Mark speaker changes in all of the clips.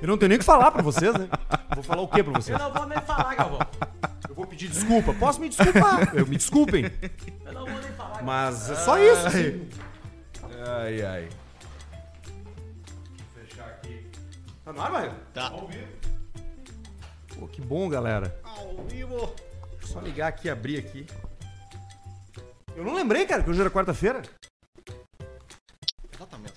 Speaker 1: Eu não tenho nem o que falar pra vocês, né? Vou falar o quê pra vocês?
Speaker 2: Eu não vou nem falar, Galvão.
Speaker 1: Eu vou pedir desculpa. Posso me desculpar? Eu me desculpem.
Speaker 2: Eu não vou nem falar. tá
Speaker 1: Mas é só isso. assim.
Speaker 3: Ai, ai.
Speaker 1: Tá no ar, Maicon?
Speaker 4: Tá.
Speaker 1: Pô, que bom, galera.
Speaker 4: Ao vivo.
Speaker 1: Só ligar aqui, abrir aqui. Eu não lembrei, cara, que hoje era quarta-feira.
Speaker 4: Exatamente.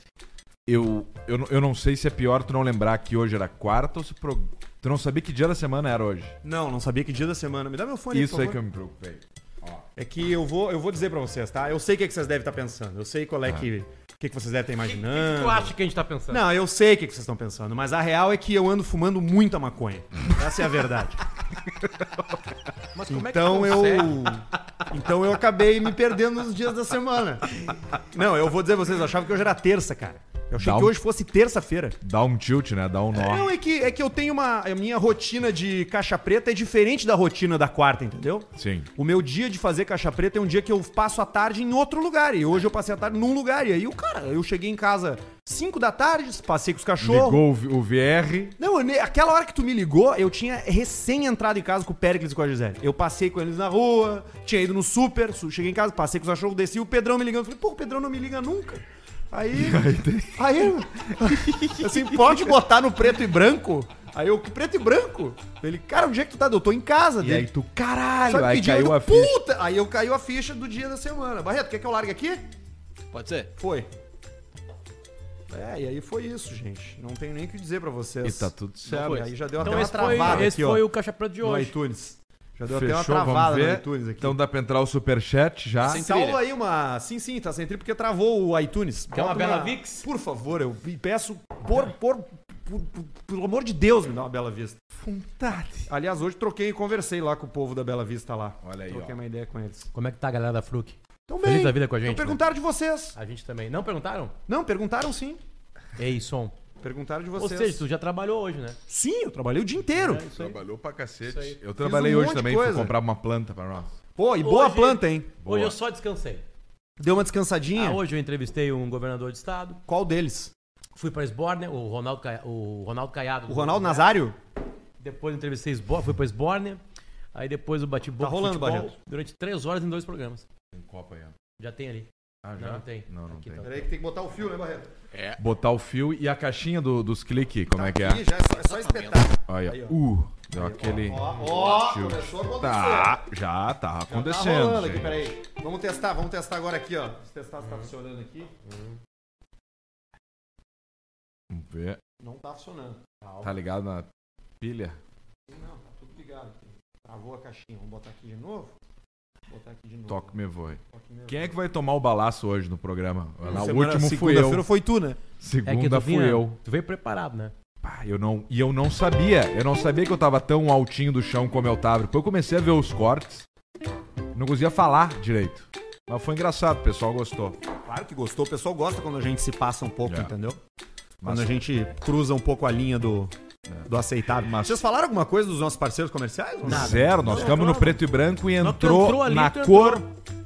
Speaker 3: Eu, eu, não- eu não sei se é pior tu não lembrar que hoje era quarta ou se. Pro... Tu não sabia que dia da semana era hoje.
Speaker 1: Não, não sabia que dia da semana. Me dá meu fone
Speaker 3: Isso
Speaker 1: por
Speaker 3: aí
Speaker 1: favor.
Speaker 3: que eu me preocupei. Ó.
Speaker 1: É que eu vou, eu vou dizer pra vocês, tá? Eu sei o que, é que vocês devem estar pensando. Eu sei qual é que. O que, que vocês devem estar
Speaker 2: O que
Speaker 1: imaginando.
Speaker 2: tu acha que a gente tá pensando?
Speaker 1: Não, eu sei o que, que vocês estão pensando, mas a real é que eu ando fumando muita maconha. Essa é a verdade.
Speaker 4: Mas
Speaker 2: é tá
Speaker 1: Então eu. Então eu acabei me perdendo nos dias da semana. Não, eu vou dizer pra vocês, eu achava que hoje era terça, cara. Eu achei
Speaker 3: Dá
Speaker 1: que
Speaker 3: um-
Speaker 1: hoje fosse terça-feira.
Speaker 3: Dá um tilt, né? Dá um nó.
Speaker 1: Não, é que, é que eu tenho uma. A minha rotina de caixa preta é diferente da rotina da quarta, entendeu?
Speaker 3: Sim.
Speaker 1: O meu dia de fazer caixa preta é um dia que eu passo a tarde em outro lugar. E hoje eu passei a tarde num lugar. E aí, o cara, eu cheguei em casa 5 da tarde, passei com os cachorros.
Speaker 3: Ligou o V- o VR.
Speaker 1: Não, eu ne- aquela hora que tu me ligou, eu tinha recém entrado em casa com o Pericles e com a Gisele. Eu passei com eles na rua, tinha ido no super, su- cheguei em casa, passei com os cachorros, desci, o Pedrão me ligando. Falei, pô, o Pedrão não me liga nunca. Aí. Aí. eu- assim, pode botar no preto e branco? Aí eu, que preto e branco? Ele, cara, onde é que tu tá? Eu tô em casa.
Speaker 3: E aí tu, caralho,
Speaker 1: Sabe
Speaker 3: aí
Speaker 1: que dia?
Speaker 3: caiu
Speaker 1: Eu,
Speaker 3: a ficha.
Speaker 1: Puta! Aí eu caiu a ficha do dia da semana. Barreto, quer que eu largue aqui?
Speaker 4: Pode ser?
Speaker 1: Foi. É, e aí foi isso, gente. Não tenho nem o que dizer pra vocês.
Speaker 3: E tá tudo
Speaker 1: Não,
Speaker 3: certo.
Speaker 4: foi.
Speaker 1: aí já deu
Speaker 2: Então
Speaker 1: até uma
Speaker 2: esse foi,
Speaker 1: travada
Speaker 2: esse
Speaker 1: aqui,
Speaker 2: foi
Speaker 1: ó.
Speaker 2: o Caixa Preta de
Speaker 1: No
Speaker 2: hoje.
Speaker 1: iTunes. Já deu até uma
Speaker 3: Fechou, vamos
Speaker 1: travada no
Speaker 3: ver.
Speaker 1: iTunes aqui.
Speaker 3: Então dá pra entrar o superchat já.
Speaker 4: Sim. sem
Speaker 1: Salva
Speaker 4: trilha.
Speaker 1: aí uma. Sim, sim, tá sem trilha porque travou o iTunes.
Speaker 2: Quer uma
Speaker 1: Bota
Speaker 2: Bela Vix?
Speaker 1: Por favor, eu vi- peço por, por, por- por- Pelo amor de Deus, me dá uma Bela Vista.
Speaker 3: Vontade.
Speaker 1: Aliás, hoje troquei e conversei lá com o povo da Bela Vista lá.
Speaker 3: Olha aí,
Speaker 1: Troquei
Speaker 3: ó.
Speaker 1: uma ideia com eles.
Speaker 2: Como é que tá a galera da Fruc?
Speaker 1: Então,
Speaker 2: Feliz
Speaker 1: bem.
Speaker 2: da vida com a
Speaker 1: Então
Speaker 2: gente, né?
Speaker 1: perguntaram de vocês.
Speaker 2: A gente também. Não perguntaram?
Speaker 1: Não, perguntaram sim.
Speaker 2: Ei, som.
Speaker 1: Perguntaram de
Speaker 2: Ou
Speaker 1: vocês.
Speaker 2: seja, tu já trabalhou hoje, né?
Speaker 1: Sim, eu trabalhei o dia inteiro.
Speaker 2: É isso aí.
Speaker 3: Trabalhou pra cacete.
Speaker 2: aí.
Speaker 3: Eu trabalhei
Speaker 1: um monte
Speaker 3: hoje
Speaker 1: de
Speaker 3: também, fui
Speaker 1: coisa.
Speaker 3: comprar uma planta pra nós.
Speaker 1: Pô, e boa
Speaker 2: Hoje-
Speaker 1: planta, hein?
Speaker 2: Hoje
Speaker 3: Boa.
Speaker 2: eu só descansei.
Speaker 1: Deu uma
Speaker 2: Ah,
Speaker 1: descansadinha.
Speaker 2: hoje eu entrevistei um governador de estado,
Speaker 1: Qual deles?
Speaker 2: fui pra Esborne, o Ronaldo, Ca... o Ronaldo Caiado.
Speaker 1: O Ronaldo Nazário?
Speaker 2: Depois eu entrevistei Esborne, fui pra Esborne, aí depois eu bati boca
Speaker 1: Tá rolando,
Speaker 2: futebol
Speaker 1: Barreto.
Speaker 2: durante três horas em dois programas.
Speaker 3: Tem copa aí, ó.
Speaker 2: Já tem ali.
Speaker 3: Ah,
Speaker 2: Não, não tem.
Speaker 3: Não, não
Speaker 2: Aqui
Speaker 3: tem.
Speaker 2: tá.
Speaker 1: Peraí que tem que botar o fio, né, Barreto?
Speaker 3: Botar o fio e a caixinha do- dos cliques, como é que é?
Speaker 1: Ih, já é só, é só espetar.
Speaker 3: Olha,
Speaker 1: Aí,
Speaker 3: aí,
Speaker 1: ó.
Speaker 3: ó. Uh, deu aquele.
Speaker 1: Ó,
Speaker 3: Tio.
Speaker 1: começou a acontecer.
Speaker 3: Tá, já tá
Speaker 1: Tá
Speaker 3: acontecendo.
Speaker 1: rolando aqui,
Speaker 3: gente.
Speaker 1: peraí. Vamos testar, vamos testar agora aqui, ó. Vamos testar se tá funcionando aqui.
Speaker 3: Vamos ver.
Speaker 1: Não tá funcionando. Calma.
Speaker 3: Tá ligado na pilha?
Speaker 1: Não, tá tudo ligado aqui. Travou a caixinha. Vamos botar aqui de novo. Vou botar aqui de novo.
Speaker 3: Toque me voe.
Speaker 1: Toque mesmo.
Speaker 3: Quem é que vai tomar o balaço hoje no programa? Lá, o
Speaker 1: Semana-
Speaker 3: último fui
Speaker 1: Segunda-feira
Speaker 3: eu.
Speaker 1: foi tu, né?
Speaker 2: É que
Speaker 3: Segunda fui
Speaker 2: vinha-
Speaker 3: eu.
Speaker 2: Tu veio preparado, né?
Speaker 3: Pá, eu não, e eu não sabia. Eu não sabia que eu tava tão altinho do chão como eu tava. Depois eu comecei a ver os cortes. Não conseguia falar direito. Mas foi engraçado, o pessoal gostou.
Speaker 1: Claro que gostou. O pessoal gosta quando a gente se passa um pouco,
Speaker 3: Já.
Speaker 1: entendeu?
Speaker 3: É. Mas-
Speaker 1: Quando
Speaker 3: É.
Speaker 1: a gente cruza um pouco a linha do, do aceitável. Vocês falaram alguma coisa dos nossos parceiros comerciais?
Speaker 3: Zero, nós ficamos no preto e branco e entrou,
Speaker 2: entrou ali,
Speaker 3: na
Speaker 2: tu
Speaker 3: cor.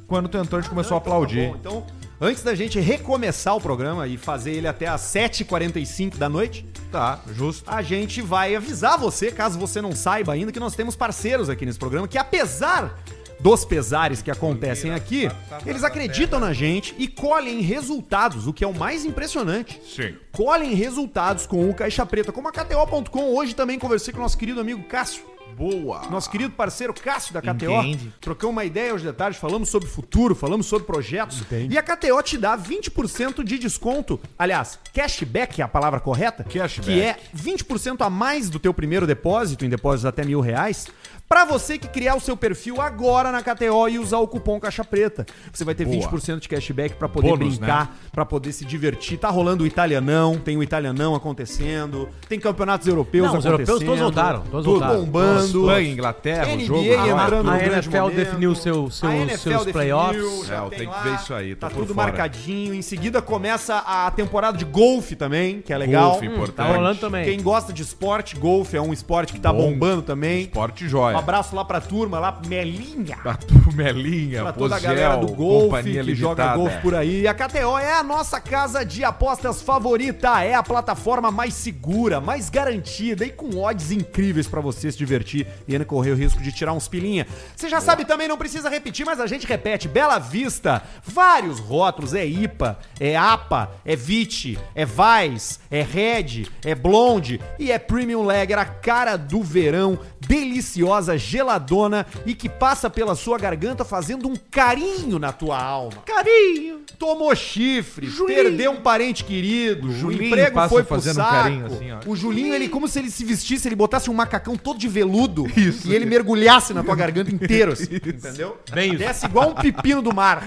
Speaker 3: Quando tu entrou, a gente começou a aplaudir.
Speaker 1: Bom, então, antes da gente recomeçar o programa e fazer ele até às 7h45 da noite,
Speaker 3: Tá, justo.
Speaker 1: a gente vai avisar você, caso você não saiba ainda, que nós temos parceiros aqui nesse programa que, apesar dos pesares que acontecem aqui, eles acreditam na gente e colhem resultados, o que é o mais impressionante.
Speaker 3: Sim.
Speaker 1: Colhem resultados com o Caixa Preta, como a KTO.com. Hoje também conversei com o nosso querido amigo Cássio.
Speaker 3: Boa.
Speaker 1: Nosso querido parceiro Cássio da KTO.
Speaker 3: Entende.
Speaker 1: Trocamos uma ideia hoje de tarde, falamos sobre futuro, falamos sobre projetos. E a KTO te dá 20% de desconto. Aliás, cashback é a palavra correta?
Speaker 3: Cashback.
Speaker 1: Que é 20% a mais do teu primeiro depósito, em depósitos até mil reais. Pra você que criar o seu perfil agora na KTO e usar o cupom Caixa Preta. Você vai ter
Speaker 3: Boa.
Speaker 1: 20% de cashback pra poder
Speaker 3: Bônus,
Speaker 1: brincar,
Speaker 2: né?
Speaker 1: pra poder se divertir. Tá rolando o italianão, tem o italianão acontecendo, tem campeonatos europeus
Speaker 2: Não, os
Speaker 1: acontecendo.
Speaker 2: europeus todos voltaram, todos
Speaker 1: tudo
Speaker 2: voltaram.
Speaker 1: bombando.
Speaker 3: Espanha, Inglaterra, o
Speaker 1: NBA
Speaker 3: jogo. tá
Speaker 1: entrando
Speaker 2: A
Speaker 1: no grande
Speaker 2: NFL
Speaker 1: momento.
Speaker 2: definiu seu- seu-
Speaker 1: A NFL
Speaker 2: seus playoffs.
Speaker 1: definiu, já
Speaker 3: É, eu tenho que ver isso aí, tô
Speaker 1: Tá
Speaker 3: por
Speaker 1: tudo
Speaker 3: fora.
Speaker 1: marcadinho. Em seguida começa a temporada de golfe também, que é legal.
Speaker 3: Golfe, importante.
Speaker 2: Tá rolando também.
Speaker 1: Quem gosta de esporte, golfe é um esporte que tá
Speaker 3: Bom.
Speaker 1: bombando também.
Speaker 3: Esporte joia.
Speaker 1: Um abraço lá pra turma, lá Melinha.
Speaker 3: A turmelinha,
Speaker 1: Pra toda
Speaker 3: Pozel,
Speaker 1: a galera do golfe que
Speaker 3: é companhia
Speaker 1: joga
Speaker 3: limitada.
Speaker 1: golfe por aí. E a KTO é a nossa casa de apostas favorita. É a plataforma mais segura, mais garantida e com odds incríveis pra você se divertir e não correr o risco de tirar uns pilinha. Você já sabe também, não precisa repetir, mas a gente repete. Bela Vista, vários rótulos. É IPA, é APA, é VIT, é VAIS, é Red, é Blonde e é Premium Lager, a cara do verão, deliciosa, geladona e que passa pela sua garganta fazendo um carinho na tua alma. Carinho! Tomou chifre, perdeu um parente querido,
Speaker 3: Julinho
Speaker 1: o emprego
Speaker 3: passa
Speaker 1: foi pro
Speaker 3: fazendo um
Speaker 1: saco.
Speaker 3: carinho assim, ó.
Speaker 1: O Julinho, ele como se ele se vestisse, ele botasse um macacão todo de veludo
Speaker 3: Isso.
Speaker 1: e ele mergulhasse na tua garganta inteiro, assim, entendeu?
Speaker 2: Bem isso.
Speaker 1: Desce igual um pepino do mar.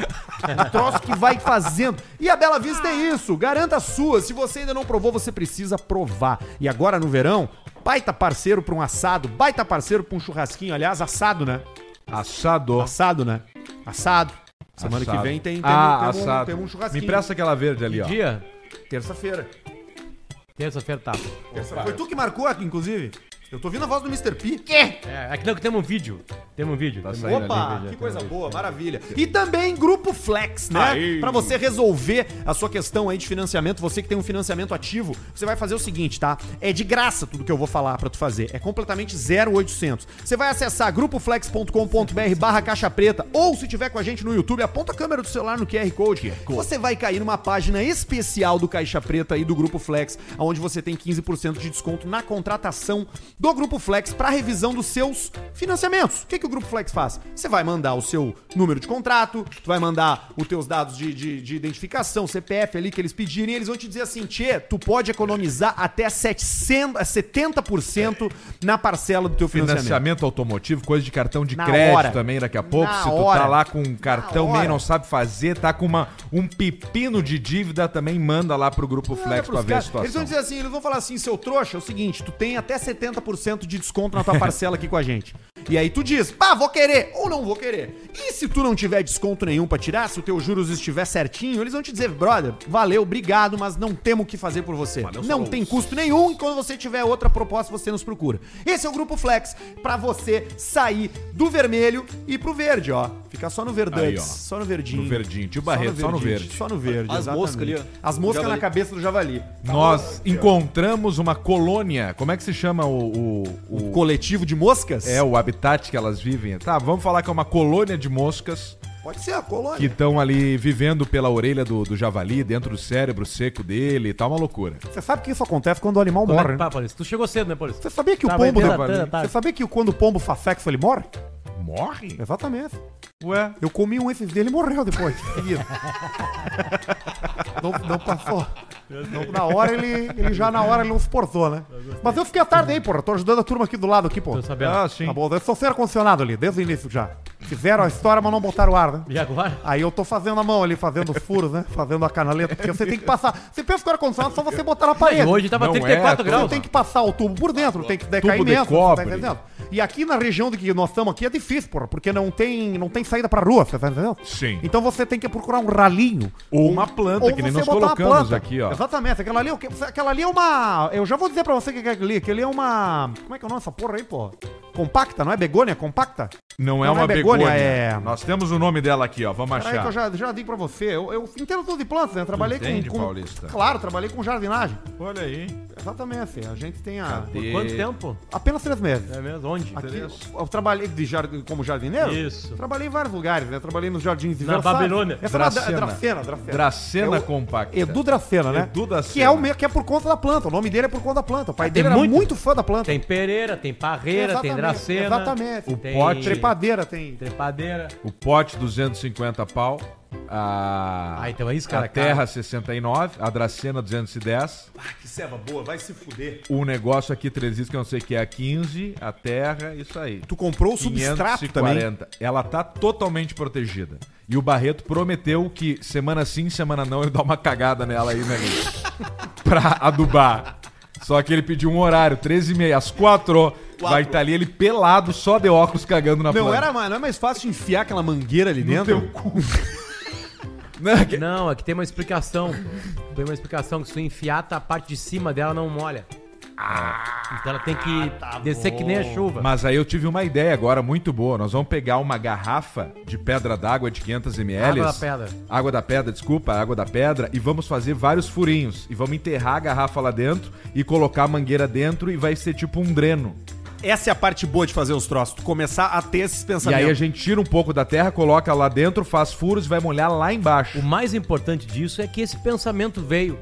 Speaker 1: Um troço que vai fazendo. E a Bela Vista é isso. Garanta a sua. Se você ainda não provou, você precisa provar. E agora no verão, baita parceiro pra um assado, baita parceiro pra um churrasquinho. Aliás, assado, né?
Speaker 3: Assado.
Speaker 1: Assado, né? Assado. Semana
Speaker 3: Assado.
Speaker 1: que vem tem, tem,
Speaker 3: ah,
Speaker 1: tem um-
Speaker 3: assado.
Speaker 1: tem um churrasquinho.
Speaker 3: Me empresta aquela verde ali, ó.
Speaker 2: Dia,
Speaker 1: tá. Terça-feira.
Speaker 2: terça-feira tá.
Speaker 1: Terça- Foi tu que marcou aqui, inclusive. Eu tô ouvindo a voz do Mr. P.
Speaker 2: É, aqui não, que temos um vídeo. Temos um vídeo.
Speaker 3: Tá
Speaker 2: Temos-
Speaker 3: saindo.
Speaker 1: Opa, que coisa boa, maravilha. E também Grupo Flex, né?
Speaker 3: Aí.
Speaker 1: Pra você resolver a sua questão aí de financiamento, você que tem um financiamento ativo, você vai fazer o seguinte, tá? É de graça tudo que eu vou falar pra tu fazer. É completamente 0800. Você vai acessar grupoflex.com.br barra caixa preta ou se tiver com a gente no YouTube, aponta a câmera do celular no QR Code. Você vai cair numa página especial do Caixa Preta e do Grupo Flex, onde você tem 15% de desconto na contratação do Grupo Flex para revisão dos seus financiamentos. O que, que o Grupo Flex faz? Você vai mandar o seu número de contrato, tu vai mandar os teus dados de, de- de identificação, CPF ali que eles pedirem, e eles vão te dizer assim, Tchê, tu pode economizar até 700, 70% na parcela do teu financiamento.
Speaker 3: Financiamento automotivo, coisa de cartão de
Speaker 1: Na
Speaker 3: crédito
Speaker 1: hora.
Speaker 3: também daqui a pouco.
Speaker 1: Na
Speaker 3: se tu
Speaker 1: hora.
Speaker 3: tá lá com um cartão
Speaker 1: Na
Speaker 3: meio
Speaker 1: hora.
Speaker 3: não sabe fazer, tá com uma, um pepino de dívida, também manda lá pro Grupo
Speaker 1: Olha
Speaker 3: Flex
Speaker 1: é pros
Speaker 3: pra ver a
Speaker 1: caras.
Speaker 3: situação.
Speaker 1: Eles vão dizer assim, eles vão falar assim, seu trouxa, é o seguinte, tu tem até 70% de desconto na tua parcela aqui com a gente. E aí tu diz, pá, vou querer ou não vou querer. E se tu não tiver desconto nenhum pra tirar, se o teu juros estiver certinho, eles vão te dizer, brother, valeu, obrigado, mas não temos o que fazer por você. não tem custo nenhum e quando você tiver outra proposta, você nos procura. Esse é o Grupo Flex pra você sair do vermelho e pro verde, ó. Ficar só no
Speaker 3: Aí,
Speaker 1: verdante,
Speaker 3: ó.
Speaker 1: só no verdinho.
Speaker 3: No verdinho. Tio Barreto, só no
Speaker 1: verdinho,
Speaker 3: verde.
Speaker 1: Só no verde,
Speaker 4: As
Speaker 1: exatamente.
Speaker 4: moscas ali, ó.
Speaker 1: As moscas na
Speaker 4: Javali.
Speaker 1: cabeça do javali.
Speaker 3: Nós encontramos uma colônia. Como é que se chama o- o-
Speaker 1: Um
Speaker 3: o,
Speaker 1: Coletivo de moscas?
Speaker 3: É o habitat que elas vivem. Tá, vamos falar que é uma colônia de moscas
Speaker 1: Pode ser a
Speaker 3: que
Speaker 1: colônia.
Speaker 3: estão ali vivendo pela orelha do, do javali, dentro do cérebro seco dele e tal, uma loucura.
Speaker 1: Você sabe que isso acontece quando o animal
Speaker 2: Como é
Speaker 1: morre, né?
Speaker 2: que tá, Paulista? Tu chegou cedo, né, Paulista?
Speaker 1: Você sabia que o
Speaker 3: Tá,
Speaker 2: Tava
Speaker 1: pombo...
Speaker 2: aí pela-
Speaker 1: Você sabia que quando o pombo fafexo ele morre?
Speaker 3: Morre?
Speaker 1: Exatamente.
Speaker 3: Ué?
Speaker 1: Eu comi um esses dele e morreu depois. Seguido. não, não passou. Não, na hora ele, ele já na hora ele não suportou, né? Mas eu fiquei à tarde aí, porra. Tô ajudando a turma aqui do lado aqui, pô.
Speaker 2: Tô sabendo.
Speaker 3: Ah, sim.
Speaker 1: Tá bom, eu sou ser condicionado ali, desde o início já. Fizeram a história, mas não botaram o ar, né?
Speaker 2: E agora?
Speaker 1: Aí eu tô fazendo a mão ali, fazendo os furos, né? Fazendo a canaleta, porque você tem que passar. Você pensa que o ar-condicionado é só você botar na
Speaker 2: E
Speaker 1: parede.
Speaker 2: hoje tá tava
Speaker 3: Não é,
Speaker 2: 34
Speaker 3: tô-
Speaker 1: você
Speaker 2: graus.
Speaker 1: tem que passar o tubo por dentro, tem que decair
Speaker 3: Tubo de
Speaker 1: mesmo,
Speaker 3: cobre.
Speaker 1: tá entendendo? E aqui na região de que nós estamos aqui é difícil, porra, porque não tem, não tem saída pra rua, você tá entendendo?
Speaker 3: Sim.
Speaker 1: Então você tem que procurar um ralinho.
Speaker 3: Ou uma planta,
Speaker 1: ou
Speaker 3: que
Speaker 1: você
Speaker 3: nem nós
Speaker 1: botar uma
Speaker 3: colocamos
Speaker 1: planta.
Speaker 3: aqui, ó.
Speaker 1: Exatamente, aquela ali, é o que- aquela ali é uma... Eu já vou dizer pra você o que é aquilo ali, aquilo ali é uma... Como é que é o nome dessa porra aí, porra? Compacta, não é begônia? Compacta?
Speaker 3: Não é
Speaker 1: Não
Speaker 3: uma
Speaker 1: é
Speaker 3: begônia.
Speaker 1: begônia, é-
Speaker 3: Nós temos o nome dela aqui, ó. Vamos
Speaker 1: Peraí
Speaker 3: achar.
Speaker 1: que eu já, já digo pra você. Eu, eu entendo tudo de plantas, né? Eu Trabalhei
Speaker 3: entende,
Speaker 1: com, com-
Speaker 3: Paulista?
Speaker 1: Claro, trabalhei com jardinagem.
Speaker 3: Olha aí.
Speaker 1: Exatamente, a gente tem a...
Speaker 2: Por
Speaker 3: E-
Speaker 2: quanto tempo?
Speaker 1: Apenas três meses.
Speaker 2: É mesmo? Onde?
Speaker 1: Aqui, eu, eu trabalhei de jardim, como jardineiro?
Speaker 2: Isso.
Speaker 1: Trabalhei em vários lugares, né? Trabalhei nos jardins de
Speaker 2: Babilônia.
Speaker 1: Essa Dracena. é uma
Speaker 3: Dracena.
Speaker 1: dra- Dracena, Dracena.
Speaker 3: Dracena
Speaker 1: Eu-
Speaker 3: compacta.
Speaker 1: Edu Dracena, né?
Speaker 3: Edu Dracena.
Speaker 1: Que é, o meu, que é por conta da planta. O nome dele é por conta da planta. O pai dele
Speaker 2: Ah, tem
Speaker 1: era
Speaker 2: muito?
Speaker 1: muito fã da planta.
Speaker 2: Tem Pereira, tem Parreira, tem
Speaker 1: Exatamente,
Speaker 2: Dracena.
Speaker 1: exatamente. O
Speaker 2: tem
Speaker 3: pote.
Speaker 1: Trepadeira tem.
Speaker 2: Trepadeira.
Speaker 3: O pote 250 pau. A,
Speaker 2: Ah, então é isso, cara,
Speaker 3: a terra 69, a Dracena 210,
Speaker 1: Ah, que ceva boa, vai se fuder.
Speaker 3: o negócio aqui 300 que eu não sei o que é, a 15, a terra, isso aí.
Speaker 1: Tu comprou o substrato também.
Speaker 3: 540. Ela tá totalmente protegida. E o Barreto prometeu que semana sim, semana não, ele dá uma cagada nela aí, né? Gui? pra adubar. Só que ele pediu um horário, 13 e meia, às 4 Vai estar ali ele pelado, só de óculos cagando na
Speaker 1: Não,
Speaker 3: planta.
Speaker 1: era, mais- não é mais fácil enfiar aquela mangueira ali
Speaker 3: no
Speaker 1: dentro?
Speaker 3: teu cu. Não, que-
Speaker 2: é Não, aqui tem uma explicação. Tem uma explicação que se tu enfiar, tá a parte de cima dela não molha. Então ela tem que descer que nem a chuva.
Speaker 3: Ah, tá Mas aí eu tive uma ideia agora muito boa. Nós vamos pegar uma garrafa de pedra d'água de 500 ml.
Speaker 2: Água da pedra.
Speaker 3: Água da pedra, desculpa, água da pedra. E vamos fazer vários furinhos. E vamos enterrar a garrafa lá dentro e colocar a mangueira dentro e vai ser tipo um dreno.
Speaker 1: Essa é a parte boa de fazer os troços. Tu começar a ter esses
Speaker 3: E
Speaker 1: pensamentos.
Speaker 3: aí a gente tira um pouco da terra, coloca lá dentro, faz furos e vai molhar lá embaixo.
Speaker 2: O mais importante disso é que esse pensamento veio.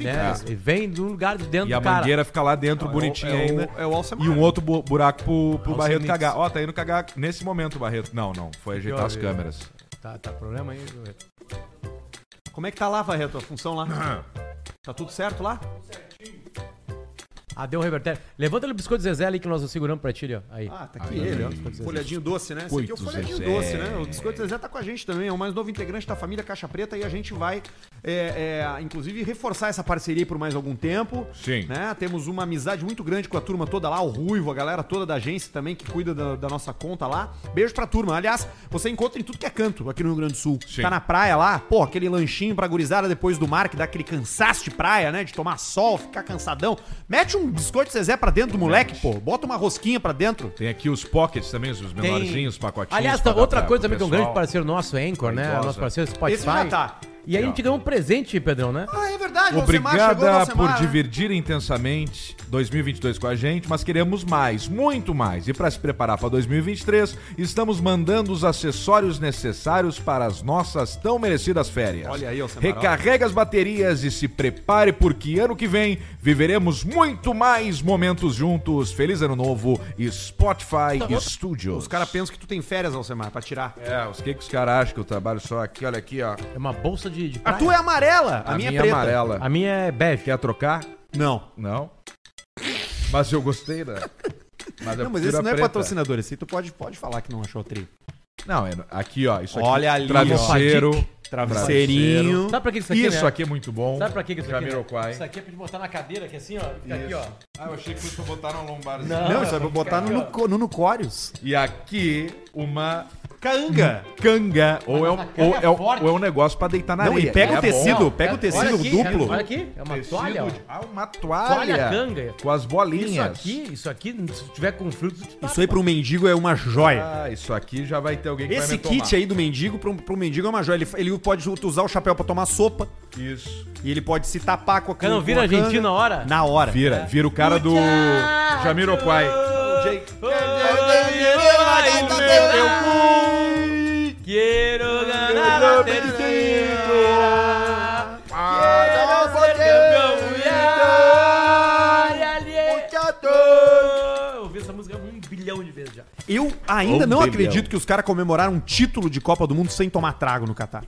Speaker 2: né?
Speaker 3: é.
Speaker 2: E vem de um lugar de dentro
Speaker 3: E a
Speaker 2: do cara.
Speaker 3: mangueira fica lá dentro bonitinha
Speaker 4: é o-
Speaker 3: ainda.
Speaker 4: é o Alcemar.
Speaker 3: e um outro bu- buraco pro, pro
Speaker 2: Alcemar.
Speaker 3: Barreto cagar. Ó, tá indo cagar nesse momento o Barreto. Não, não. Foi ajeitar as
Speaker 2: Deixa eu ver.
Speaker 3: câmeras.
Speaker 2: Tá, tá problema aí, Barreto.
Speaker 1: Como é que tá lá, Varreto, a função
Speaker 2: né?
Speaker 1: lá? Tá tudo certo lá?
Speaker 2: Ah, deu um revertério. Levanta o biscoito Zezé ali que nós seguramos pra ti, ali, ó. Aí.
Speaker 1: Ah, tá aqui ele, ó.
Speaker 2: Biscoito Zezé.
Speaker 1: Folhadinho doce, né? Esse aqui é o
Speaker 3: Coito
Speaker 1: folhadinho
Speaker 3: Zezé.
Speaker 1: doce, né? O Biscoito Zezé tá com a gente também, é o mais novo integrante da família Caixa Preta e a gente vai, é, é, inclusive, reforçar essa parceria por mais algum tempo.
Speaker 3: Sim.
Speaker 1: Né? Temos uma amizade muito grande com a turma toda lá, o Ruivo, a galera toda da agência também que cuida da, da nossa conta lá. Beijo pra turma. Aliás, você encontra em tudo que é canto aqui no Rio Grande do Sul.
Speaker 3: Sim.
Speaker 1: Tá na praia lá, pô, aquele lanchinho pra gurizada depois do mar, que dá aquele cansaço de praia, né? De tomar sol, ficar cansadão. Mete um biscoito Zezé pra dentro do moleque, pô. Bota uma rosquinha pra dentro.
Speaker 3: Tem aqui os pockets também, os
Speaker 2: Tem-
Speaker 3: menorzinhos, os pacotinhos.
Speaker 2: Aliás,
Speaker 3: pra
Speaker 2: tá-
Speaker 3: dar
Speaker 2: outra
Speaker 3: pra-
Speaker 2: coisa
Speaker 3: pro
Speaker 2: também que é um
Speaker 3: pessoal.
Speaker 2: grande parceiro nosso, Anchor, né?
Speaker 3: Idosa.
Speaker 2: Nosso parceiro Spotify.
Speaker 1: Esse já tá.
Speaker 2: E aí a gente ganhou um presente, Pedrão, né?
Speaker 1: Ah, é verdade, o Alcemar chegou, o
Speaker 3: Obrigada
Speaker 1: Alcemar,
Speaker 3: por
Speaker 1: né?
Speaker 3: divertir intensamente 2022 com a gente, mas queremos mais, muito mais. E para se preparar para 2023, estamos mandando os acessórios necessários para as nossas tão merecidas férias.
Speaker 1: Olha aí, Alcemar, olha.
Speaker 3: Recarrega as baterias e se prepare porque ano que vem viveremos muito mais momentos juntos. Feliz ano novo, Spotify Studios.
Speaker 1: Os caras pensam que tu tem férias, Alcemar, pra tirar.
Speaker 3: É, os que, que os caras acham que eu trabalho só aqui? Olha aqui, ó.
Speaker 2: É uma bolsa de, de
Speaker 1: A
Speaker 2: praia.
Speaker 1: tua é amarela, a,
Speaker 3: A,
Speaker 1: minha,
Speaker 3: minha,
Speaker 1: é preta.
Speaker 3: amarela.
Speaker 2: A minha é bege.
Speaker 3: Quer trocar?
Speaker 1: Não.
Speaker 3: Não. Mas eu gostei da. Mas eu
Speaker 1: Não, mas
Speaker 3: prefiro
Speaker 1: esse
Speaker 3: a
Speaker 1: não é
Speaker 3: preta.
Speaker 1: patrocinador, esse aí tu pode, pode falar que não achou a tri.
Speaker 3: Não, é aqui, ó. Isso aqui,
Speaker 1: Olha ali,
Speaker 3: Travesseiro.
Speaker 1: Travesseirinho.
Speaker 2: Sabe pra que isso
Speaker 3: Isso
Speaker 2: aqui,
Speaker 3: aqui,
Speaker 2: né?
Speaker 3: é muito bom.
Speaker 2: Sabe pra que que isso aqui?
Speaker 3: Jamiroquai.
Speaker 2: Né? Isso aqui é pra gente botar na cadeira, que assim, ó. Fica aqui, ó.
Speaker 3: Ah, eu achei que fosse pra botar no lombarzinho.
Speaker 1: Não, isso é pra botar no, nuco- no Nucórios.
Speaker 3: E aqui, uma
Speaker 1: Canga.
Speaker 3: canga. Ou é, um,
Speaker 2: canga
Speaker 3: ou, é um,
Speaker 2: forte.
Speaker 3: ou é um negócio pra deitar na
Speaker 1: Não,
Speaker 3: areia.
Speaker 1: e pega
Speaker 3: É
Speaker 1: o tecido,
Speaker 3: bom.
Speaker 1: pega o tecido
Speaker 2: Olha aqui,
Speaker 1: duplo.
Speaker 2: Olha aqui, é uma
Speaker 3: Tecido
Speaker 2: toalha, ó.
Speaker 3: de- Ah, uma toalha.
Speaker 2: Toalha canga.
Speaker 3: Com as
Speaker 2: Isso
Speaker 3: bolinhas.
Speaker 2: aqui, isso aqui, se tiver conflito, tu
Speaker 1: Isso aí pro mendigo é uma joia.
Speaker 3: Ah, isso aqui já vai ter alguém que vai
Speaker 1: Esse
Speaker 3: me tomar.
Speaker 1: kit aí do mendigo, pro, pro mendigo é uma joia. Ele, ele pode usar o chapéu pra tomar sopa
Speaker 3: Isso.
Speaker 1: e ele pode se tapar com a
Speaker 2: Cara, não
Speaker 1: com
Speaker 2: vira
Speaker 1: a canga.
Speaker 2: argentino na hora?
Speaker 1: Na hora.
Speaker 3: Vira, vira o cara do
Speaker 2: é-
Speaker 3: Jamiroquai.
Speaker 1: Jake.
Speaker 2: Quero ganhar a terceira. Quero ser campeão mundial. E ali- Eu ouvi essa música um bilhão de vezes já.
Speaker 1: Eu ainda não
Speaker 3: Um bilhão.
Speaker 1: acredito que os caras comemoraram um título de Copa do Mundo sem tomar trago no Catar.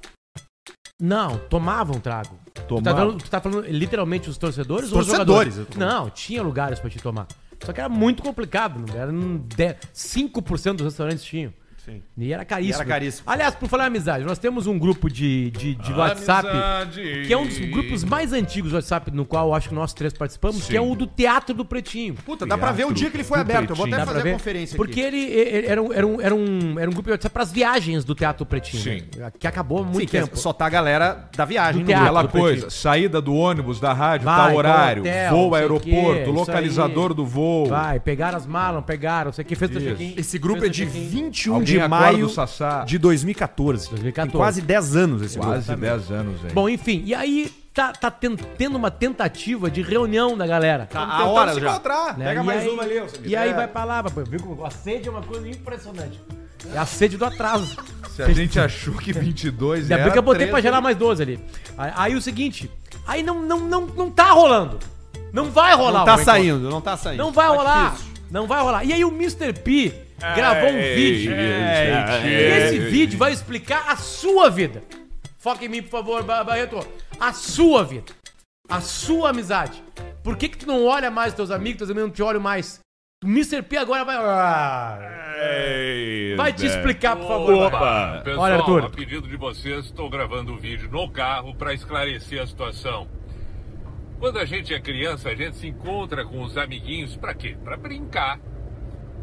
Speaker 2: Não, tomavam trago. Tu tá,
Speaker 3: Tomavam.
Speaker 2: falando, tu tá falando literalmente os torcedores
Speaker 1: Os
Speaker 2: ou os
Speaker 1: torcedores,
Speaker 2: jogadores?
Speaker 1: eu tô falando.
Speaker 2: Não, tinha lugares pra te tomar. Só que era muito complicado, não era um de- 5% dos restaurantes tinham.
Speaker 1: Sim.
Speaker 2: E era caríssimo.
Speaker 1: E era caríssimo.
Speaker 2: Aliás, por falar em amizade, nós temos um grupo de, de, de WhatsApp,
Speaker 3: Ah, Amizade.
Speaker 2: que é um dos grupos mais antigos do WhatsApp, no qual eu acho que nós três participamos,
Speaker 3: Sim.
Speaker 2: que é o do Teatro do Pretinho.
Speaker 1: Puta, dá pra ver o dia que ele foi
Speaker 3: do
Speaker 1: aberto. Eu vou
Speaker 3: Pretinho.
Speaker 1: até
Speaker 3: Dá
Speaker 1: fazer a conferência aqui.
Speaker 2: Porque ele, ele- era, um, era, um, era, um, era um grupo de WhatsApp para as viagens do Teatro Pretinho.
Speaker 3: Sim.
Speaker 2: né? Que acabou há
Speaker 1: Sim,
Speaker 2: muito
Speaker 1: que
Speaker 2: tempo.
Speaker 1: só tá a galera da viagem. né?
Speaker 2: Do
Speaker 1: no
Speaker 2: teatro.
Speaker 1: lugar.
Speaker 3: Aquela
Speaker 2: do
Speaker 3: coisa,
Speaker 2: Pretinho.
Speaker 3: saída do ônibus, da rádio,
Speaker 2: Vai,
Speaker 3: tal
Speaker 2: vai,
Speaker 3: horário,
Speaker 2: hotel, não
Speaker 3: voo,
Speaker 2: sei o quê,
Speaker 3: aeroporto,
Speaker 2: isso
Speaker 3: localizador
Speaker 2: aí.
Speaker 3: do voo.
Speaker 2: Vai, pegaram as malas, pegaram, não sei o que, fez teu
Speaker 3: Isso.
Speaker 2: check-in.
Speaker 1: Esse grupo é de
Speaker 2: Fez teu check-in.
Speaker 1: 21
Speaker 3: Alguém
Speaker 1: de
Speaker 3: acorda
Speaker 1: maio
Speaker 3: o Sassá.
Speaker 1: de 2014.
Speaker 2: 2014.
Speaker 1: Tem quase 10 anos esse grupo. tá
Speaker 3: Quase 10 anos, velho.
Speaker 2: Bom, enfim, e aí tá, tá ten- tendo uma tentativa de reunião da galera.
Speaker 1: Tá
Speaker 3: Tentando se encontrar.
Speaker 2: né?
Speaker 3: Pega
Speaker 2: E
Speaker 3: mais
Speaker 2: aí-
Speaker 3: uma ali, Alcemir.
Speaker 2: E aí
Speaker 3: É.
Speaker 2: vai pra lá, vai pra- viu como a sede é uma coisa impressionante. É a sede do atraso.
Speaker 3: Se a gente achou que 22
Speaker 2: Ainda
Speaker 3: era
Speaker 2: bem que eu botei
Speaker 3: 13,
Speaker 2: pra gerar mais 12 ali. Aí, aí o seguinte, aí não, não, não, não tá rolando. Não vai rolar.
Speaker 1: Não
Speaker 2: o
Speaker 1: tá
Speaker 2: encontro.
Speaker 1: saindo, não tá saindo.
Speaker 2: Não vai
Speaker 1: Tá
Speaker 2: rolar.
Speaker 1: difícil.
Speaker 2: Não vai rolar. E aí o Mr. P gravou um vídeo. E esse vídeo vai explicar a sua vida. Foca em mim, por favor, Ba- Barreto. A sua vida. A sua amizade. Por que, que tu não olha mais teus amigos, teus amigos não te olham mais? O Mr. P agora vai. Vai te explicar, por favor.
Speaker 5: Opa! Pessoal,
Speaker 2: Olha, Arthur.
Speaker 5: a pedido de vocês, estou gravando o vídeo no carro para esclarecer a situação. Quando a gente é criança, a gente se encontra com os amiguinhos para quê? Para brincar.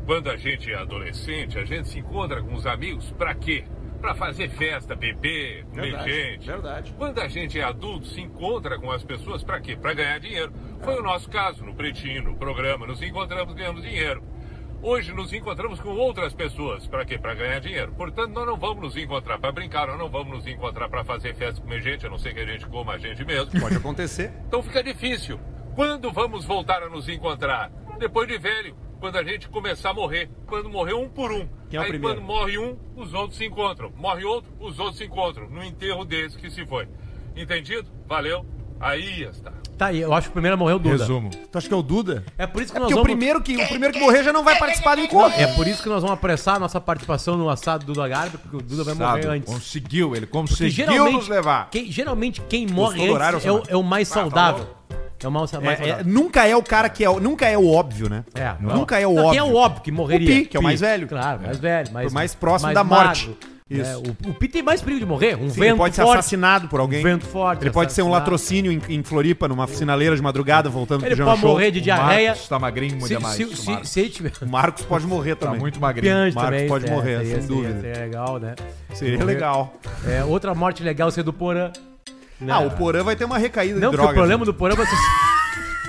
Speaker 5: Quando a gente é adolescente, a gente se encontra com os amigos para quê? Pra fazer festa, beber, comer
Speaker 4: Verdade,
Speaker 5: gente.
Speaker 4: verdade.
Speaker 5: Quando a gente é adulto, se encontra com as pessoas pra quê? Pra ganhar dinheiro. Foi o nosso caso no Pretinho, no programa. Nos encontramos, ganhamos dinheiro. Hoje nos encontramos com outras pessoas. Pra quê? Pra ganhar dinheiro. Portanto, nós não vamos nos encontrar pra brincar, nós não vamos nos encontrar pra fazer festa, comer gente, a não ser que a gente coma a gente mesmo.
Speaker 4: Pode acontecer.
Speaker 5: Então fica difícil. Quando vamos voltar a nos encontrar? Depois de velho, quando a gente começar a morrer. Quando morrer um por um.
Speaker 1: Quem é o
Speaker 5: Aí
Speaker 1: primeiro?
Speaker 5: quando morre um, os outros se encontram. Morre outro, os outros se encontram. No enterro desse que se foi. Entendido? Valeu. Aí está.
Speaker 2: Tá aí, eu acho que o primeiro morreu o Duda.
Speaker 3: Resumo.
Speaker 1: Tu acha que é o Duda?
Speaker 2: É por isso que
Speaker 1: É
Speaker 2: nós
Speaker 1: porque o
Speaker 2: vamos...
Speaker 1: primeiro, que, o primeiro que morrer já não vai participar do encontro.
Speaker 2: É por isso que nós vamos apressar a nossa participação no assado do Duda Garbi, porque o Duda vai morrer
Speaker 3: Sabe,
Speaker 2: antes.
Speaker 3: Conseguiu, ele
Speaker 2: Que
Speaker 3: conseguiu
Speaker 2: geralmente,
Speaker 3: nos levar.
Speaker 2: Quem, geralmente quem morre antes
Speaker 1: do horário,
Speaker 2: é, o,
Speaker 1: Samara?
Speaker 2: é o mais saudável. é o mais, mais
Speaker 1: É, é,
Speaker 2: saudável.
Speaker 1: nunca é o cara que é. o- Nunca é o óbvio, né?
Speaker 2: É,
Speaker 1: Nunca é o
Speaker 2: Não,
Speaker 1: óbvio.
Speaker 2: Quem é o óbvio que morreria?
Speaker 1: O Pi, que é o mais velho.
Speaker 2: Claro, mais velho. Mais,
Speaker 1: O mais próximo da morte.
Speaker 2: magro,
Speaker 1: Isso.
Speaker 2: né? o, o Pi tem mais perigo de morrer. Um
Speaker 1: Sim,
Speaker 2: vento
Speaker 1: ele pode ser
Speaker 2: forte.
Speaker 1: assassinado por alguém.
Speaker 2: Vento forte,
Speaker 1: Ele pode ser um
Speaker 2: assassinado.
Speaker 1: latrocínio em, em Floripa, numa sinaleira de madrugada, voltando
Speaker 2: Ele
Speaker 1: Jam
Speaker 2: pode
Speaker 1: Show.
Speaker 2: morrer de diarreia.
Speaker 3: Marcos tá magrinho
Speaker 2: Se,
Speaker 3: muito
Speaker 2: se,
Speaker 3: demais.
Speaker 2: se,
Speaker 3: o
Speaker 2: se,
Speaker 3: Marcos.
Speaker 2: se ele tiver
Speaker 1: O Marcos pode morrer
Speaker 3: Tá
Speaker 1: também.
Speaker 3: muito magrinho.
Speaker 2: piante
Speaker 1: Marcos
Speaker 2: também.
Speaker 1: pode
Speaker 2: é,
Speaker 1: morrer,
Speaker 2: seria-
Speaker 1: sem dúvida.
Speaker 2: Seria, seria legal, né?
Speaker 1: Seria
Speaker 2: Morrer.
Speaker 1: legal.
Speaker 2: É, outra morte legal seria do Porã. né?
Speaker 1: Ah, o Porã vai ter uma recaída
Speaker 2: Não,
Speaker 1: de
Speaker 2: porque o
Speaker 1: drogas.
Speaker 2: problema
Speaker 1: né?
Speaker 2: do Porã é você...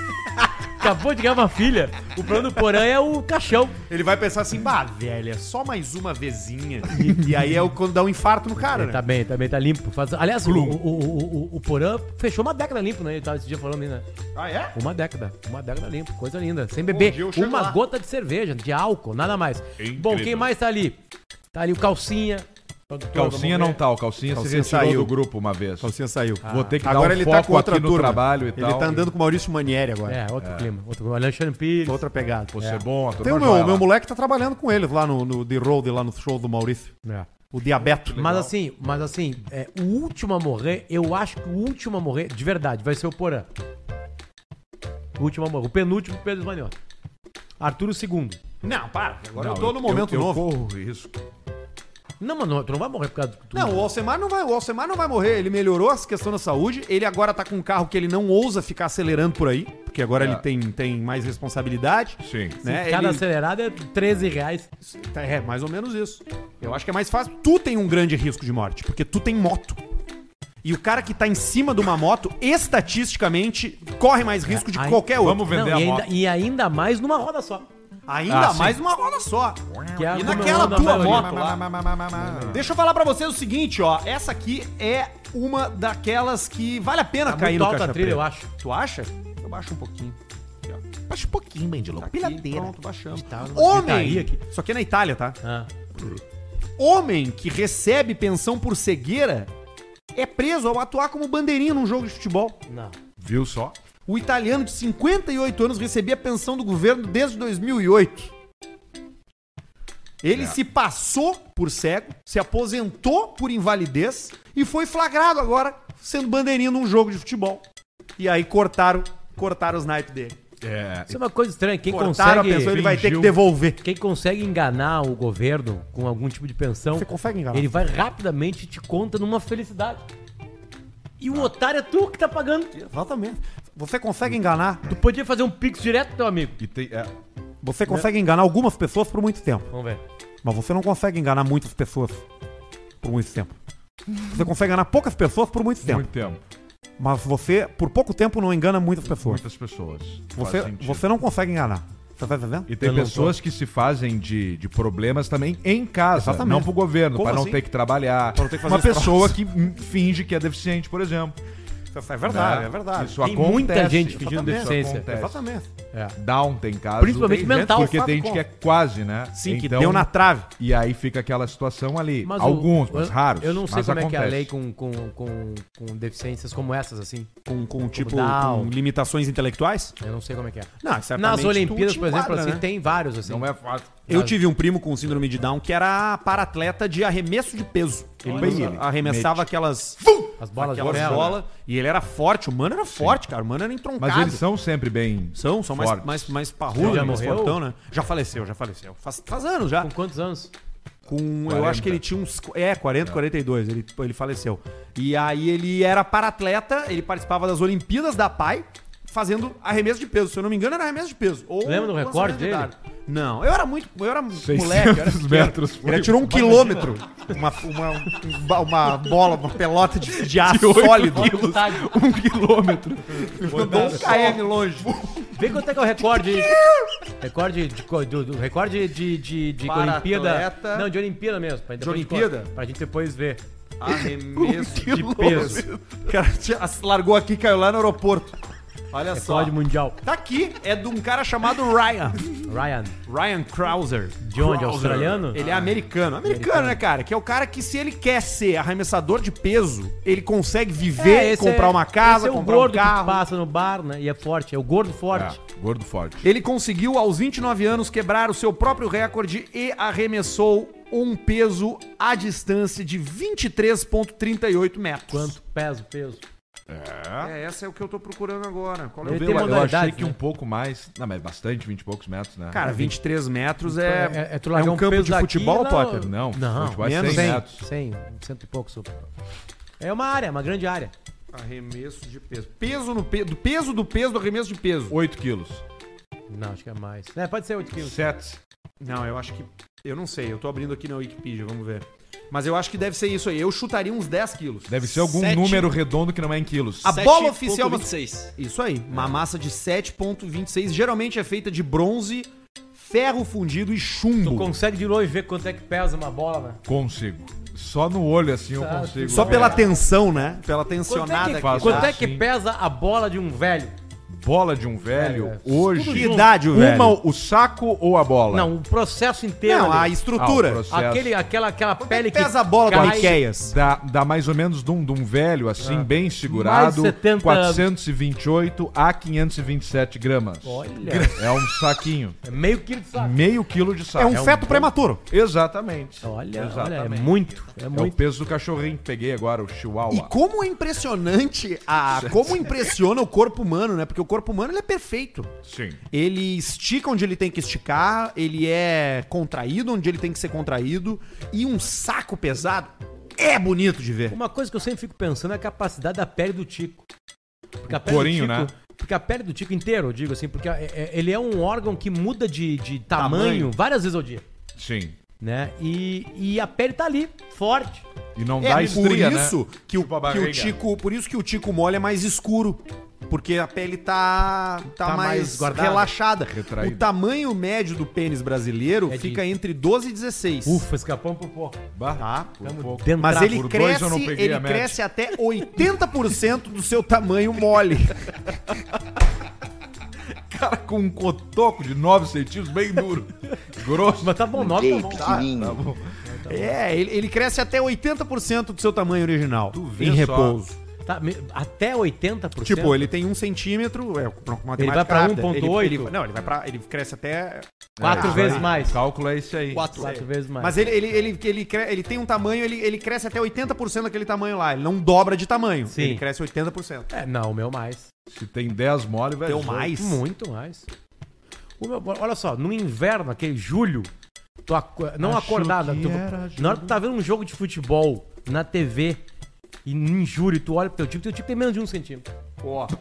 Speaker 2: Acabou de ganhar uma filha. O problema do Porã é o caixão.
Speaker 1: Ele vai pensar assim, bah, velha, só mais uma vezinha. E, e aí é o- quando dá um infarto no cara,
Speaker 2: Ele
Speaker 1: né?
Speaker 2: tá bem, tá bem, tá limpo. Faz- Aliás, o, o, o, o- o Porã fechou uma década limpo, né? Ele tava esse dia falando aí, né?
Speaker 1: Ah, é?
Speaker 2: Uma década, uma década limpo, coisa linda. Sem
Speaker 1: Um
Speaker 2: beber
Speaker 1: dia eu chego
Speaker 2: uma
Speaker 1: lá.
Speaker 2: gota de cerveja, de álcool, nada mais. Bom, quem mais tá ali? Tá ali o Calcinha. produtor,
Speaker 3: Calcinha
Speaker 2: vamos
Speaker 3: não
Speaker 2: ver.
Speaker 3: tá, o calcinha, se
Speaker 1: Calcinha
Speaker 3: retirou
Speaker 1: saiu.
Speaker 3: do grupo uma vez.
Speaker 1: Calcinha saiu.
Speaker 2: Ah.
Speaker 3: Vou ter que
Speaker 1: Agora
Speaker 3: dar um
Speaker 1: ele
Speaker 3: foco
Speaker 1: tá com outra
Speaker 3: aqui
Speaker 1: turma.
Speaker 3: no trabalho e
Speaker 1: ele
Speaker 3: tal.
Speaker 1: tá andando com o Maurício Manieri agora.
Speaker 2: É, outro clima, outro clima. Alexandre Pires.
Speaker 1: Outra pegada.
Speaker 3: Você é bom, a turma
Speaker 1: Tem o
Speaker 3: joia
Speaker 1: meu, meu
Speaker 3: lá.
Speaker 1: moleque tá trabalhando com ele lá no, no The Road, lá no show do Maurício.
Speaker 2: É.
Speaker 1: O diabeto.
Speaker 2: Mas assim, mas assim, é, o último a morrer, eu acho que o último a morrer, de verdade, vai ser o Porã. O último a morrer. O penúltimo, Pedro Esmanhol. Arthur, o segundo.
Speaker 1: assim- Não, para. Agora
Speaker 3: Não,
Speaker 1: eu tô no momento
Speaker 3: eu, eu
Speaker 1: novo.
Speaker 3: corro risco.
Speaker 2: Não, mano, tu não vai morrer por causa do tu.
Speaker 1: Não, o Alcemar não vai, o Alcemar não vai morrer. Ele melhorou essa questão da saúde. Ele agora tá com um carro que ele não ousa ficar acelerando por aí, porque agora
Speaker 3: É.
Speaker 1: ele tem, tem mais responsabilidade.
Speaker 3: Sim.
Speaker 1: Né? Ele-
Speaker 2: Cada acelerada é 13 reais.
Speaker 1: Tá, É, mais ou menos isso. Eu acho que é mais fácil. Tu tem um grande risco de morte, porque tu tem moto. E o cara que tá em cima de uma moto, estatisticamente, corre mais risco de
Speaker 2: Ai,
Speaker 1: qualquer outro.
Speaker 3: É, Vamos
Speaker 2: Não, e,
Speaker 3: vender a
Speaker 2: ainda,
Speaker 3: moto.
Speaker 2: e ainda mais numa roda só.
Speaker 1: Ainda
Speaker 3: Ah, sim.
Speaker 1: mais numa roda só.
Speaker 2: Que é a
Speaker 1: E
Speaker 2: como eu
Speaker 1: naquela
Speaker 2: ando a
Speaker 1: tua
Speaker 2: maioria.
Speaker 1: moto lá. Deixa eu falar pra vocês o seguinte, ó. Essa aqui é uma daquelas que vale a pena
Speaker 2: Tá
Speaker 1: cair
Speaker 2: muito
Speaker 1: no
Speaker 2: alta
Speaker 1: caixa
Speaker 2: a trilha,
Speaker 1: preta.
Speaker 2: eu acho.
Speaker 1: Tu acha? Eu baixo um pouquinho.
Speaker 6: Baixa um pouquinho, Mendilão.
Speaker 1: Piladeira.
Speaker 6: Piladeira.
Speaker 1: baixamos.
Speaker 2: Tá numa
Speaker 1: Homem,
Speaker 2: gritaria aqui.
Speaker 1: isso aqui é na Itália, tá?
Speaker 2: Ah,
Speaker 1: Homem que recebe pensão por cegueira é preso ao atuar como bandeirinha num jogo de futebol.
Speaker 2: não.
Speaker 3: Viu só?
Speaker 1: O italiano de 58 anos recebia pensão do governo desde 2008. Ele se passou por cego, se aposentou por invalidez e foi flagrado agora sendo bandeirinha num jogo de futebol. E aí cortaram, cortaram os naipes dele.
Speaker 3: É.
Speaker 2: Isso é uma coisa estranha. Quem
Speaker 1: cortaram a
Speaker 2: consegue.
Speaker 1: pensão, ele um- vai ter que
Speaker 3: fingiu.
Speaker 1: devolver.
Speaker 2: Quem consegue enganar o governo com algum tipo de pensão,
Speaker 1: Você consegue enganar?
Speaker 2: ele vai rapidamente e te conta numa felicidade. E o otário é tu que tá pagando.
Speaker 1: Exatamente. Você consegue enganar?
Speaker 2: Tu podia fazer um pix direto, teu amigo.
Speaker 3: E tem, é.
Speaker 1: Você consegue enganar algumas pessoas por muito tempo.
Speaker 2: Vamos ver.
Speaker 1: Mas você não consegue enganar muitas pessoas por muito tempo. Você consegue enganar poucas pessoas por muito tempo.
Speaker 3: Muito tempo.
Speaker 1: Mas você, por pouco tempo, não engana muitas pessoas.
Speaker 3: Muitas pessoas. Faz
Speaker 1: Você,
Speaker 3: sentido.
Speaker 1: você não consegue enganar. Você tá entendendo?
Speaker 3: E tem
Speaker 2: Eu não
Speaker 3: pessoas que se fazem de, de problemas também em casa,
Speaker 1: Exatamente.
Speaker 3: não pro governo,
Speaker 1: Como
Speaker 3: pra não
Speaker 1: assim?
Speaker 3: ter que trabalhar.
Speaker 1: Pra não ter que fazer
Speaker 3: Uma
Speaker 1: os
Speaker 3: pessoa que hum, finge que é deficiente, por exemplo.
Speaker 1: Isso é verdade,
Speaker 3: né?
Speaker 1: é verdade.
Speaker 3: Isso
Speaker 2: Tem
Speaker 3: acontece.
Speaker 2: muita gente fingindo
Speaker 1: Exatamente.
Speaker 2: deficiência.
Speaker 3: Acontece.
Speaker 1: Exatamente.
Speaker 2: É.
Speaker 3: Down tem caso.
Speaker 2: Principalmente
Speaker 3: tem
Speaker 2: mental.
Speaker 3: Porque
Speaker 1: Fato
Speaker 3: tem gente
Speaker 1: com-
Speaker 3: que é quase, né?
Speaker 1: Sim, que
Speaker 3: Então,
Speaker 1: deu na trave.
Speaker 3: E aí fica aquela situação ali.
Speaker 2: Mas o-
Speaker 3: Alguns, mas
Speaker 2: eu-
Speaker 3: raros.
Speaker 2: Eu não sei
Speaker 3: mas
Speaker 2: como é que é a
Speaker 3: acontece.
Speaker 2: lei com, com, com, com deficiências como essas, assim.
Speaker 1: Com, com tipo,
Speaker 2: Down.
Speaker 1: com limitações intelectuais.
Speaker 2: Eu não sei como é que é.
Speaker 1: Não, certamente
Speaker 2: Nas
Speaker 1: tu
Speaker 2: Olimpíadas,
Speaker 1: te
Speaker 2: por exemplo,
Speaker 1: enquadra,
Speaker 2: assim,
Speaker 1: né?
Speaker 2: tem vários, assim.
Speaker 3: Não é fácil.
Speaker 1: Eu tive um primo com síndrome de Down que era para-atleta de arremesso de peso. Ele
Speaker 3: ele
Speaker 1: arremessava aquelas...
Speaker 2: As bolas de
Speaker 1: aquelas
Speaker 2: ferro.
Speaker 1: bola, E ele era forte. O mano era forte, cara. O mano era entroncado.
Speaker 3: Mas eles são sempre bem.
Speaker 1: São, são mais,
Speaker 3: fortes.
Speaker 1: mais, mais parrudos,
Speaker 2: Já
Speaker 1: mais
Speaker 2: morreu?
Speaker 1: fortão, né? Já faleceu, já faleceu. Faz, faz anos já.
Speaker 2: Com quantos anos?
Speaker 1: Com, eu
Speaker 3: 40.
Speaker 1: acho que ele tinha uns. É, 40, 42. Ele, ele faleceu. E aí ele era para-atleta, ele participava das Olimpíadas da PAI. fazendo arremesso de peso. Se eu não me engano, era arremesso de peso. Ou
Speaker 2: Lembra do
Speaker 1: lançamento
Speaker 2: recorde
Speaker 1: de
Speaker 2: dele?
Speaker 1: dardo. Não, eu era muito. Eu era moleque. Eu era
Speaker 3: 600 metros.
Speaker 1: ele atirou um quilômetro. Uma, uma, um ba- uma bola, uma pelota de, de ar
Speaker 3: oito
Speaker 1: sólido.
Speaker 2: Olha o estádio.
Speaker 3: Um quilômetro.
Speaker 1: Mandou um KM longe.
Speaker 2: Vê quanto é que é o recorde. recorde de, co- do, do- recorde de, de, de
Speaker 1: Para
Speaker 2: Olimpíada.
Speaker 1: atleta.
Speaker 2: Não, de Olimpíada mesmo. Pra depois
Speaker 1: Olimpíada?
Speaker 2: co- pra gente depois ver.
Speaker 1: Arremesso
Speaker 2: De peso.
Speaker 1: O cara tinha- largou aqui e caiu lá no aeroporto. Olha só.
Speaker 2: Recorde mundial.
Speaker 1: Tá aqui, é de um cara chamado Ryan.
Speaker 2: Ryan.
Speaker 1: Ryan Krauser.
Speaker 2: De onde? Australiano?
Speaker 1: Ele é americano. Americano, né, cara? Que é o cara que, se ele quer ser arremessador de peso, ele consegue viver,
Speaker 2: esse
Speaker 1: comprar
Speaker 2: é-
Speaker 1: uma casa,
Speaker 2: esse é o
Speaker 1: comprar
Speaker 2: gordo
Speaker 1: um carro.
Speaker 2: que passa no bar, né? E é forte. É o gordo forte.
Speaker 3: É, gordo forte.
Speaker 1: Ele conseguiu, aos 29 anos, quebrar o seu próprio recorde e arremessou um peso à distância de 23,38 metros.
Speaker 2: Quanto pesa o peso?
Speaker 1: É, essa é o que eu tô procurando agora. Qual é
Speaker 2: Ele
Speaker 1: o
Speaker 2: tem
Speaker 3: Eu,
Speaker 1: peso?
Speaker 3: eu achei
Speaker 2: modalidades,
Speaker 3: que um
Speaker 2: né?
Speaker 3: pouco mais. Não, mas bastante, 20 e poucos metros, né?
Speaker 1: Cara, 23 metros
Speaker 2: É-
Speaker 1: é.
Speaker 2: é- é tu largar um peso daqui lá,
Speaker 1: Potter?
Speaker 3: não,
Speaker 2: Não,
Speaker 3: futebol é
Speaker 1: menos
Speaker 3: 100
Speaker 1: 100.
Speaker 3: metros.
Speaker 2: 100, cento e pouco. super. É uma área, uma grande área.
Speaker 1: Arremesso de peso. Peso no peso. Do peso do peso do arremesso de peso.
Speaker 3: 8 quilos.
Speaker 2: Não, acho que é mais. É, pode ser 8 quilos.
Speaker 3: 7.
Speaker 1: Não, eu acho que. Eu não sei, eu tô abrindo aqui na Wikipedia, vamos ver. Mas eu acho que deve ser isso aí. Eu chutaria uns 10 quilos.
Speaker 3: Deve ser algum
Speaker 4: Sete.
Speaker 3: número redondo que não é em quilos.
Speaker 1: A bola oficial.
Speaker 4: 26.
Speaker 1: Isso aí. Uma massa de 7,26. Geralmente é feita de bronze, ferro fundido e
Speaker 2: Tu
Speaker 1: chumbo.
Speaker 2: consegue de longe ver quanto é que pesa uma bola, né?
Speaker 3: Consigo. Só no olho assim eu
Speaker 2: Tá.
Speaker 3: consigo.
Speaker 1: Só pela
Speaker 3: É.
Speaker 1: tensão, né? Pela
Speaker 2: Quanto é
Speaker 1: tensionada tá?
Speaker 2: que,
Speaker 1: que, dá.
Speaker 3: faz?
Speaker 2: quanto é
Speaker 3: dá,
Speaker 2: que
Speaker 3: sim.
Speaker 2: pesa a bola de um velho?
Speaker 3: Bola de um velho,
Speaker 2: Velho, é.
Speaker 1: Que
Speaker 3: hoje.
Speaker 1: idade, o velho?
Speaker 3: Uma, o saco ou a bola?
Speaker 2: Não, o processo inteiro.
Speaker 1: Não, a
Speaker 2: ali.
Speaker 1: estrutura.
Speaker 3: Ah, o processo.
Speaker 2: Aquele, aquela, aquela pele é que
Speaker 1: pesa a bola do
Speaker 2: cai-
Speaker 1: Miqueias?
Speaker 3: Dá, dá mais ou menos de um, de um velho, assim,
Speaker 1: Ah.
Speaker 3: bem segurado.
Speaker 2: Mais de 70
Speaker 3: 428 a 527 gramas.
Speaker 2: Olha,
Speaker 3: É um saquinho.
Speaker 2: é meio quilo de saco.
Speaker 3: Meio quilo de saco.
Speaker 1: É um feto
Speaker 3: bom-
Speaker 1: prematuro. Então,
Speaker 3: Exatamente.
Speaker 2: Olha, olha, é
Speaker 3: Exatamente.
Speaker 2: muito. É
Speaker 3: É o
Speaker 2: muito.
Speaker 3: peso do cachorrinho que peguei agora, o chihuahua.
Speaker 1: E como é impressionante a. Como impressiona o corpo humano, né? Porque o corpo humano ele é perfeito.
Speaker 3: Sim.
Speaker 1: Ele estica onde ele tem que esticar, ele é contraído onde ele tem que ser contraído, e um saco pesado é bonito de ver.
Speaker 2: Uma coisa que eu sempre fico pensando é a capacidade da pele do Tico. Porque a
Speaker 3: corinho,
Speaker 2: do Tico, Porque a pele do Tico inteiro, eu digo assim, porque é- é- ele é um órgão que muda de, de tamanho,
Speaker 3: Tamanho.
Speaker 2: várias vezes ao dia.
Speaker 3: Sim.
Speaker 2: Né? E, e a pele tá ali, forte.
Speaker 3: E não
Speaker 1: É,
Speaker 3: dá
Speaker 1: por
Speaker 3: estria,
Speaker 1: isso
Speaker 3: né?
Speaker 1: que, o,
Speaker 3: Tipo a
Speaker 1: que o
Speaker 3: barriga.
Speaker 1: tico, por isso que o tico mole é mais escuro, porque a pele tá tá,
Speaker 2: Tá mais
Speaker 1: mais,
Speaker 2: guardada.
Speaker 1: relaxada.
Speaker 3: Retraída.
Speaker 1: O tamanho médio do pênis brasileiro
Speaker 2: É de-
Speaker 1: fica entre 12 e 16.
Speaker 2: Ufa, escapamos pro pouco.
Speaker 3: Bah,
Speaker 1: Tá?
Speaker 3: por pouco.
Speaker 2: dentro
Speaker 1: Mas
Speaker 2: Pra-
Speaker 1: ele
Speaker 3: por dois
Speaker 1: cresce,
Speaker 3: eu não peguei
Speaker 1: ele
Speaker 3: a média.
Speaker 1: cresce até 80% do seu tamanho mole.
Speaker 3: Cara, com um cotoco de 9 centímetros, bem duro. Grosso.
Speaker 2: Mas tá bom, nove tá bom.
Speaker 3: Tá bom.
Speaker 1: É, ele, ele cresce até 80% do seu tamanho original.
Speaker 3: Tu vê
Speaker 1: Em
Speaker 3: só.
Speaker 1: repouso.
Speaker 2: Tá, me- até 80%.
Speaker 1: Tipo, ele tem um centímetro, é pra uma matemática
Speaker 2: vai pra
Speaker 1: rápida,
Speaker 2: 1.8?
Speaker 1: ele- ele- Não, ele vai pra. Ele cresce até.
Speaker 2: Quatro
Speaker 1: Ah,
Speaker 2: vezes
Speaker 1: vai.
Speaker 2: mais.
Speaker 3: O É, cálculo é esse aí.
Speaker 4: Quatro.
Speaker 2: Quatro vezes mais.
Speaker 1: Mas ele, ele, ele, ele, cre- ele tem um tamanho, ele, ele cresce até 80% daquele tamanho lá. Ele não dobra de tamanho.
Speaker 2: Sim.
Speaker 1: Ele cresce 80%.
Speaker 2: É, não, o meu mais.
Speaker 3: Se tem 10 mole, vai.
Speaker 1: Deu
Speaker 3: zoar.
Speaker 1: mais.
Speaker 2: Muito mais. O meu- olha só, no inverno, aquele julho, tu aco- não
Speaker 3: Achou
Speaker 2: acordada.
Speaker 3: que
Speaker 2: Tu,
Speaker 3: era
Speaker 2: na hora que tu tá vendo um jogo de futebol na TV e em julho, tu olha pro teu time, teu time tem menos de um centímetro.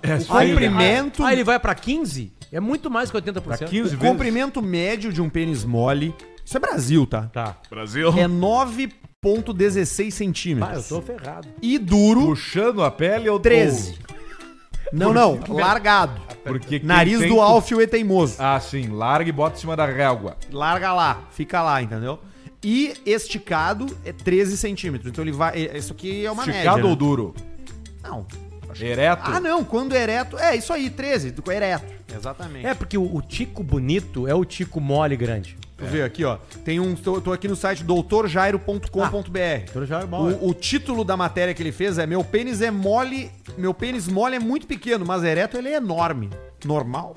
Speaker 3: É,
Speaker 1: O comprimento,
Speaker 2: Aí ele vai pra 15, é muito mais que 80%.
Speaker 3: Pra 15
Speaker 1: o
Speaker 3: vezes.
Speaker 1: comprimento médio de um pênis mole. Isso é Brasil, tá?
Speaker 2: Tá.
Speaker 6: Brasil.
Speaker 1: É 9,16
Speaker 2: Ah, eu
Speaker 1: centímetros.
Speaker 2: tô ferrado.
Speaker 1: E duro,
Speaker 3: Puxando a pele ou
Speaker 1: 13. Não, não, largado.
Speaker 3: ou- Porque quem
Speaker 1: Nariz
Speaker 3: tem
Speaker 1: do
Speaker 3: tu-
Speaker 1: Alfio é teimoso.
Speaker 3: Ah, sim. Larga e bota em cima da régua.
Speaker 1: larga lá, fica lá, entendeu? E esticado é 13 centímetros. Então ele vai. é- Isso aqui é uma
Speaker 3: Esticado
Speaker 1: média.
Speaker 3: ou
Speaker 1: né?
Speaker 3: duro?
Speaker 1: Não.
Speaker 3: Ereto?
Speaker 1: Ah, não. Quando ereto. É, isso aí, 13. do- Ereto. Exatamente.
Speaker 2: É, porque o, o tico bonito é o tico mole grande.
Speaker 1: Tu vê aqui, ó. Tem um. Tô, tô aqui no site doutorjairo.com.br.
Speaker 2: Então já é bom.
Speaker 1: O, o título da matéria que ele fez é Meu pênis é mole. Meu pênis mole é muito pequeno, mas ereto ele é enorme. Normal.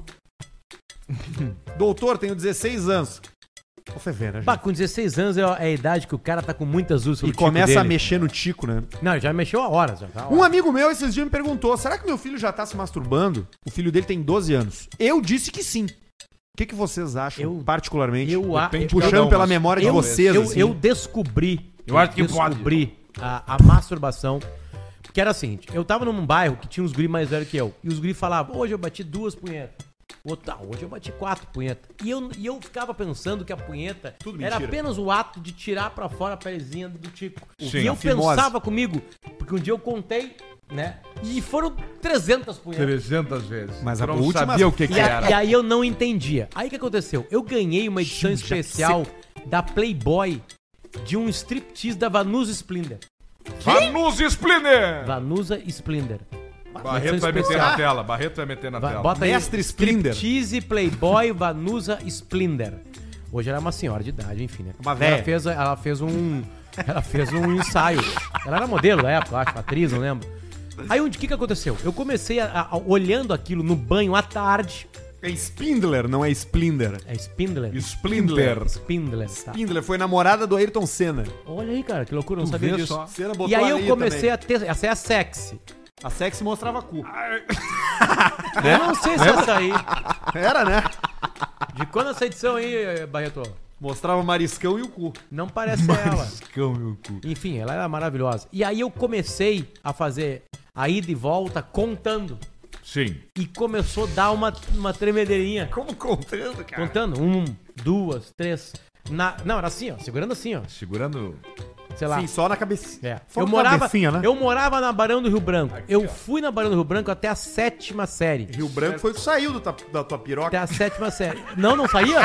Speaker 1: Doutor, tenho 16 anos. Você vê, né, gente?
Speaker 2: Bah, com 16 anos é a é a idade que o cara tá com muitas
Speaker 1: E
Speaker 2: luzes sobre o tico
Speaker 1: começa a
Speaker 2: dele.
Speaker 1: mexer no tico, né?
Speaker 2: Não, já mexeu há horas. Já, tá há
Speaker 1: Um
Speaker 2: horas.
Speaker 1: amigo meu esses dias me perguntou: será que meu filho já tá se masturbando? O filho dele tem 12 anos. Eu disse que sim. O que, que vocês acham,
Speaker 2: Eu-
Speaker 1: particularmente?
Speaker 2: eu a-
Speaker 3: Depende de
Speaker 1: puxando
Speaker 3: cada um,
Speaker 1: pela
Speaker 3: mas-
Speaker 1: memória de
Speaker 2: eu,
Speaker 1: vocês.
Speaker 2: eu,
Speaker 1: assim.
Speaker 2: eu descobri.
Speaker 3: Eu acho que
Speaker 2: descobri a, a masturbação Que era o seguinte, eu tava num bairro que tinha uns guri mais velhos que eu. E os guri falavam, hoje eu bati duas punhetas. O outro, ah, hoje eu bati quatro punhetas. E eu, e eu ficava pensando que a punheta era apenas o ato de tirar pra fora a pelezinha do tico.
Speaker 3: Sim,
Speaker 2: e eu
Speaker 3: a fimose.
Speaker 2: pensava comigo, porque um dia eu contei, né? E foram 300 punhetas.
Speaker 3: 300 vezes.
Speaker 1: Mas
Speaker 3: Eu
Speaker 1: a
Speaker 3: não
Speaker 1: última-
Speaker 3: sabia o que, que
Speaker 2: E, a-
Speaker 3: era.
Speaker 2: e aí eu não entendia. Aí o que aconteceu? Eu ganhei uma edição especial da Playboy de um striptease da Vanusa Splinder.
Speaker 3: Vanusa Spliner!
Speaker 2: Vanusa Splinder.
Speaker 3: Barreto vai meter na tela, Barreto vai meter na
Speaker 2: Va-
Speaker 3: tela.
Speaker 2: Bota aí.
Speaker 1: Mestre Splinder.
Speaker 2: Striptease Playboy Vanusa Splinder. Hoje ela é uma senhora de idade, enfim, né?
Speaker 1: Uma
Speaker 2: ela
Speaker 1: véia.
Speaker 2: fez, ela fez um. Ela fez um ensaio. Ela era modelo na época, eu acho, atriz, não lembro. Aí o que, que aconteceu? Eu comecei a- a- olhando aquilo no banho à tarde.
Speaker 1: É Spindler, não é Splinder.
Speaker 2: É Spindler.
Speaker 3: Splinter.
Speaker 2: Spindler, tá.
Speaker 1: Spindler foi namorada do Ayrton Senna.
Speaker 2: Olha aí, cara, que loucura, eu não sabia
Speaker 3: vê
Speaker 2: disso.
Speaker 3: só.
Speaker 1: Senna botou
Speaker 2: E aí eu
Speaker 1: ali
Speaker 2: comecei
Speaker 1: também.
Speaker 2: a ter. Essa é a sexy.
Speaker 1: A sexy mostrava cu. Né?
Speaker 2: Eu não sei se essa aí.
Speaker 1: Era, né?
Speaker 2: De quando essa edição aí, eh, Barreto?
Speaker 1: Mostrava o mariscão e o cu.
Speaker 2: Não parece ela.
Speaker 3: Piscão, meu cu.
Speaker 2: Enfim, ela era maravilhosa. E aí eu comecei a fazer a ida e volta contando.
Speaker 3: Sim.
Speaker 2: E começou a dar uma, uma tremedeirinha.
Speaker 1: Como contando, cara?
Speaker 2: Contando. Um, duas, três. Na, não, era assim, ó. Segurando assim, ó.
Speaker 3: Segurando.
Speaker 2: Sei lá.
Speaker 1: Sim, só na cabecinha.
Speaker 2: É.
Speaker 1: Só
Speaker 2: Eu
Speaker 1: na
Speaker 2: morava,
Speaker 1: cabecinha, né?
Speaker 2: eu morava na Barão do Rio Branco. eu fui na Barão do Rio Branco até a sétima série.
Speaker 1: Rio Branco foi o que saiu do ta- da tua
Speaker 2: Até
Speaker 1: piroca.
Speaker 2: a sétima série. Não, não saía?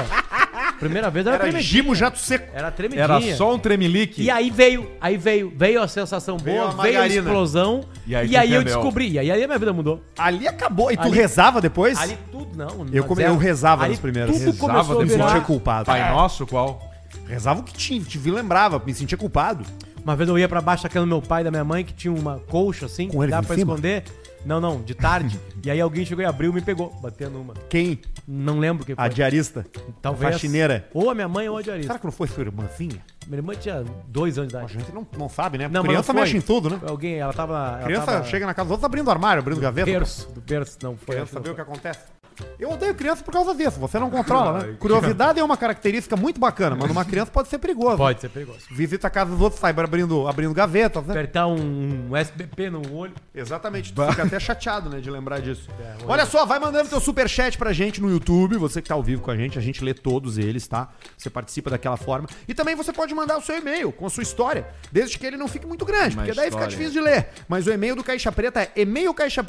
Speaker 2: Primeira vez era,
Speaker 1: Era
Speaker 2: tremidinha.
Speaker 1: Gimo Jato Seco.
Speaker 2: Era tremidinha.
Speaker 3: Era só um tremelique.
Speaker 2: E aí veio, aí veio, veio a sensação
Speaker 1: Veio
Speaker 2: boa,
Speaker 1: a
Speaker 2: veio a
Speaker 1: margarina.
Speaker 2: explosão.
Speaker 3: E
Speaker 2: E
Speaker 3: aí
Speaker 2: aí,
Speaker 3: tu
Speaker 2: eu
Speaker 3: entendeu.
Speaker 2: descobri. E aí a minha vida mudou.
Speaker 1: Ali acabou. E tu
Speaker 2: Ali-
Speaker 1: rezava depois?
Speaker 2: Ali tudo, não. é
Speaker 1: Eu come- eu rezava
Speaker 2: ali
Speaker 1: nos primeiros.
Speaker 2: Tudo
Speaker 1: Rezava,
Speaker 2: começou a
Speaker 1: me sentia
Speaker 2: virar.
Speaker 1: culpado. É.
Speaker 3: Pai Nosso, qual?
Speaker 1: Rezava o que tinha, te vi, lembrava, me sentia culpado.
Speaker 2: Uma vez eu ia pra baixo da casa do meu pai e da minha mãe, que tinha uma colcha assim,
Speaker 1: Com
Speaker 2: que
Speaker 1: eles
Speaker 2: dava
Speaker 1: em
Speaker 2: pra
Speaker 1: cima?
Speaker 2: esconder. Não, não, de tarde. e aí alguém chegou e abriu e me pegou, batendo uma.
Speaker 1: Quem?
Speaker 2: Não lembro quem foi.
Speaker 1: A diarista.
Speaker 2: Talvez.
Speaker 1: A faxineira.
Speaker 2: Ou a minha mãe ou a diarista.
Speaker 1: Será que não foi sua irmãzinha?
Speaker 2: Minha irmã tinha dois anos de
Speaker 1: A
Speaker 2: idade.
Speaker 1: gente não, não sabe, né?
Speaker 2: Não, mas
Speaker 1: Criança
Speaker 2: não foi.
Speaker 1: mexe em tudo, né?
Speaker 2: Foi Alguém, ela tava. ela
Speaker 1: Criança
Speaker 2: tava-
Speaker 1: chega na casa dos outros abrindo armário, abrindo gaveta.
Speaker 2: berço, do berço, não foi.
Speaker 1: Querendo
Speaker 2: acho que não
Speaker 1: saber o que
Speaker 2: foi.
Speaker 1: acontece. Eu odeio criança por causa disso, você não controla, né? Curiosidade é uma característica muito bacana, mas uma criança pode ser perigosa.
Speaker 2: Pode ser perigoso.
Speaker 1: Visita a casa dos outros, sai abrindo, abrindo gavetas, né?
Speaker 2: Apertar um, um SBP no olho.
Speaker 1: Exatamente, tu fica até chateado, né, de lembrar disso. Olha só, vai mandando teu superchat pra gente no YouTube, você que tá ao vivo com a gente, a gente lê todos eles, tá? Você participa daquela forma. E também você pode mandar o seu e-mail com a sua história, desde que ele não fique muito grande, porque daí fica difícil de ler. Mas o e-mail do Caixa Preta é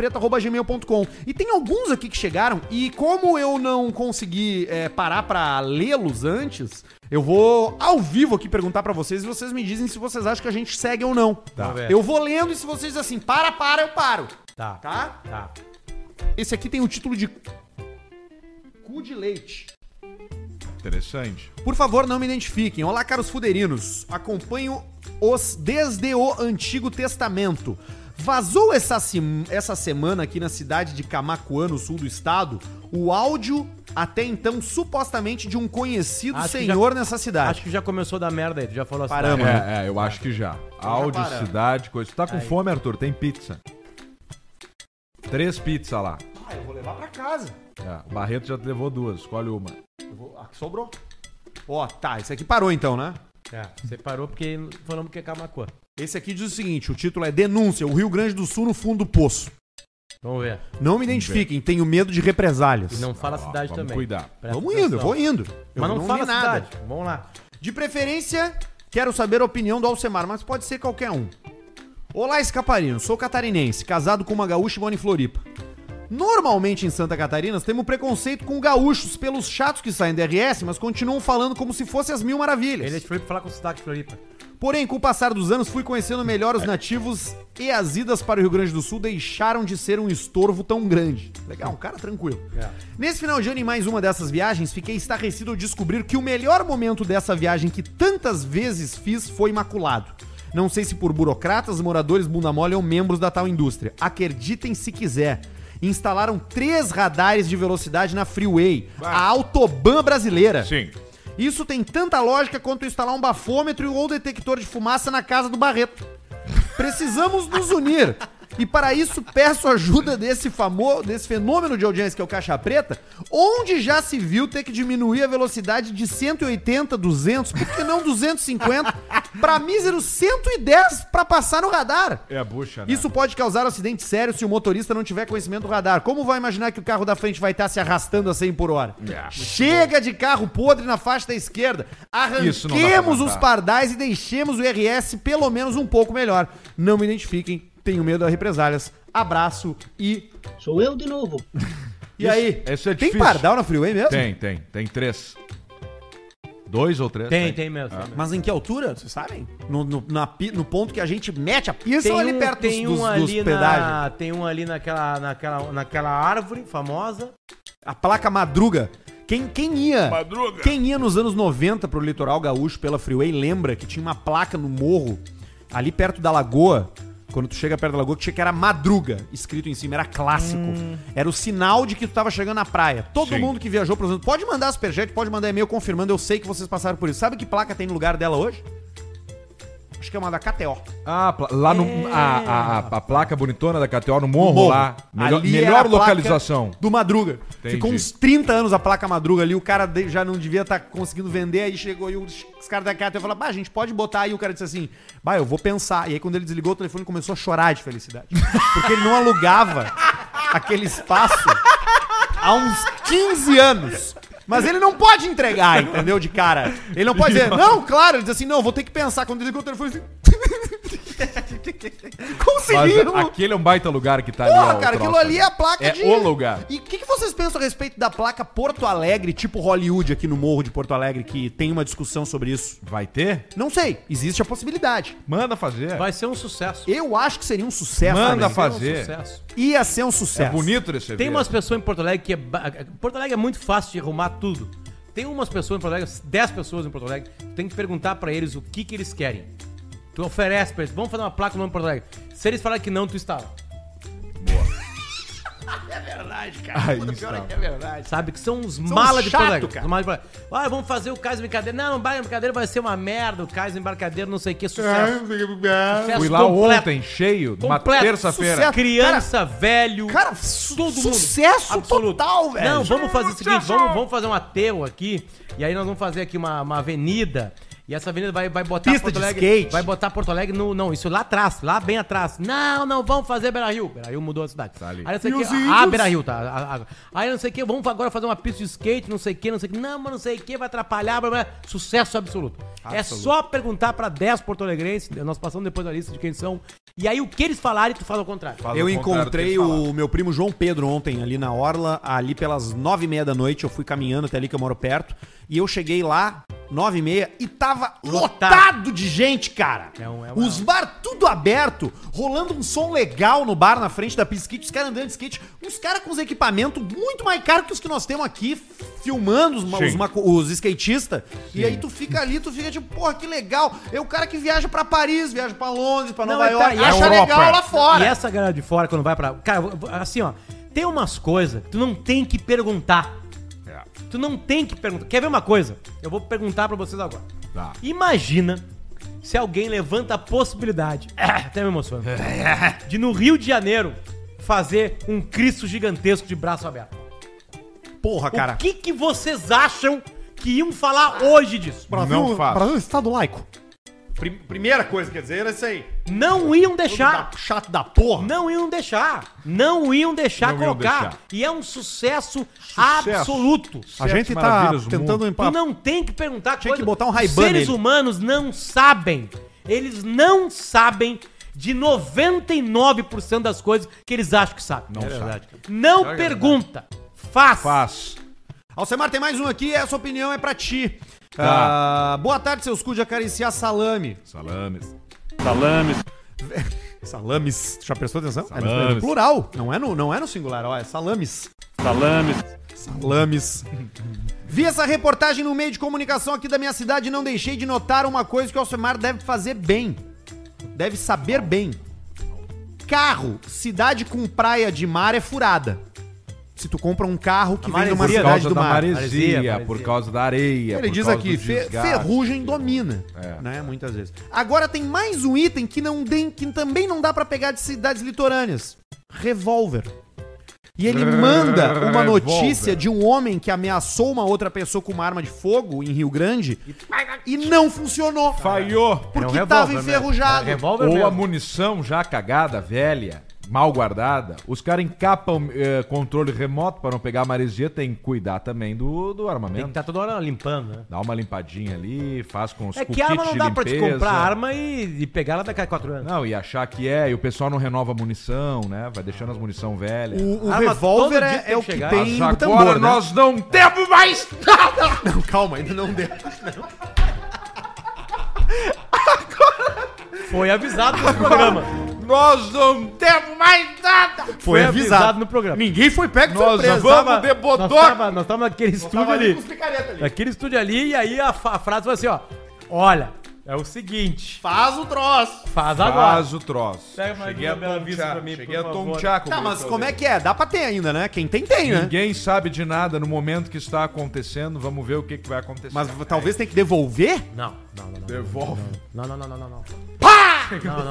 Speaker 1: e-mailcaixapreta.gmail.com. E tem alguns aqui que chegaram, e como eu não consegui é, parar pra lê-los antes, eu vou ao vivo aqui perguntar pra vocês e vocês me dizem se vocês acham que a gente segue ou não.
Speaker 2: Tá.
Speaker 1: Eu vou lendo e se vocês dizem assim, para, para, eu paro.
Speaker 2: Tá.
Speaker 1: Tá?
Speaker 2: Tá.
Speaker 1: Esse aqui tem o título de Cu de Leite.
Speaker 3: Interessante.
Speaker 1: Por favor, não me identifiquem. Olá, caros fuderinos. Acompanho os desde o Antigo Testamento. Vazou essa, sem- essa semana aqui na cidade de Camacuã, no sul do estado, o áudio até então supostamente de um conhecido
Speaker 2: Acho que
Speaker 1: senhor nessa cidade.
Speaker 2: Acho que já começou a dar merda aí, tu já falou assim.
Speaker 1: Paramos.
Speaker 2: tá?
Speaker 3: É, é, eu acho que já. Áudio,
Speaker 1: paramos.
Speaker 3: cidade, coisa. Tu tá com fome, Arthur? Tem pizza. Três pizzas lá.
Speaker 1: Ah, eu vou levar pra casa.
Speaker 3: É, o Barreto já levou duas, escolhe uma.
Speaker 1: Eu vou- Ah, que sobrou. Ó, tá, esse aqui parou então, né?
Speaker 2: É, Você parou porque falamos que é Camacuã.
Speaker 1: Esse aqui diz o seguinte, o título é Denúncia, o Rio Grande do Sul no fundo do poço.
Speaker 2: Vamos ver.
Speaker 1: Não me identifiquem, tenho medo de represálias.
Speaker 2: E não fala a
Speaker 3: Tá, Ó,
Speaker 2: cidade
Speaker 3: vamos
Speaker 2: também.
Speaker 3: cuidar.
Speaker 2: Presta
Speaker 1: Vamos indo,
Speaker 2: atenção.
Speaker 1: vou indo. Eu
Speaker 2: Mas não, fala
Speaker 1: li
Speaker 2: a cidade. Vamos lá.
Speaker 1: De preferência, quero saber a opinião do Alcemar, mas pode ser qualquer um. Olá, Escaparino. Sou catarinense, casado com uma gaúcha e moro em Floripa. Normalmente em Santa Catarina temos preconceito com gaúchos pelos chatos que saem da RS, mas continuam falando como se fossem as mil maravilhas.
Speaker 2: Ele é de Floripa, falar com o sotaque de Floripa.
Speaker 1: Porém, com o passar dos anos, fui conhecendo melhor os nativos e as idas para o Rio Grande do Sul deixaram de ser um estorvo tão grande. Legal, um cara tranquilo.
Speaker 2: É.
Speaker 1: Nesse final de ano, em mais uma dessas viagens, fiquei estarrecido ao descobrir que o melhor momento dessa viagem que tantas vezes fiz foi maculado. Não sei se por burocratas, moradores bunda mole ou membros da tal indústria. Acreditem se quiser. Instalaram três radares de velocidade na Freeway, a Autobahn brasileira.
Speaker 3: Sim.
Speaker 1: Isso tem tanta lógica quanto instalar um bafômetro ou detector de fumaça na casa do Barreto. Precisamos nos unir. E para isso peço ajuda desse famoso, desse fenômeno de audiência que é o Caixa Preta, onde já se viu ter que diminuir a velocidade de 180, 200, por que não 250, pra míseros 110 pra passar no radar.
Speaker 3: É a bucha, né?
Speaker 1: Isso pode causar acidente sério se o motorista não tiver conhecimento do radar. Como vai imaginar que o carro da frente vai estar se arrastando a 100 por hora? Chega de carro podre na faixa da esquerda.
Speaker 3: É, Isso não dá pra
Speaker 1: Arranquemos os
Speaker 3: aguentar.
Speaker 1: pardais e deixemos o RS pelo menos um pouco melhor. Não me identifiquem, tenho medo das represálias. Abraço e.
Speaker 7: Sou eu de novo.
Speaker 1: E aí?
Speaker 3: isso é
Speaker 1: tem
Speaker 3: difícil.
Speaker 1: pardal na freeway mesmo?
Speaker 3: Tem, tem. Tem três. Dois ou três?
Speaker 2: Tem, tem mesmo. tem mesmo.
Speaker 1: Mas em que altura? Vocês sabem? No, no, na pi- no ponto que a gente mete a pista
Speaker 2: Tem
Speaker 1: ou ali
Speaker 2: um,
Speaker 1: perto
Speaker 2: tem
Speaker 1: dos,
Speaker 2: um
Speaker 1: dos, dos
Speaker 2: ali
Speaker 1: pedágios?
Speaker 2: na, tem um ali naquela, naquela, naquela árvore famosa.
Speaker 1: A placa Madruga. Quem, quem ia?
Speaker 5: Madruga.
Speaker 1: Quem ia nos anos 90 pro litoral gaúcho pela Freeway lembra que tinha uma placa no morro, ali perto da lagoa. Quando tu chega perto da lagoa, que tinha que era madruga, escrito em cima, era clássico. Era o sinal de que tu tava chegando na praia. Todo
Speaker 3: Sim.
Speaker 1: mundo que viajou pros anos. Pode mandar superchat, pode mandar e-mail confirmando, eu sei que vocês passaram por isso. Sabe que placa tem no lugar dela hoje? Acho que é uma da KTO.
Speaker 3: Ah, pla- lá no.
Speaker 1: É.
Speaker 3: A, a, a- a placa bonitona da KTO no morro,
Speaker 1: Morro.
Speaker 3: lá. Melhor,
Speaker 1: Ali era
Speaker 3: melhor
Speaker 1: a placa
Speaker 3: localização.
Speaker 1: Do Madruga.
Speaker 3: Entendi.
Speaker 1: Ficou uns 30 anos a placa Madruga ali, o cara de- já não devia estar conseguindo vender, aí chegou e os, os caras da Cata falaram, bah, a gente pode botar aí, o cara disse assim, bah, eu vou pensar. E aí quando ele desligou o telefone, começou a chorar de felicidade. Porque ele não alugava aquele espaço há uns 15 anos. Mas ele não pode entregar, entendeu? De cara. Ele não pode dizer, não, claro, ele diz assim, não, vou ter que pensar. Quando ele ligou o telefone, assim...
Speaker 3: Mas
Speaker 1: Conseguiu!
Speaker 3: aquele é um baita lugar que tá ali. ó,
Speaker 1: Porra,
Speaker 3: o
Speaker 1: cara,
Speaker 3: troço
Speaker 1: aquilo ali é a placa
Speaker 3: É o lugar.
Speaker 1: E o que, que vocês pensam a respeito da placa Porto Alegre, tipo Hollywood aqui no Morro de Porto Alegre, que tem uma discussão sobre isso?
Speaker 3: Vai ter?
Speaker 1: Não sei, existe a possibilidade.
Speaker 3: Manda
Speaker 1: É.
Speaker 3: fazer.
Speaker 2: Vai ser um sucesso.
Speaker 1: Eu acho que seria um sucesso.
Speaker 3: Manda
Speaker 1: também.
Speaker 3: fa-
Speaker 2: Vai ser um
Speaker 3: fazer.
Speaker 2: sucesso.
Speaker 1: Ia ser um
Speaker 3: É
Speaker 1: sucesso.
Speaker 3: bonito esse
Speaker 2: Tem
Speaker 3: evento.
Speaker 2: umas pessoas em Porto Alegre que é. ba- Porto Alegre é muito fácil de arrumar tudo. Tem umas pessoas em Porto Alegre, 10 pessoas em Porto Alegre, tu tem que perguntar pra eles o que que eles querem. Tu oferece pra eles, vamos fazer uma placa no nome de Porto Alegre. Se eles falarem que não, tu instala.
Speaker 3: Aí está.
Speaker 2: Sabe? Que são os malas de
Speaker 1: chato,
Speaker 2: Porto Alegre.
Speaker 1: cara.
Speaker 2: Os malas de Porto Alegre. Ah, vamos fazer o Cais Brincadeira. Não, o Cais Brincadeira vai ser uma merda. O Cais Embarcadeiro não sei o que,
Speaker 3: né?
Speaker 1: É,
Speaker 2: sucesso. sucesso
Speaker 3: Fui lá ontem, cheio, uma
Speaker 2: Completo.
Speaker 3: terça-feira.
Speaker 1: Sucesso.
Speaker 2: Criança, velho.
Speaker 1: é Cara,
Speaker 2: todo mundo.
Speaker 1: sucesso
Speaker 2: Absoluto.
Speaker 1: total, velho.
Speaker 2: Não, vamos fazer o seguinte, vamos, vamos fazer um aterro aqui, e aí nós vamos fazer aqui uma, uma avenida, e essa avenida vai, vai botar
Speaker 1: Pista
Speaker 2: Porto
Speaker 1: de
Speaker 2: Alegre,
Speaker 1: skate.
Speaker 2: vai botar Porto Alegre no, não, isso lá atrás, lá bem atrás. Não, não, vamos fazer Beira-Rio. Beira-Rio mudou a cidade.
Speaker 1: Tá
Speaker 3: ali.
Speaker 2: Aí não sei o que, ah, Beira-Rio, tá. a- a- Aí não sei o que, vamos agora fazer uma pista de skate, não sei o que, não sei o que. Não, mas não sei o que, vai atrapalhar, blá, blá. sucesso absoluto. É só perguntar pra 10 porto-alegrenses, nós passamos depois a lista de quem são, e aí o que eles falarem, tu faz ao contrário.
Speaker 3: Faz
Speaker 1: Eu
Speaker 3: ao contrário do que
Speaker 1: encontrei
Speaker 3: eles falaram.
Speaker 1: o meu primo João Pedro ontem ali na Orla, ali pelas nove e meia da noite. Eu fui caminhando até ali que eu moro perto. E eu cheguei lá, nove e meia, e tava
Speaker 2: Lotado.
Speaker 1: lotado, de gente, cara.
Speaker 2: É um- é um-
Speaker 1: Os bar tudo aberto, rolando um som legal no bar na frente da pisquite, os caras andando de skate, uns caras com os equipamentos muito mais caros que os que nós temos aqui, filmando os, ma-
Speaker 3: Sim.
Speaker 1: os, ma- os skatistas. E aí tu fica ali, tu fica tipo, porra, que legal. É o cara que viaja pra Paris, viaja pra Londres, pra
Speaker 2: Não,
Speaker 1: Nova
Speaker 2: e tá-
Speaker 1: York,
Speaker 2: e
Speaker 1: acha
Speaker 2: a
Speaker 3: Europa.
Speaker 1: legal lá fora.
Speaker 2: E essa galera de fora, quando vai pra. Cara, eu vou- assim, ó. Tem umas coisas que tu não tem que perguntar.
Speaker 3: É.
Speaker 2: Tu não tem que perguntar. Quer ver uma coisa? Eu vou perguntar pra vocês agora.
Speaker 3: Tá.
Speaker 2: Imagina se alguém levanta a possibilidade. Até me emociono. De no Rio de Janeiro fazer um Cristo gigantesco de braço aberto.
Speaker 1: Porra,
Speaker 2: O que, que vocês acham que iam falar hoje disso?
Speaker 3: Não faço.
Speaker 1: Brasil é um Estado laico. Pri- primeira coisa que quer dizer era isso aí.
Speaker 2: Não iam deixar.
Speaker 1: Da- chato da porra.
Speaker 2: Não iam deixar. Não iam deixar
Speaker 3: Não iam
Speaker 2: colocar.
Speaker 3: deixar.
Speaker 2: E é um sucesso, absoluto.
Speaker 1: a
Speaker 3: Sete
Speaker 1: gente tá
Speaker 3: maravilhas do
Speaker 1: tentando
Speaker 3: mundo.
Speaker 2: Tu
Speaker 1: empapar.
Speaker 2: não tem que perguntar
Speaker 1: Tinha que botar um Ray-Ban
Speaker 2: Seres
Speaker 1: nele.
Speaker 2: humanos não sabem. Eles não sabem de 99% das coisas que eles acham que sabem. É
Speaker 3: Não sabe.
Speaker 2: Não pergunta. Faz.
Speaker 3: Faz.
Speaker 1: Alcemar, tem mais um aqui. Essa opinião é pra ti.
Speaker 3: Tá.
Speaker 1: Ah, boa tarde, seus cu de acariciar salame.
Speaker 3: Salames.
Speaker 1: Salames. Já prestou atenção? É no
Speaker 3: Salames.
Speaker 1: plural. Não é no, não é no singular. Ó, é salames. Salames. Vi essa reportagem no meio de comunicação aqui da minha cidade e não deixei de notar uma coisa que o Alcemar deve fazer bem. Deve saber bem. Carro, cidade com praia de mar é furada. Se tu compra um carro que vem de uma
Speaker 3: Por
Speaker 2: maresia,
Speaker 1: cidade
Speaker 3: causa
Speaker 1: do
Speaker 3: da
Speaker 1: mar. é
Speaker 3: maresia,
Speaker 2: Maresia,
Speaker 3: por causa da
Speaker 1: Ele
Speaker 3: areia. É, por
Speaker 1: diz
Speaker 3: causa
Speaker 1: aqui,
Speaker 3: do
Speaker 1: fe-
Speaker 3: desgaste.
Speaker 1: ferrugem domina,
Speaker 3: É.
Speaker 1: né, muitas vezes. Agora tem mais um item que, não tem, que também não dá pra pegar de cidades litorâneas. Revólver. E ele manda uma
Speaker 3: Revolver.
Speaker 1: notícia de um homem que ameaçou uma outra pessoa com uma arma de fogo em Rio Grande e não funcionou.
Speaker 3: Falhou. É
Speaker 1: Porque
Speaker 2: Era um
Speaker 1: tava
Speaker 2: revólver, né?
Speaker 1: enferrujado.
Speaker 2: Era um revólver
Speaker 3: Ou
Speaker 2: mesmo.
Speaker 3: a munição já cagada, velha, mal guardada. Os caras encapam eh, controle remoto para não pegar a maresia. Tem que cuidar também do, do
Speaker 2: Tem que
Speaker 3: armamento.
Speaker 2: estar toda hora limpando, né?
Speaker 3: Dá uma limpadinha ali, faz com os
Speaker 2: É que
Speaker 3: kits
Speaker 2: arma não
Speaker 3: de
Speaker 2: dá pra te
Speaker 3: limpeza.
Speaker 2: comprar arma e, e pegar ela daqui a quatro anos.
Speaker 3: Não, e achar que é, e o pessoal não renova a munição, né? Vai deixando as munição velhas.
Speaker 1: O, o
Speaker 2: Arma
Speaker 1: revólver
Speaker 2: todo dia
Speaker 1: é,
Speaker 2: tem
Speaker 1: é o
Speaker 2: que
Speaker 1: que
Speaker 2: chegar.
Speaker 1: tem
Speaker 3: Ah, Agora
Speaker 1: no tambor, né?
Speaker 3: nós não temos mais nada!
Speaker 1: Não, calma, ainda não deu.
Speaker 2: Foi avisado no programa.
Speaker 3: Nós não temos mais nada!
Speaker 1: Foi avisado.
Speaker 2: no programa.
Speaker 1: Ninguém foi pego de
Speaker 3: Nós
Speaker 1: surpresa.
Speaker 3: vamos de
Speaker 2: Nós
Speaker 3: bodoca!
Speaker 2: tava, nós tava naquele estúdio ali. Naquele estúdio ali, e aí a, fa- a frase foi assim, ó. Olha, é o seguinte.
Speaker 1: Faz o troço.
Speaker 2: Faz agora.
Speaker 3: Faz o troço.
Speaker 2: Pega mais
Speaker 3: Cheguei
Speaker 2: uma
Speaker 3: a
Speaker 2: bela vista pra
Speaker 3: tontear,
Speaker 2: mim,
Speaker 3: cheguei
Speaker 2: por
Speaker 3: a
Speaker 2: favor.
Speaker 3: tontear com
Speaker 1: Tá,
Speaker 3: o
Speaker 1: mas
Speaker 3: meu
Speaker 1: como é
Speaker 3: problema.
Speaker 1: que é? Dá pra ter ainda, né? Quem tem, tem, né?
Speaker 3: Ninguém sabe de nada no momento que está acontecendo. Vamos ver o que, que vai acontecer.
Speaker 1: Mas talvez tenha que devolver?
Speaker 2: Não, não, não, não.
Speaker 3: Devolve.
Speaker 2: Não, não, não, não, não, não. Não, não,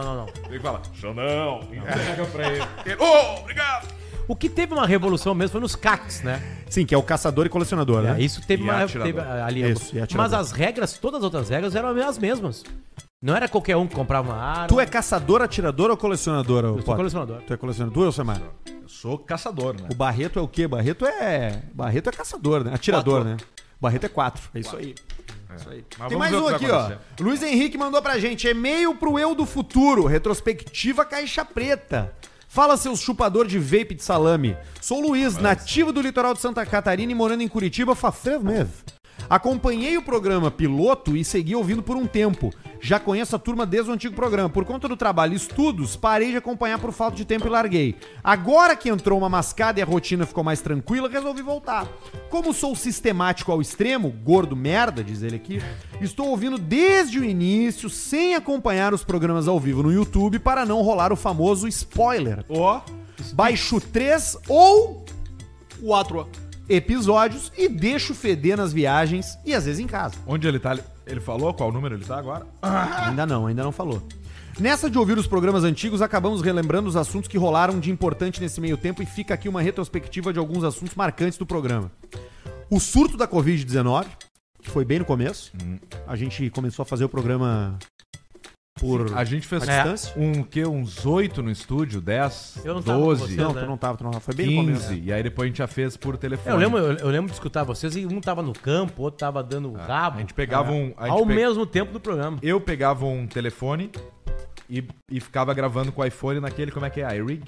Speaker 2: não, não.
Speaker 3: Tem que falar. Xanão. Entrega pra ele.
Speaker 2: O que teve uma revolução mesmo foi nos CACs, né?
Speaker 1: Sim, que é o caçador e colecionador, né?
Speaker 2: É, isso teve
Speaker 3: E
Speaker 2: uma
Speaker 3: atirador.
Speaker 2: teve, ah, ali.
Speaker 1: Isso, e atirador.
Speaker 2: mas as regras, todas as outras regras eram as mesmas. Não era qualquer um que comprava uma arma.
Speaker 1: Tu é caçador, atirador ou colecionador? Eu
Speaker 2: sou colecionador.
Speaker 1: Tu é colecionador, tu, Elcemar?
Speaker 3: Eu sou caçador, né?
Speaker 1: O Barreto é o quê? Barreto é. Barreto é caçador, né? Atirador, né? Barreto é quatro. É isso aí.
Speaker 3: Mas
Speaker 1: Tem
Speaker 3: vamos
Speaker 1: mais
Speaker 3: ver o
Speaker 1: um
Speaker 3: que vai
Speaker 1: aqui, ó.
Speaker 3: acontecer.
Speaker 1: Luiz Henrique mandou pra gente. E-mail pro Eu do Futuro. Retrospectiva Caixa Preta. Fala, seus chupador de vape de salame. Sou o Luiz, nativo do litoral de Santa Catarina e morando em Curitiba faz três meses. Acompanhei o programa piloto e segui ouvindo por um tempo. Já conheço a turma desde o antigo programa. Por conta do trabalho e estudos, parei de acompanhar por falta de tempo e larguei. Agora que entrou uma mascada e a rotina ficou mais tranquila, resolvi voltar. Como sou sistemático ao extremo, gordo merda, diz ele aqui, estou ouvindo desde o início, sem acompanhar os programas ao vivo no YouTube, para não rolar o famoso spoiler.
Speaker 3: Ó.
Speaker 1: Baixo 3 ou
Speaker 4: Quatro.
Speaker 1: episódios e deixo feder nas viagens e às vezes em casa.
Speaker 3: Onde ele tá? Ele- Ele falou qual número ele tá agora?
Speaker 1: Ainda não, ainda não falou. Nessa de ouvir os programas antigos, acabamos relembrando os assuntos que rolaram de importante nesse meio tempo e fica aqui uma retrospectiva de alguns assuntos marcantes do programa. O surto da Covid-19, que foi bem no começo. A gente começou a fazer o programa por
Speaker 3: A gente fez
Speaker 1: à distância.
Speaker 3: um que uns 8 no estúdio, 10,
Speaker 2: Eu não tava com
Speaker 3: 12,
Speaker 2: você.
Speaker 1: Não, tu não tava, tu não tava. Foi bem no começo. né? É,
Speaker 3: 15. E aí depois a gente já fez por telefone.
Speaker 2: Eu lembro, eu, eu lembro de escutar vocês e um tava no campo, o outro tava dando o rabo. É.
Speaker 3: A gente pegava um. a gente
Speaker 2: ao
Speaker 3: pe-
Speaker 2: mesmo tempo do programa.
Speaker 3: Eu pegava um telefone e, e ficava gravando com o iPhone naquele, como é que é? iRig?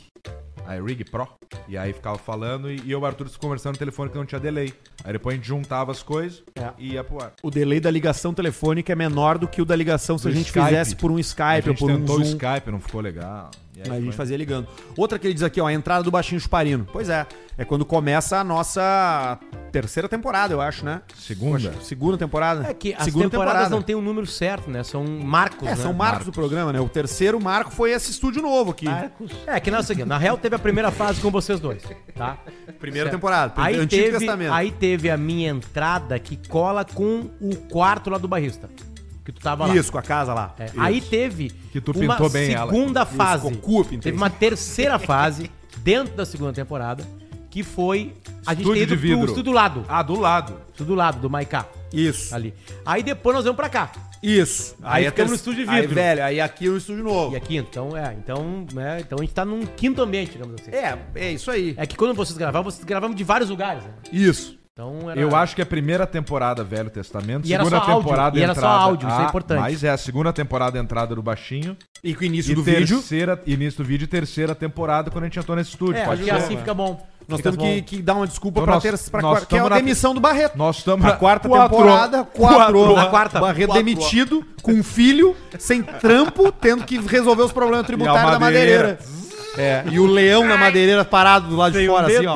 Speaker 3: iRig Pro. E aí ficava falando e, e eu e o Arthur conversando no telefone que não tinha delay. Aí depois a gente juntava as coisas
Speaker 1: É.
Speaker 3: e ia pro ar.
Speaker 1: O delay da ligação telefônica é menor do que o da ligação se
Speaker 3: Do
Speaker 1: a gente
Speaker 3: Skype.
Speaker 1: fizesse por um
Speaker 3: a
Speaker 1: Skype ou
Speaker 3: gente
Speaker 1: por um
Speaker 3: tentou o
Speaker 1: Zoom.
Speaker 3: Skype, não ficou legal.
Speaker 2: É,
Speaker 3: E aí
Speaker 1: Mas a gente
Speaker 3: foi-
Speaker 1: fazia ligando. Outra que ele diz aqui, ó, a entrada do baixinho chuparino. Pois é, é quando começa a nossa terceira temporada, eu acho, né?
Speaker 3: Segunda.
Speaker 1: Segunda temporada.
Speaker 2: É que as
Speaker 1: Segunda
Speaker 2: temporadas
Speaker 1: temporada.
Speaker 2: não tem um número certo, né? São marcos,
Speaker 1: É,
Speaker 2: né?
Speaker 1: são marcos do programa, né? O terceiro marco foi esse estúdio novo aqui.
Speaker 2: É, que na seguinte, na real teve a primeira fase com vocês dois, tá?
Speaker 1: Primeira
Speaker 2: Certo.
Speaker 1: temporada,
Speaker 2: Aí
Speaker 1: Antigo
Speaker 2: teve,
Speaker 1: Testamento.
Speaker 2: aí teve a minha entrada que cola com o quarto lá do barrista. Que tu tava lá.
Speaker 1: Isso, com a casa lá.
Speaker 2: É, aí teve
Speaker 3: Que tu pintou bem ela.
Speaker 2: segunda fase.
Speaker 1: cocô eu pintei.
Speaker 2: teve uma terceira fase dentro da segunda temporada que foi a gente
Speaker 3: Estúdio
Speaker 2: ter ido
Speaker 3: de vidro.
Speaker 2: pro estúdio do lado,
Speaker 3: Ah, do lado.
Speaker 2: estúdio do lado do Maiká
Speaker 1: Isso.
Speaker 2: ali. Aí depois nós vamos pra cá.
Speaker 1: Isso.
Speaker 2: Aí
Speaker 1: é
Speaker 2: ficamos
Speaker 1: ter-
Speaker 2: no estúdio de
Speaker 1: Aí,
Speaker 2: vidro.
Speaker 1: velho, aí aqui é o estúdio novo.
Speaker 2: E aqui então é, então, né, então a gente tá num quinto ambiente, digamos assim.
Speaker 1: É, é isso aí.
Speaker 2: É que quando vocês gravavam, vocês gravavam de vários lugares, né?
Speaker 1: Isso.
Speaker 2: Então era
Speaker 3: Eu acho que é a primeira temporada Velho Testamento,
Speaker 2: E era
Speaker 3: segunda
Speaker 2: só áudio,
Speaker 3: temporada
Speaker 2: e era só áudio, isso é
Speaker 3: Ah,
Speaker 2: importante.
Speaker 3: Mas é a segunda temporada entrada do baixinho
Speaker 1: E com o início
Speaker 3: e
Speaker 1: do vídeo,
Speaker 3: terceira início do vídeo e terceira temporada quando a gente entrou nesse estúdio.
Speaker 2: É,
Speaker 3: pode
Speaker 2: porque
Speaker 3: ser.
Speaker 2: assim fica bom.
Speaker 1: né? nós
Speaker 2: Fica
Speaker 1: temos
Speaker 2: bom.
Speaker 1: que, que dar uma desculpa
Speaker 3: Então
Speaker 1: pra,
Speaker 3: nós-
Speaker 1: ter, pra
Speaker 3: nós
Speaker 1: quar- que é a
Speaker 3: tamo na-
Speaker 1: demissão do Barreto.
Speaker 3: Nós estamos
Speaker 1: Na quarta
Speaker 3: Quatro.
Speaker 1: temporada, quatro.
Speaker 2: Na quarta.
Speaker 1: Barreto
Speaker 2: Quatro.
Speaker 1: demitido, com um filho, sem trampo, tendo que resolver os problemas tributários
Speaker 3: E a
Speaker 1: da madeireira. É, e o leão na madeireira parado do lado de fora, assim, ó.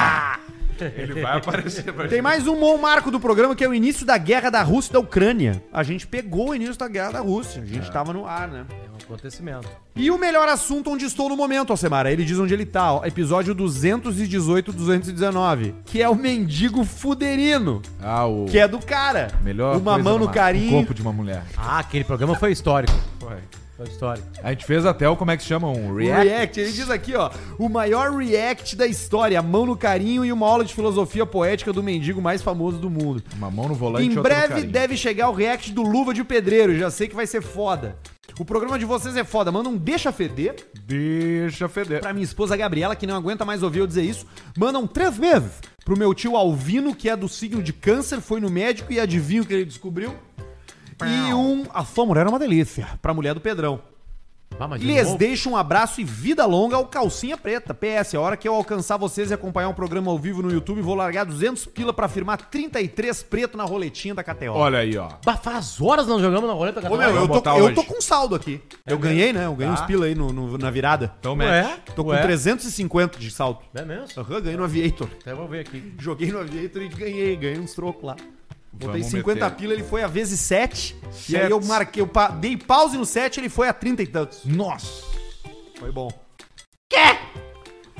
Speaker 2: assim.
Speaker 3: Ele vai aparecer pra
Speaker 1: Tem mais um bom marco do programa, que é o início da guerra da Rússia e da Ucrânia. A gente pegou o início da guerra da Rússia. A gente tava no ar, né?
Speaker 2: É um acontecimento.
Speaker 1: E o melhor assunto onde estou no momento, Alcemara. Ele diz onde ele tá, ó. Episódio 218, 219. Que é o mendigo fuderino.
Speaker 3: Ah, o
Speaker 1: Que é do cara.
Speaker 3: melhor
Speaker 1: Uma
Speaker 3: coisa
Speaker 1: mão
Speaker 3: do
Speaker 1: no
Speaker 3: mar, Um
Speaker 1: carinho.
Speaker 3: O corpo de uma mulher.
Speaker 2: Ah, aquele programa foi histórico. Toy Story.
Speaker 3: A gente fez até o, como é que se chama? Um
Speaker 1: React.
Speaker 3: react.
Speaker 1: ele diz aqui, ó, o maior react da história, a mão no carinho e uma aula de filosofia poética do mendigo mais famoso do mundo.
Speaker 3: Uma mão no volante
Speaker 1: em
Speaker 3: outra no
Speaker 1: breve
Speaker 3: carinho.
Speaker 1: deve chegar o react do Luva de Pedreiro, já sei que vai ser foda. O programa de vocês é foda, manda um deixa feder
Speaker 3: Deixa feder.
Speaker 1: pra minha esposa Gabriela, que não aguenta mais ouvir eu dizer isso, mandam três vezes pro meu tio Alvino, que é do signo de câncer, foi no médico e adivinha o que ele descobriu? E um, a sua mulher é uma delícia, pra mulher do Pedrão.
Speaker 2: Ah, mas de
Speaker 1: Lhes
Speaker 2: novo?
Speaker 1: deixo um abraço e vida longa ao Calcinha Preta. PS, a hora que eu alcançar vocês e acompanhar um programa ao vivo no YouTube, vou largar 200 pila pra firmar 33 preto na roletinha da KTO.
Speaker 3: Olha aí, ó.
Speaker 2: Bah, faz horas nós jogamos na roleta, cara.
Speaker 1: Ô, meu, eu,
Speaker 3: Vamos
Speaker 1: tô,
Speaker 3: botar
Speaker 1: eu
Speaker 3: hoje.
Speaker 1: tô com saldo aqui. eu ganhei, né? Eu ganhei uns pila aí no- no- na virada.
Speaker 3: Então,
Speaker 2: Ué?
Speaker 3: match.
Speaker 1: Tô com
Speaker 2: Ué?
Speaker 1: 350 de saldo.
Speaker 2: É mesmo?
Speaker 1: Aham, ganhei no Aviator.
Speaker 2: Até vou ver aqui.
Speaker 1: Joguei no Aviator e ganhei, ganhei uns trocos lá. Botei
Speaker 3: Vamos
Speaker 1: 50
Speaker 3: meter.
Speaker 1: pila, ele foi a vezes 7. E
Speaker 3: Sete.
Speaker 1: aí eu marquei, eu pa- dei pause no 7, ele foi a 30 e tantos.
Speaker 3: Nossa.
Speaker 1: Foi bom. Quê?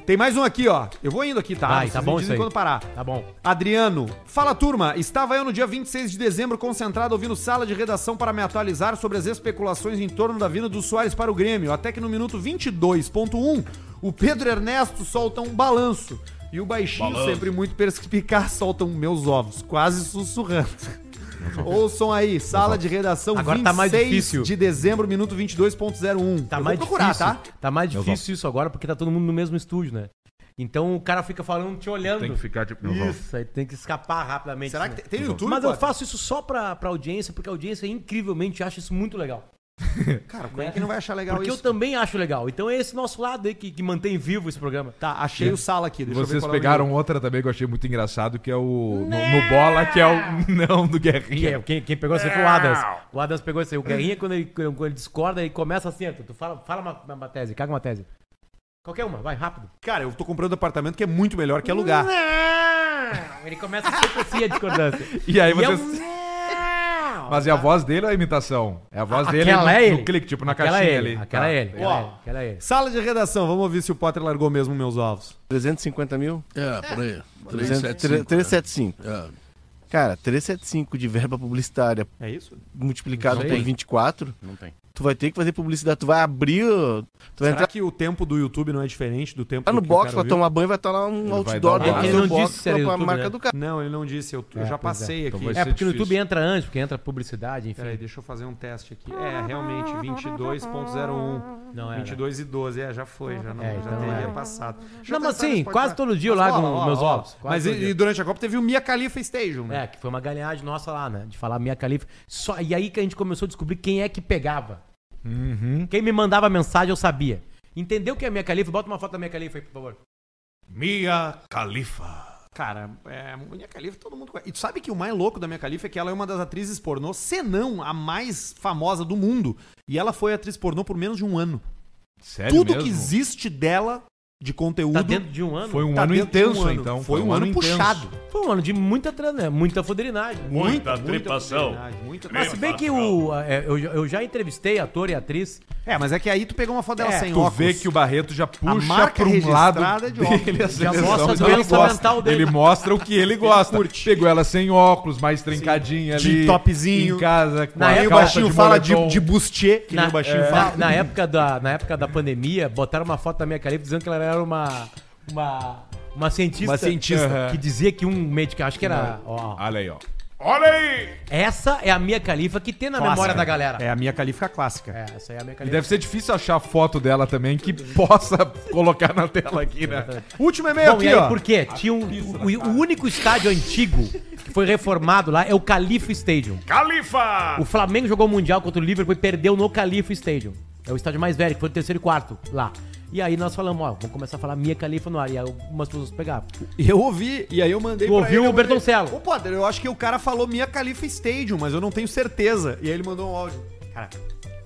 Speaker 1: Tem mais um aqui, ó. Eu vou indo aqui, tá?
Speaker 2: Vai,
Speaker 1: Vocês
Speaker 2: tá
Speaker 1: me
Speaker 2: bom
Speaker 1: dizem
Speaker 2: isso aí.
Speaker 1: quando parar.
Speaker 2: Tá bom.
Speaker 1: Adriano, fala turma, estava eu no dia 26 de dezembro concentrado ouvindo sala de redação para me atualizar sobre as especulações em torno da vinda do Soares para o Grêmio, até que no minuto 22.1 o Pedro Ernesto solta um balanço e o baixinho, sempre muito perspicaz, solta um meus ovos, quase sussurrando. Ouçam aí, sala de redação
Speaker 2: Agora tá mais difícil.
Speaker 1: de dezembro, minuto 22.01.
Speaker 2: Tá
Speaker 1: Eu vou
Speaker 2: mais
Speaker 1: procurar,
Speaker 2: difícil.
Speaker 1: tá?
Speaker 2: Tá mais difícil isso agora porque tá todo mundo no mesmo estúdio, né? Então o cara fica falando, te olhando.
Speaker 3: Tem que ficar tipo.
Speaker 2: Isso, aí tem que escapar rapidamente.
Speaker 1: Será que
Speaker 2: né?
Speaker 1: tem, tem no YouTube?
Speaker 2: Mas eu
Speaker 1: Potter?
Speaker 2: faço isso só pra, pra audiência, porque a audiência incrivelmente acha isso muito legal.
Speaker 1: Cara, como é que não vai achar legal
Speaker 2: né? porque
Speaker 1: isso?
Speaker 2: eu também acho legal. Então é esse nosso lado aí que, que mantém vivo esse programa.
Speaker 1: Tá, achei o sala aqui. Deixa eu ver
Speaker 3: Vocês
Speaker 1: qual é o
Speaker 3: pegaram outra também que eu achei muito engraçado, que é o. No, no bola, que é o. Não, do
Speaker 2: Que
Speaker 3: Guerrinha.
Speaker 2: é- Quem, quem pegou isso aí foi o Adams. O Adams pegou isso aí. O Guerrinha, quando ele, quando ele discorda, ele começa assim. ó, Tu fala, fala uma, uma- uma tese, caga uma tese. Qualquer uma, vai, rápido.
Speaker 1: Cara, eu tô comprando apartamento que é muito melhor que alugar.
Speaker 2: Ele começa sempre assim a discordância.
Speaker 3: E aí
Speaker 2: é
Speaker 3: vocês.
Speaker 2: um-
Speaker 3: Mas é a voz dele ou a imitação? É a voz dele
Speaker 2: Aquela
Speaker 3: no,
Speaker 2: é
Speaker 3: no
Speaker 2: ele.
Speaker 3: clique, tipo na
Speaker 2: Aquela é
Speaker 3: caixinha
Speaker 2: ele,
Speaker 3: ali.
Speaker 2: Aquela
Speaker 3: Tá.
Speaker 2: é ele. aquela
Speaker 1: Ó.
Speaker 2: é ele, Aquela é ele.
Speaker 1: Sala de redação, vamos ouvir se o Potter largou mesmo meus ovos.
Speaker 7: 350 mil?
Speaker 8: É, por aí.
Speaker 7: 300,
Speaker 8: 375.
Speaker 7: 375.
Speaker 8: né?
Speaker 7: Cara, 375 de verba publicitária
Speaker 1: É isso?
Speaker 7: multiplicado
Speaker 2: Não
Speaker 7: por
Speaker 2: tem.
Speaker 7: 24,
Speaker 8: É, não tem.
Speaker 7: tu vai ter que fazer publicidade, tu vai abrir, ó, tu
Speaker 1: Será
Speaker 7: vai entrar
Speaker 1: que o tempo do YouTube não é diferente do tempo
Speaker 7: lá no
Speaker 1: do que
Speaker 7: box,
Speaker 1: eu
Speaker 7: vai
Speaker 1: quero ouvir?
Speaker 7: tomar banho, vai estar lá um
Speaker 3: vai
Speaker 7: outdoor
Speaker 3: dar
Speaker 7: do
Speaker 3: uma-
Speaker 7: lado
Speaker 2: Ele não
Speaker 7: do box
Speaker 2: disse se era
Speaker 7: com a
Speaker 2: YouTube,
Speaker 7: marca
Speaker 2: né?
Speaker 7: do cara.
Speaker 1: Não, ele não disse, eu, eu já passei
Speaker 3: Então
Speaker 1: aqui.
Speaker 3: vai
Speaker 2: É
Speaker 3: ser
Speaker 2: porque no
Speaker 3: difícil.
Speaker 2: YouTube entra antes, porque entra publicidade, enfim.
Speaker 1: Peraí, deixa eu fazer um teste aqui. É, realmente, 22.01.
Speaker 2: Não é.
Speaker 1: 22 um. e 12, é, já foi, já não,
Speaker 2: É,
Speaker 1: já
Speaker 2: então
Speaker 1: teria
Speaker 2: é.
Speaker 1: passado. Deixa eu
Speaker 2: Não, mas
Speaker 1: tentar
Speaker 2: assim,
Speaker 1: nesse
Speaker 2: quase
Speaker 1: podcast.
Speaker 2: todo dia eu
Speaker 1: Mas
Speaker 2: largo
Speaker 1: ó, ó,
Speaker 2: meus
Speaker 1: ó.
Speaker 2: ovos. Quase
Speaker 1: Mas e,
Speaker 2: todo dia.
Speaker 1: e durante a Copa teve o Mia Khalifa Stadium, né?
Speaker 2: É, que foi uma galinhagem nossa lá, né? De falar Mia Khalifa. Só, e aí que a gente começou a descobrir quem é que pegava.
Speaker 1: Uhum.
Speaker 2: Quem me mandava mensagem, eu sabia. Entendeu que é Mia Khalifa? Bota uma foto da Mia Khalifa aí, por favor.
Speaker 6: Mia Khalifa.
Speaker 1: Cara, é, Mia Khalifa todo mundo conhece. E tu sabe que o mais louco da Mia Khalifa é que ela é uma das atrizes pornô, se não a mais famosa do mundo. E ela foi atriz pornô por menos de um ano.
Speaker 3: Sério
Speaker 1: Tudo
Speaker 3: mesmo?
Speaker 1: que existe dela de conteúdo
Speaker 2: Tá dentro de um ano?
Speaker 3: Foi um
Speaker 1: tá
Speaker 3: ano
Speaker 1: dentro de um
Speaker 3: intenso,
Speaker 1: ano.
Speaker 3: então.
Speaker 1: Foi um ano
Speaker 3: intenso.
Speaker 1: puxado.
Speaker 2: Foi um ano de muita, tra- né? muita foderinagem.
Speaker 1: Muita, tripação. Muita
Speaker 2: Mas se bem que o, é, eu, já- eu já entrevistei ator e atriz.
Speaker 1: É, mas é que aí tu pegou uma foto dela
Speaker 2: É,
Speaker 1: sem
Speaker 3: Tu
Speaker 1: óculos.
Speaker 3: vê que o Barreto já puxa
Speaker 1: marca
Speaker 3: pra um
Speaker 1: registrada
Speaker 3: lado
Speaker 1: é de óculos.
Speaker 3: dele a
Speaker 2: Já
Speaker 3: seleção,
Speaker 2: mostra a
Speaker 3: então ele
Speaker 2: doença
Speaker 3: gosta.
Speaker 2: mental dele.
Speaker 3: Ele mostra o que ele gosta. Pegou ela sem óculos, mais trincadinha
Speaker 1: De
Speaker 3: ali.
Speaker 1: topzinho.
Speaker 3: Em casa, com
Speaker 2: Na
Speaker 3: a
Speaker 1: Aí o
Speaker 3: calça
Speaker 1: baixinho fala de,
Speaker 3: tá moletom.
Speaker 1: de bustier, que nem
Speaker 2: Na,
Speaker 1: o baixinho
Speaker 2: é,
Speaker 1: fala.
Speaker 2: na- na época da, na época da pandemia, botaram uma foto da minha Khalifa dizendo que ela era uma. Uma, uma cientista.
Speaker 1: Uma cientista.
Speaker 2: Aham. Que dizia que um médico. Acho que era. ó,
Speaker 3: Olha aí, ó.
Speaker 2: essa é a minha Khalifa que tem na memória da galera.
Speaker 1: É a Mia Khalifa clássica.
Speaker 2: É, essa aí é a minha
Speaker 3: E
Speaker 2: Khalifa.
Speaker 3: deve ser difícil achar foto dela também que possa colocar na tela aqui, né?
Speaker 1: Último e-mail
Speaker 2: Bom,
Speaker 1: aqui,
Speaker 2: e aí
Speaker 1: ó.
Speaker 2: por quê? Tinha um, o, o único estádio antigo que foi reformado lá é o Califa Stadium. Califa! O Flamengo jogou o Mundial contra o Liverpool e perdeu no Califa Stadium. É o estádio mais velho, que foi o terceiro e quarto lá. E aí nós falamos, ó, vamos começar a falar minha Califa no ar. E aí algumas pessoas pegavam.
Speaker 1: E eu ouvi, e aí eu mandei
Speaker 2: Tu ouviu
Speaker 1: ele, eu
Speaker 2: o
Speaker 1: mandei-
Speaker 2: Bertoncello?
Speaker 1: Ô, Potter, eu acho que o cara falou Mia Khalifa Stadium, mas eu não tenho certeza. E aí ele mandou um áudio. Cara,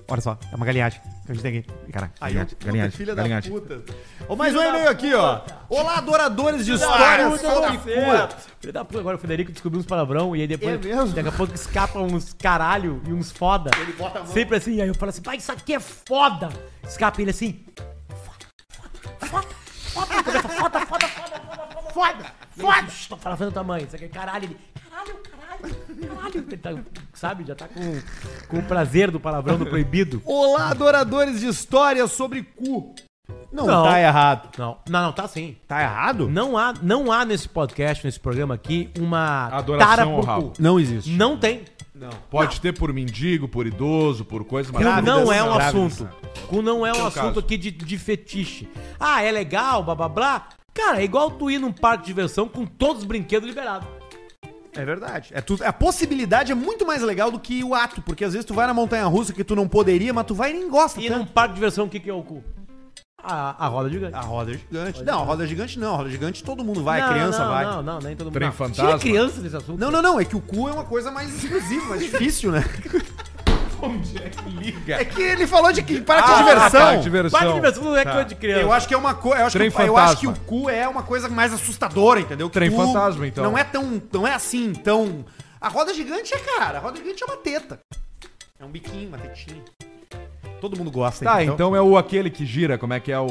Speaker 1: olha só, é uma galinhagem. que A gente tem aqui. Cara, aí eu, puta, filha da puta. Ó, mais um e-mail aqui, ó. Olá, adoradores de
Speaker 2: Então,
Speaker 1: histórias sobre
Speaker 2: é-
Speaker 1: cu.
Speaker 2: Filho da puta, Agora o Federico descobriu uns palavrão e aí depois.
Speaker 1: É mesmo?
Speaker 2: Daqui a pouco escapam uns caralho e uns foda. Ele bota a mão. Sempre assim, aí eu falo assim, pai, isso aqui é foda! Escapa ele assim. Foda, foda, foda, começa foda, foda, foda, foda, foda, foda, foda. Fala fazendo tamanho, isso aqui é caralho, ele. Caralho, caralho, Caralho, ele tá, sabe, já tá com, com o prazer do palavrão do proibido.
Speaker 1: Olá, adoradores de histórias sobre cu. Não,
Speaker 2: Não.
Speaker 1: tá errado.
Speaker 2: Não, não, não, tá sim.
Speaker 1: Tá errado?
Speaker 2: Não há, não há nesse podcast, nesse programa aqui, uma
Speaker 3: Adoração
Speaker 2: tara
Speaker 3: ao
Speaker 2: por
Speaker 3: rabo.
Speaker 2: cu.
Speaker 1: Não existe.
Speaker 2: Não tem.
Speaker 3: Pode ter por mendigo, por idoso, por coisa, mas...
Speaker 2: Cu não é um
Speaker 1: grávidas,
Speaker 2: assunto. Cu não é um
Speaker 3: Seu
Speaker 2: assunto
Speaker 3: caso.
Speaker 2: aqui de, de fetiche. Ah, é legal, blá blá blá. Cara, é igual tu ir num parque de diversão com todos os brinquedos liberados.
Speaker 1: É verdade. É tudo. A possibilidade é muito mais legal do que o ato, porque às vezes tu vai na montanha russa que tu não poderia, mas tu vai e nem gosta.
Speaker 2: E
Speaker 1: tanto.
Speaker 2: num parque de diversão, o que, que é o cu? A, a roda gigante.
Speaker 1: A roda é gigante. Não, a roda é gigante não. A roda é gigante todo mundo vai,
Speaker 2: Não,
Speaker 1: criança
Speaker 2: não,
Speaker 1: vai.
Speaker 2: Não, não, nem todo mundo.
Speaker 3: Trem
Speaker 2: não.
Speaker 3: fantasma.
Speaker 2: Tira criança desse assunto.
Speaker 1: Não, não, não. É que o cu é uma coisa mais exclusiva, mais difícil, né?
Speaker 3: Liga.
Speaker 1: É que ele falou de que para de
Speaker 3: Ah,
Speaker 1: diversão.
Speaker 3: diversão.
Speaker 2: Parque de diversão não é coisa de criança.
Speaker 1: Eu acho que é uma coisa. Eu, acho
Speaker 3: Trem
Speaker 1: que- eu acho que o
Speaker 3: fantasma.
Speaker 1: cu é uma coisa mais assustadora, entendeu? Que
Speaker 3: Trem
Speaker 1: tu
Speaker 3: fantasma, então.
Speaker 1: Não é tão. Não é assim, tão. A roda gigante é, cara. A roda gigante é uma teta. É um biquinho, uma tetinha. Todo mundo gosta,
Speaker 3: Tá, então é o aquele que gira, como é que é o...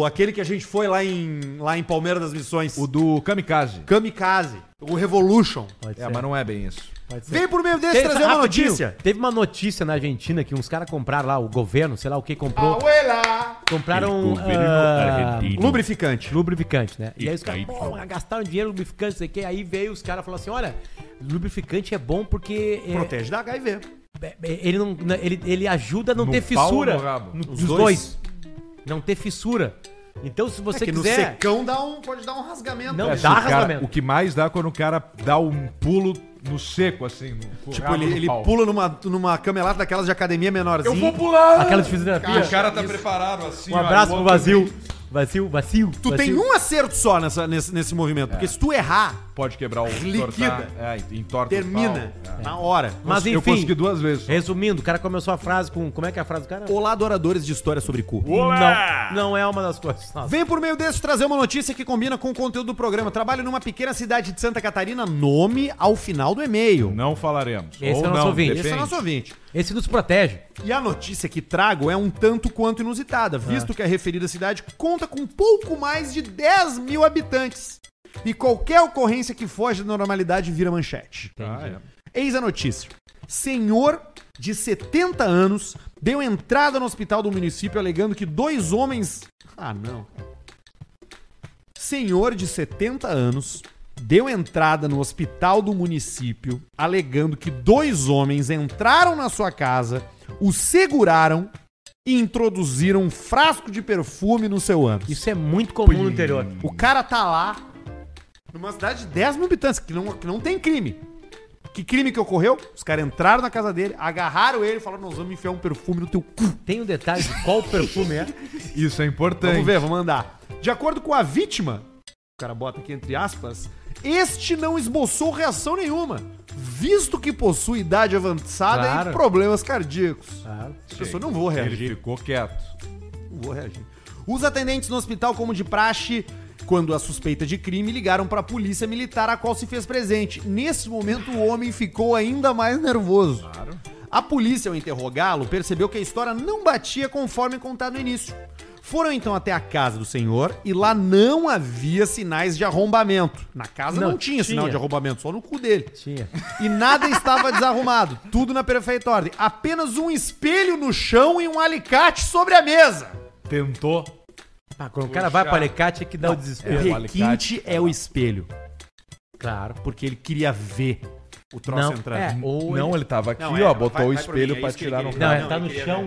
Speaker 1: O, aquele que a gente foi lá em, lá em Palmeiras das Missões.
Speaker 3: O do kamikaze.
Speaker 1: Kamikaze. O Revolution.
Speaker 2: Pode
Speaker 3: É, mas não é bem isso.
Speaker 2: pode ser.
Speaker 1: Vem por meio desse
Speaker 2: Teve-
Speaker 1: trazer uma
Speaker 2: rapidinho,
Speaker 1: notícia.
Speaker 2: Teve uma notícia na Argentina que uns caras compraram lá, o governo, sei lá o que, comprou.
Speaker 1: Abuela!
Speaker 2: Compraram ah,
Speaker 1: Lubrificante.
Speaker 2: lubrificante, né? E aí os caras, pô, gastaram dinheiro no lubrificante, sei o que. Aí veio os caras e falaram assim: olha, lubrificante é bom porque. é,
Speaker 1: Protege da HIV.
Speaker 2: é, é, ele, não, na- ele, ele ajuda a não
Speaker 3: No
Speaker 2: ter
Speaker 3: pau
Speaker 2: fissura.
Speaker 3: ou no rabo?
Speaker 2: No-
Speaker 1: Os
Speaker 2: dos
Speaker 1: dois.
Speaker 2: dois. Não ter fissura. Então, se você
Speaker 1: É que no
Speaker 2: quiser.
Speaker 1: secão dá um, pode dar um rasgamento.
Speaker 2: Não,
Speaker 1: né?
Speaker 3: É, se
Speaker 2: dá
Speaker 3: o, cara,
Speaker 2: arrasamento.
Speaker 3: o que mais dá é quando o cara dá um pulo no seco, assim. No, com o
Speaker 1: Tipo,
Speaker 3: rabo
Speaker 1: ele,
Speaker 3: no
Speaker 1: ele
Speaker 3: pau.
Speaker 1: pula numa, numa camelata daquelas de academia menorzinha.
Speaker 3: pular!
Speaker 2: Aquela de fisioterapia.
Speaker 3: o cara tá preparado assim.
Speaker 2: Um abraço pro
Speaker 3: ó, o outro-
Speaker 2: vazio. Vazio, vazio.
Speaker 1: Tu tem um acerto só nessa, nesse, nesse movimento.
Speaker 3: É.
Speaker 1: Porque se tu errar,
Speaker 3: Pode quebrar o.
Speaker 1: Liquida.
Speaker 3: Tortar, é, entorta
Speaker 1: termina
Speaker 3: o pau. É.
Speaker 1: na hora.
Speaker 2: Mas
Speaker 3: Eu
Speaker 2: enfim,
Speaker 3: consegui duas vezes.
Speaker 2: resumindo, o cara começou a frase com. Como é que é a frase do cara?
Speaker 1: Olá, adoradores de história sobre cu.
Speaker 2: Não, não é uma das coisas. Nossa.
Speaker 1: Vem por meio desse trazer uma notícia que combina com o conteúdo do programa. Trabalho numa pequena cidade de Santa Catarina, nome ao final do e-mail.
Speaker 3: Não falaremos.
Speaker 2: Esse
Speaker 3: Ou
Speaker 2: é o nosso
Speaker 3: não,
Speaker 2: ouvinte.
Speaker 1: Esse é
Speaker 3: depende.
Speaker 1: nosso ouvinte.
Speaker 2: Esse nos protege.
Speaker 1: E a notícia que trago é um tanto quanto inusitada, visto que a referida cidade conta com pouco mais de 10 mil habitantes. E qualquer ocorrência que foge da normalidade vira manchete.
Speaker 3: Ah, é.
Speaker 1: Eis a notícia. Senhor de 70 anos deu entrada no hospital do município alegando que dois homens. Ah, não. Senhor de 70 anos deu entrada no hospital do município alegando que dois homens entraram na sua casa, o seguraram e introduziram um frasco de perfume no seu ânus.
Speaker 2: Isso é muito comum no interior.
Speaker 1: O cara tá lá, numa cidade de 10 mil habitantes, que não, que não tem crime. Que crime que ocorreu? Os caras entraram na casa dele, agarraram ele e falaram: Nós vamos enfiar um perfume no teu cu.
Speaker 2: Tem um detalhe de qual perfume é.
Speaker 3: Isso é importante.
Speaker 1: Vamos ver, vamos andar. De acordo com a vítima, o cara bota aqui entre aspas, este não esboçou reação nenhuma, visto que possui idade avançada e
Speaker 2: Claro.
Speaker 1: problemas cardíacos.
Speaker 2: Claro.
Speaker 1: As pessoas não vão reagir.
Speaker 3: Ele ficou quieto.
Speaker 1: Não vou reagir. Os atendentes no hospital, como de praxe, quando a suspeita de crime, ligaram para a polícia militar, a qual se fez presente. Nesse momento, o homem ficou ainda mais nervoso. A polícia, ao interrogá-lo, percebeu que a história não batia conforme contado no início. Foram então até a casa do senhor e lá não havia sinais de arrombamento. Na casa não,
Speaker 2: Não
Speaker 1: tinha sinal
Speaker 2: tinha.
Speaker 1: de arrombamento, só no cu dele.
Speaker 2: Tinha.
Speaker 1: E nada estava desarrumado, tudo na perfeita ordem. Apenas um espelho no chão e um alicate sobre a mesa.
Speaker 3: Tentou.
Speaker 2: Ah, quando o cara vai pro alicate é que dá o desespero.
Speaker 1: O
Speaker 3: É, o alicate,
Speaker 1: requinte é o espelho,
Speaker 2: Claro.
Speaker 1: porque ele queria ver o troço
Speaker 2: Não,
Speaker 1: entrando.
Speaker 2: é, ou
Speaker 3: não,
Speaker 2: ele...
Speaker 3: ele tava aqui,
Speaker 1: Não, é,
Speaker 3: ó,
Speaker 1: vai-
Speaker 3: botou
Speaker 1: vai
Speaker 3: o
Speaker 1: por
Speaker 3: espelho
Speaker 1: mim, é
Speaker 3: pra
Speaker 1: isso que
Speaker 3: tirar
Speaker 1: ele
Speaker 3: no
Speaker 1: queria.
Speaker 2: Não,
Speaker 3: carro.
Speaker 2: ele tá
Speaker 1: ele
Speaker 2: no
Speaker 1: queria
Speaker 2: chão.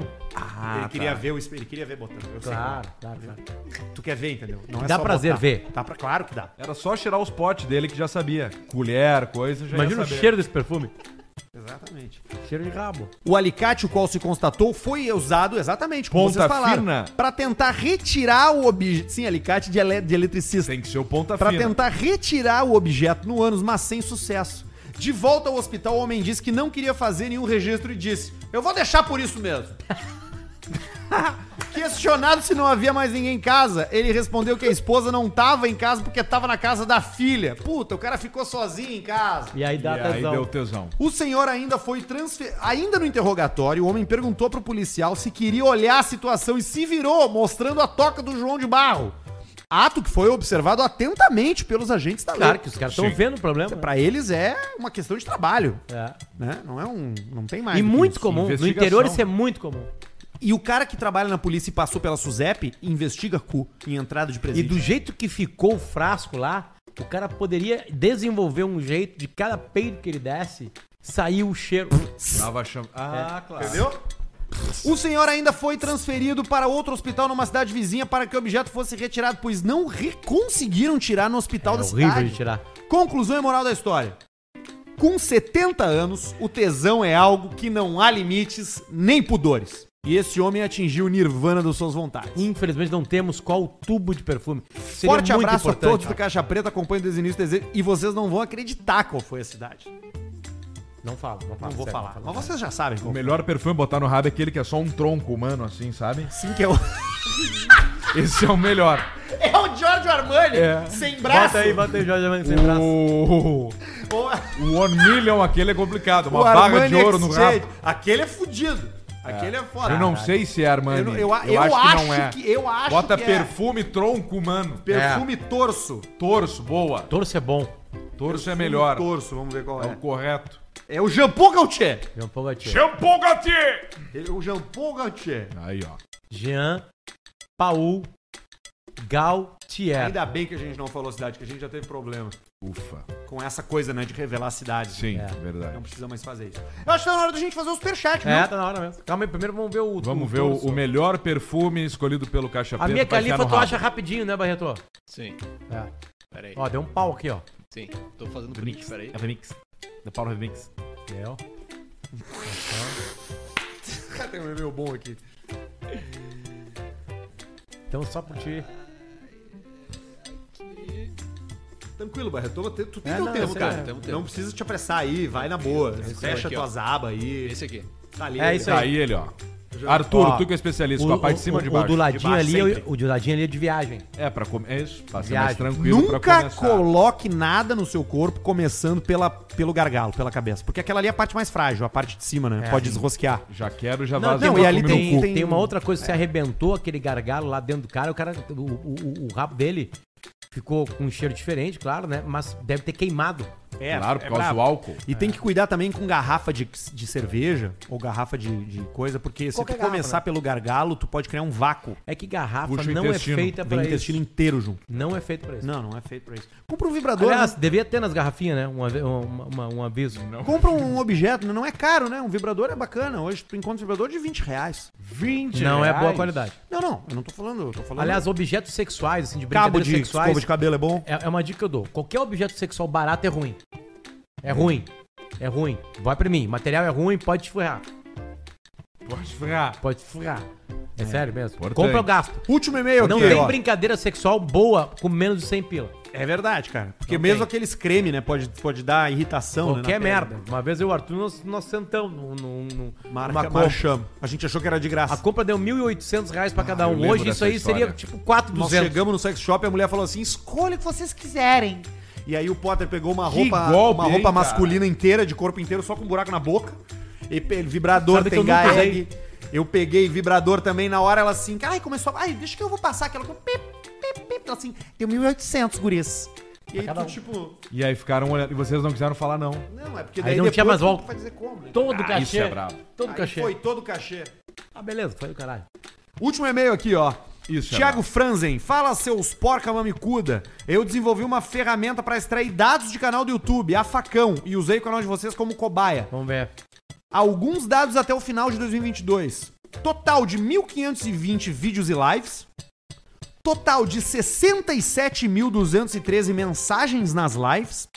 Speaker 1: ele queria ver o espelho, ele queria ver botando. Eu sei
Speaker 2: Claro, claro, claro.
Speaker 1: como. Tu quer ver, entendeu? Não é
Speaker 2: Dá prazer
Speaker 1: botar.
Speaker 2: ver.
Speaker 1: Dá pra... Claro que dá.
Speaker 3: Era só tirar os potes dele que já sabia. Colher, coisa, já
Speaker 2: Imagina
Speaker 3: ia
Speaker 2: o
Speaker 3: saber.
Speaker 2: cheiro desse perfume.
Speaker 1: Exatamente.
Speaker 2: Cheiro de rabo.
Speaker 1: O alicate, o qual se constatou, foi usado exatamente como
Speaker 3: Ponta
Speaker 1: vocês falaram.
Speaker 3: fina.
Speaker 1: Pra tentar retirar o objeto. Sim, alicate de, ele... de eletricista.
Speaker 3: Tem que ser o ponta
Speaker 1: Pra
Speaker 3: fina.
Speaker 1: tentar retirar o objeto no ânus, mas sem sucesso. De volta ao hospital, o homem disse que não queria fazer nenhum registro e disse: Eu vou deixar por isso mesmo. Questionado se não havia mais ninguém em casa, ele respondeu que a esposa não tava em casa porque tava na casa da filha. Puta, o cara ficou sozinho em casa.
Speaker 2: E aí
Speaker 3: E
Speaker 2: dá
Speaker 3: aí
Speaker 2: tesão.
Speaker 3: deu tesão.
Speaker 1: O senhor ainda foi transfer... Ainda no interrogatório, o homem perguntou pro policial se queria olhar a situação e se virou, mostrando a toca do João de Barro. Ato que foi observado atentamente pelos agentes da lei.
Speaker 2: Claro que os caras estão
Speaker 6: Sim.
Speaker 2: vendo o problema. né?
Speaker 1: Pra eles é uma questão de trabalho,
Speaker 2: É.
Speaker 1: né? Não é um... Não tem mais.
Speaker 2: E
Speaker 1: do que
Speaker 2: muito
Speaker 1: isso.
Speaker 2: comum. No
Speaker 3: investigação.
Speaker 2: interior isso é muito comum.
Speaker 1: E o cara que trabalha na polícia e passou pela SUSEP investiga cu em entrada de
Speaker 2: E
Speaker 1: presídio.
Speaker 2: do jeito que ficou o frasco lá, o cara poderia desenvolver um jeito de cada peido que ele desse sair o cheiro. É
Speaker 3: Tava achando. Ah, claro.
Speaker 1: O senhor ainda foi transferido para outro hospital numa cidade vizinha para que o objeto fosse retirado, pois não re- conseguiram tirar no hospital
Speaker 2: É
Speaker 1: da
Speaker 2: horrível
Speaker 1: cidade.
Speaker 2: de tirar.
Speaker 1: Conclusão e moral da história. Com 70 anos, o tesão é algo que não há limites nem pudores. E esse homem atingiu o nirvana das suas vontades.
Speaker 2: Infelizmente não temos qual tubo de perfume. Seria
Speaker 1: Forte
Speaker 2: muito
Speaker 1: abraço a
Speaker 2: importante.
Speaker 1: todos do Caixa Preta, acompanho desde o início do desejo. E vocês não vão acreditar qual foi a cidade.
Speaker 2: Não falo, não
Speaker 1: Não
Speaker 2: falo.
Speaker 1: vou
Speaker 2: sério,
Speaker 1: falar. Mas vocês já sabem
Speaker 3: O
Speaker 1: qual.
Speaker 3: melhor perfume botar no rabo é aquele que é só um tronco humano, assim, sabe?
Speaker 1: Sim que é o...
Speaker 3: Esse é o melhor.
Speaker 1: É o Giorgio Armani,
Speaker 3: É.
Speaker 1: sem
Speaker 2: Bota aí, bota aí, Jorge Amanda, sem braço.
Speaker 3: O... o One Million, aquele é complicado. Uma
Speaker 1: O
Speaker 3: barra
Speaker 1: Armani
Speaker 3: de ouro no
Speaker 1: Exchange.
Speaker 3: rabo.
Speaker 1: Aquele é fudido. Aquele é foda.
Speaker 3: Eu não sei se é Armani.
Speaker 1: Eu, não- eu, a- eu acho, que, eu acho
Speaker 3: é. Bota
Speaker 1: que é
Speaker 3: perfume tronco humano.
Speaker 1: perfume torso.
Speaker 3: Torso, boa.
Speaker 2: Torce é bom.
Speaker 3: Torso é melhor.
Speaker 1: Torso, vamos ver qual
Speaker 3: É o
Speaker 1: é.
Speaker 3: correto.
Speaker 1: É o Jean-Paul Gaultier.
Speaker 2: Jean Paul Gaultier.
Speaker 6: Shampoo Gautier!
Speaker 1: Ele- O Jean-Paul Gaultier.
Speaker 3: Aí, ó.
Speaker 2: Jean Paul Gaultier.
Speaker 1: Ainda bem que a gente não falou cidade, que a gente já teve problema
Speaker 3: Ufa.
Speaker 1: com essa coisa, né, de revelar cidade.
Speaker 3: Sim,
Speaker 2: É.
Speaker 1: Não
Speaker 3: verdade.
Speaker 1: precisa mais fazer isso. Eu acho que tá na hora da gente fazer o superchat,
Speaker 2: É,
Speaker 1: né?
Speaker 2: tá na hora mesmo. Calma aí, primeiro vamos ver o
Speaker 3: Vamos ver o,
Speaker 2: torso.
Speaker 3: o melhor perfume escolhido pelo Caixa
Speaker 2: A
Speaker 3: Preta
Speaker 2: minha
Speaker 3: pra enfiar
Speaker 2: califa
Speaker 3: no
Speaker 2: tu
Speaker 3: rabo.
Speaker 2: acha rapidinho, né, Barreto?
Speaker 4: Sim,
Speaker 2: É.
Speaker 4: peraí.
Speaker 2: Ó, deu um pau aqui, ó.
Speaker 4: Sim, tô fazendo print, peraí.
Speaker 8: remix. The Power Remix.
Speaker 2: Deu.
Speaker 1: Tem um e-mail bom aqui.
Speaker 2: Então só por ti.
Speaker 1: Tranquilo, Barreto. Tu, tu tem
Speaker 4: É,
Speaker 1: teu
Speaker 4: não, eu
Speaker 1: tempo,
Speaker 4: sei,
Speaker 1: cara.
Speaker 4: é, temos tempo.
Speaker 1: Não precisa te apressar aí, vai na boa. Fecha
Speaker 4: aqui, ó.
Speaker 1: tuas abas aí.
Speaker 4: Esse aqui.
Speaker 1: Tá ali.
Speaker 2: É isso
Speaker 3: Tá
Speaker 2: aí.
Speaker 3: aí ele, ó. Arthur,
Speaker 2: Ó,
Speaker 3: tu que é especialista, com a parte de cima ou de baixo?
Speaker 2: O do ladinho
Speaker 1: baixo
Speaker 2: ali, é
Speaker 1: sempre.
Speaker 2: o- o do ladinho ali é de viagem.
Speaker 3: É, pra comer. É isso. Pra ser
Speaker 2: Viagem.
Speaker 3: mais tranquilo pra
Speaker 1: Nunca
Speaker 3: começar.
Speaker 1: coloque nada no seu corpo começando pela, pelo gargalo, pela cabeça. Porque aquela ali é a parte mais frágil, a parte de cima, né?
Speaker 2: É.
Speaker 1: Pode desrosquear.
Speaker 3: Já quero, já
Speaker 2: Não,
Speaker 3: vaza
Speaker 2: tem,
Speaker 1: não,
Speaker 3: o
Speaker 1: e ali
Speaker 3: perfume
Speaker 2: tem,
Speaker 3: no cu.
Speaker 1: tem-
Speaker 2: tem uma outra coisa, se arrebentou aquele gargalo lá dentro do cara, o cara, o, o- o- o rabo dele ficou com um cheiro diferente, claro, né? Mas deve ter queimado.
Speaker 1: É,
Speaker 3: Claro, por causa do álcool.
Speaker 1: E
Speaker 2: É.
Speaker 1: tem que cuidar também com garrafa de, de cerveja ou garrafa de, de coisa, porque se
Speaker 2: Qualquer
Speaker 1: tu começar
Speaker 2: garrafa, né?
Speaker 1: pelo gargalo, tu pode criar um vácuo.
Speaker 2: É que garrafa
Speaker 3: Puxa o
Speaker 2: não é
Speaker 3: intestino,
Speaker 2: feita
Speaker 1: Vem o
Speaker 2: pra
Speaker 1: intestino
Speaker 2: isso.
Speaker 1: inteiro junto.
Speaker 2: Não é feita pra isso.
Speaker 1: Não, não é feito pra isso. Compra um vibrador.
Speaker 2: Aliás,
Speaker 1: né?
Speaker 2: devia ter nas garrafinhas, né? Um, ave- um- uma- um aviso.
Speaker 1: Compra um objeto, não é caro, né? Um vibrador é bacana. Hoje tu encontra um vibrador de 20 reais.
Speaker 3: 20
Speaker 2: Não é boa
Speaker 3: reais?
Speaker 2: qualidade.
Speaker 1: Não, não, eu não tô falando, eu tô falando.
Speaker 2: Aliás, objetos sexuais, assim, de
Speaker 1: cabo
Speaker 2: brincadeiras
Speaker 1: de
Speaker 2: sexuais,
Speaker 1: escova de cabelo é bom.
Speaker 2: é, é uma dica que eu dou. Qualquer objeto sexual barato é ruim. É ruim. É ruim. Vai pra mim. Material é ruim, pode te ferrar.
Speaker 3: Pode ferrar.
Speaker 2: Pode te ferrar. É, sério mesmo.
Speaker 3: importante.
Speaker 2: Compra ou gasto.
Speaker 1: Último e-mail
Speaker 2: Não
Speaker 1: aqui,
Speaker 2: tem
Speaker 1: ó.
Speaker 2: brincadeira sexual boa com menos de 100 pila.
Speaker 1: É verdade, cara. Porque
Speaker 2: Não
Speaker 1: mesmo
Speaker 2: tem.
Speaker 1: aqueles creme, né? Pode, pode dar irritação.
Speaker 2: Qualquer
Speaker 1: né, na pele.
Speaker 2: merda. Uma vez eu e o Arthur, nós, nós sentamos num, num, num- numa
Speaker 1: Marca,
Speaker 2: compra.
Speaker 1: marchamos. A gente achou que era de
Speaker 2: A
Speaker 1: graça.
Speaker 2: compra deu 1.800 reais pra cada um.
Speaker 3: Ah, lembro
Speaker 2: Hoje isso
Speaker 3: dessa
Speaker 2: aí
Speaker 3: história.
Speaker 2: seria tipo
Speaker 1: Nós
Speaker 2: 4,200.
Speaker 1: chegamos no sex shop e a mulher falou assim: escolha o que vocês quiserem. E aí o Potter pegou uma roupa,
Speaker 3: golpe,
Speaker 1: uma
Speaker 3: hein,
Speaker 1: roupa
Speaker 3: cara?
Speaker 1: masculina inteira, de corpo inteiro, só com um buraco na boca. E pe- vibrador
Speaker 2: Sabe que
Speaker 1: tem
Speaker 2: eu nunca
Speaker 1: gag.
Speaker 2: usei.
Speaker 1: Eu peguei vibrador também na hora, ela assim, ai, começou a. Ai, deixa que eu vou passar aquela. Pip, pip, pip. Ela assim, deu 1.800, guris. E aí tu,
Speaker 2: um.
Speaker 1: tipo,
Speaker 3: E aí ficaram olhando. E vocês não quiseram falar, não.
Speaker 1: não, é porque
Speaker 2: Aí não tinha mais
Speaker 1: tu
Speaker 2: volta.
Speaker 1: vai dizer como, né?
Speaker 2: Todo cachê.
Speaker 3: isso é brabo.
Speaker 2: Todo
Speaker 1: Aí
Speaker 2: cachê.
Speaker 1: Foi todo o cachê.
Speaker 2: Ah, beleza, foi do caralho.
Speaker 1: Último e-mail aqui, ó.
Speaker 3: Isso,
Speaker 1: Tiago Franzen, fala seus porca mamicuda. Eu desenvolvi uma ferramenta pra extrair dados de canal do YouTube, a facão, e usei o canal de vocês como cobaia.
Speaker 2: Vamos ver.
Speaker 1: Alguns dados até o final de 2022. Total de 1.520 vídeos e lives. Total de 67.213 mensagens nas lives.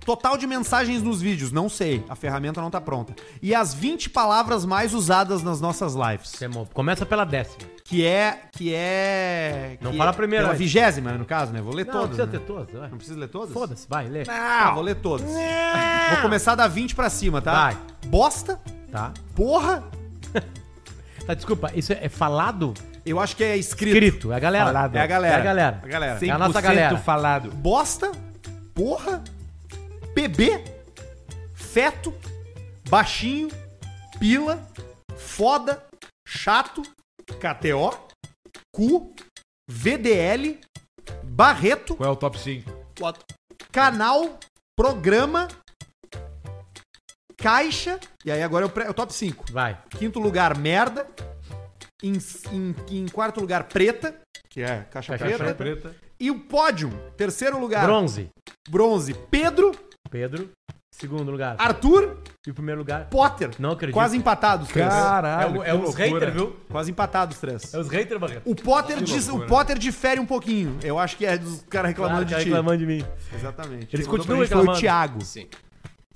Speaker 1: Total de mensagens nos vídeos, não sei, a ferramenta não tá pronta. E as 20 palavras mais usadas nas nossas lives.
Speaker 2: Isso é bom. Começa pela décima.
Speaker 1: Que é. Que é.
Speaker 2: Não
Speaker 1: que
Speaker 2: fala
Speaker 1: é-
Speaker 2: a primeira,
Speaker 1: pela
Speaker 2: né?
Speaker 1: vigésima, no caso, né? Vou ler
Speaker 2: Não,
Speaker 1: todas.
Speaker 2: precisa
Speaker 1: né?
Speaker 2: ter todas. vai.
Speaker 1: Não preciso ler todas?
Speaker 2: Foda-se, vai, lê.
Speaker 1: Tá, vou ler todas. Vou começar da 20 pra cima, tá?
Speaker 2: Vai.
Speaker 1: Bosta,
Speaker 2: Tá.
Speaker 1: porra.
Speaker 2: Tá, desculpa, isso é é falado?
Speaker 1: Eu acho que é escrito.
Speaker 2: Escrito, é a galera.
Speaker 1: É a galera.
Speaker 2: É a
Speaker 1: É
Speaker 2: galera.
Speaker 1: a galera.
Speaker 2: É a nossa galera.
Speaker 3: falado.
Speaker 1: Bosta, porra, bebê, feto, baixinho, pila, foda, chato, KTO, cu, VDL, Barreto,
Speaker 3: Qual é o top 5?
Speaker 1: canal, programa, caixa. E aí agora é o, pré- é o top 5.
Speaker 2: Vai.
Speaker 1: Quinto lugar, merda. Em, em- em quarto lugar, preta. Que é caixa, preta. E o pódio, terceiro lugar,
Speaker 2: Bronze.
Speaker 1: bronze, Pedro,
Speaker 2: Pedro. Segundo lugar.
Speaker 1: Ah. Arthur,
Speaker 2: E o primeiro lugar.
Speaker 1: Potter.
Speaker 2: Não acredito.
Speaker 1: Quase empatados, três.
Speaker 3: Caralho,
Speaker 2: É, o- é os haters, viu?
Speaker 1: Quase empatados, três.
Speaker 2: É os haters, Barreto.
Speaker 1: O Potter, diz,
Speaker 3: loucura.
Speaker 1: o Potter difere um pouquinho. Eu acho que é dos caras reclamando
Speaker 2: Claro, tá
Speaker 1: de ti.
Speaker 2: reclamando de mim.
Speaker 1: Exatamente.
Speaker 2: Eles
Speaker 1: Quem mandou
Speaker 2: continuam
Speaker 1: pra gente foi
Speaker 2: reclamando.
Speaker 1: o Thiago.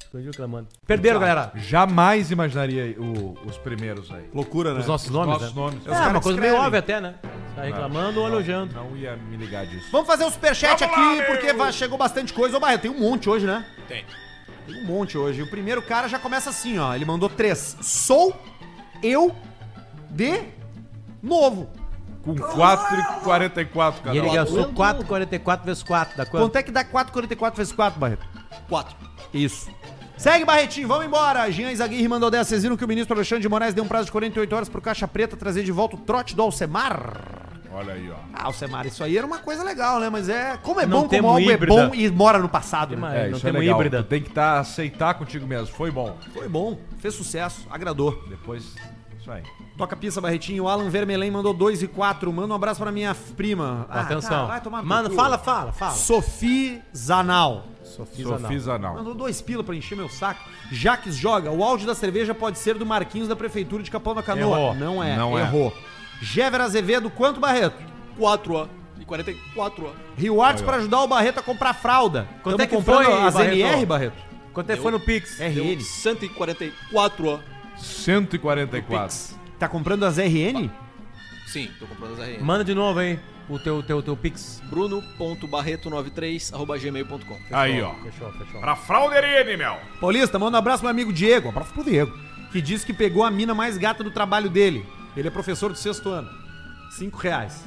Speaker 2: Continuam reclamando. Perderam,
Speaker 1: Tá.
Speaker 2: galera.
Speaker 3: Jamais imaginaria o- os primeiros aí.
Speaker 1: Loucura, né?
Speaker 2: Os nossos nomes,
Speaker 3: Nossos
Speaker 2: né?
Speaker 3: nomes.
Speaker 2: É,
Speaker 3: Eu
Speaker 1: caras
Speaker 2: uma
Speaker 1: que
Speaker 2: coisa meio
Speaker 1: escrevem.
Speaker 2: óbvia até, né? Tá reclamando ou elogiando.
Speaker 3: não ia me ligar disso.
Speaker 1: Vamos fazer o superchat
Speaker 5: Vamos
Speaker 1: aqui,
Speaker 5: lá, meu!
Speaker 1: porque vai- chegou bastante coisa. Ô, Barreto, tem um monte hoje, né? Tem. Tem um monte hoje. O primeiro cara já começa assim, ó. Ele mandou três. Sou eu de novo.
Speaker 3: Com 4,44 cada
Speaker 2: E ele
Speaker 3: um.
Speaker 2: gastou 4,44 vezes 4. Dá quanto?
Speaker 1: Quanto é que dá 4,44 vezes 4, Barreto?
Speaker 4: Quatro.
Speaker 1: Isso. Segue, Barretinho, vamos embora. Jean Zaguirre mandou 10. Vocês viram que o ministro Alexandre de Moraes deu um prazo de 48 horas pro Caixa Preta trazer de volta o trote do Alcemar?
Speaker 3: Olha aí, ó.
Speaker 1: Ah, Alcemar, isso aí era uma coisa legal, né? Mas é. Como é
Speaker 2: Não
Speaker 1: bom, como
Speaker 2: temos
Speaker 1: algo é
Speaker 2: híbrida.
Speaker 1: bom e mora no passado, né?
Speaker 2: Mas
Speaker 3: É,
Speaker 2: não
Speaker 3: isso é
Speaker 2: temos
Speaker 3: legal.
Speaker 2: híbrida.
Speaker 3: Tu tem que tá, aceitar contigo mesmo. Foi bom.
Speaker 1: Foi bom, fez sucesso, agradou.
Speaker 3: Depois, isso aí.
Speaker 1: Toca a pista, Barretinho. O Alan Vermelen mandou 2 e 4. Manda um abraço pra minha f- prima. Ah,
Speaker 2: Atenção.
Speaker 1: tá, vai tomar no
Speaker 2: Mano,
Speaker 1: cu.
Speaker 2: fala, fala, fala.
Speaker 1: Sophie Zanal.
Speaker 3: Sofisa não.
Speaker 1: Mandou dois pila pra encher meu saco. Jaques joga. O áudio da cerveja pode ser do Marquinhos da Prefeitura de Capão da Canoa.
Speaker 2: Errou.
Speaker 1: Não é.
Speaker 3: Não é.
Speaker 1: Errou. Jéver Azevedo, quanto, Barreto?
Speaker 4: 4 ó. E 44 ó.
Speaker 1: Rio Arts pra ajudar o Barreto a comprar fralda.
Speaker 2: Quanto
Speaker 1: Tamo
Speaker 2: é que
Speaker 1: comprando
Speaker 2: foi,
Speaker 1: as
Speaker 2: Barreto?
Speaker 1: NR, Barreto?
Speaker 2: Quanto é que foi no Pix?
Speaker 1: RN.
Speaker 4: 144 ó.
Speaker 3: 144.
Speaker 1: Tá comprando as RN?
Speaker 4: Sim, tô comprando as RN.
Speaker 2: Manda de novo aí o teu, teu, teu Pix.
Speaker 4: Bruno.barreto93 arroba gmail.com.
Speaker 3: Aí, ó.
Speaker 2: Fechou, fechou.
Speaker 6: Pra frauderine, meu.
Speaker 1: Paulista, manda um abraço pro meu amigo Diego. Um abraço pro Diego. Que disse que pegou a mina mais gata do trabalho dele. Ele é professor do sexto ano. Cinco reais.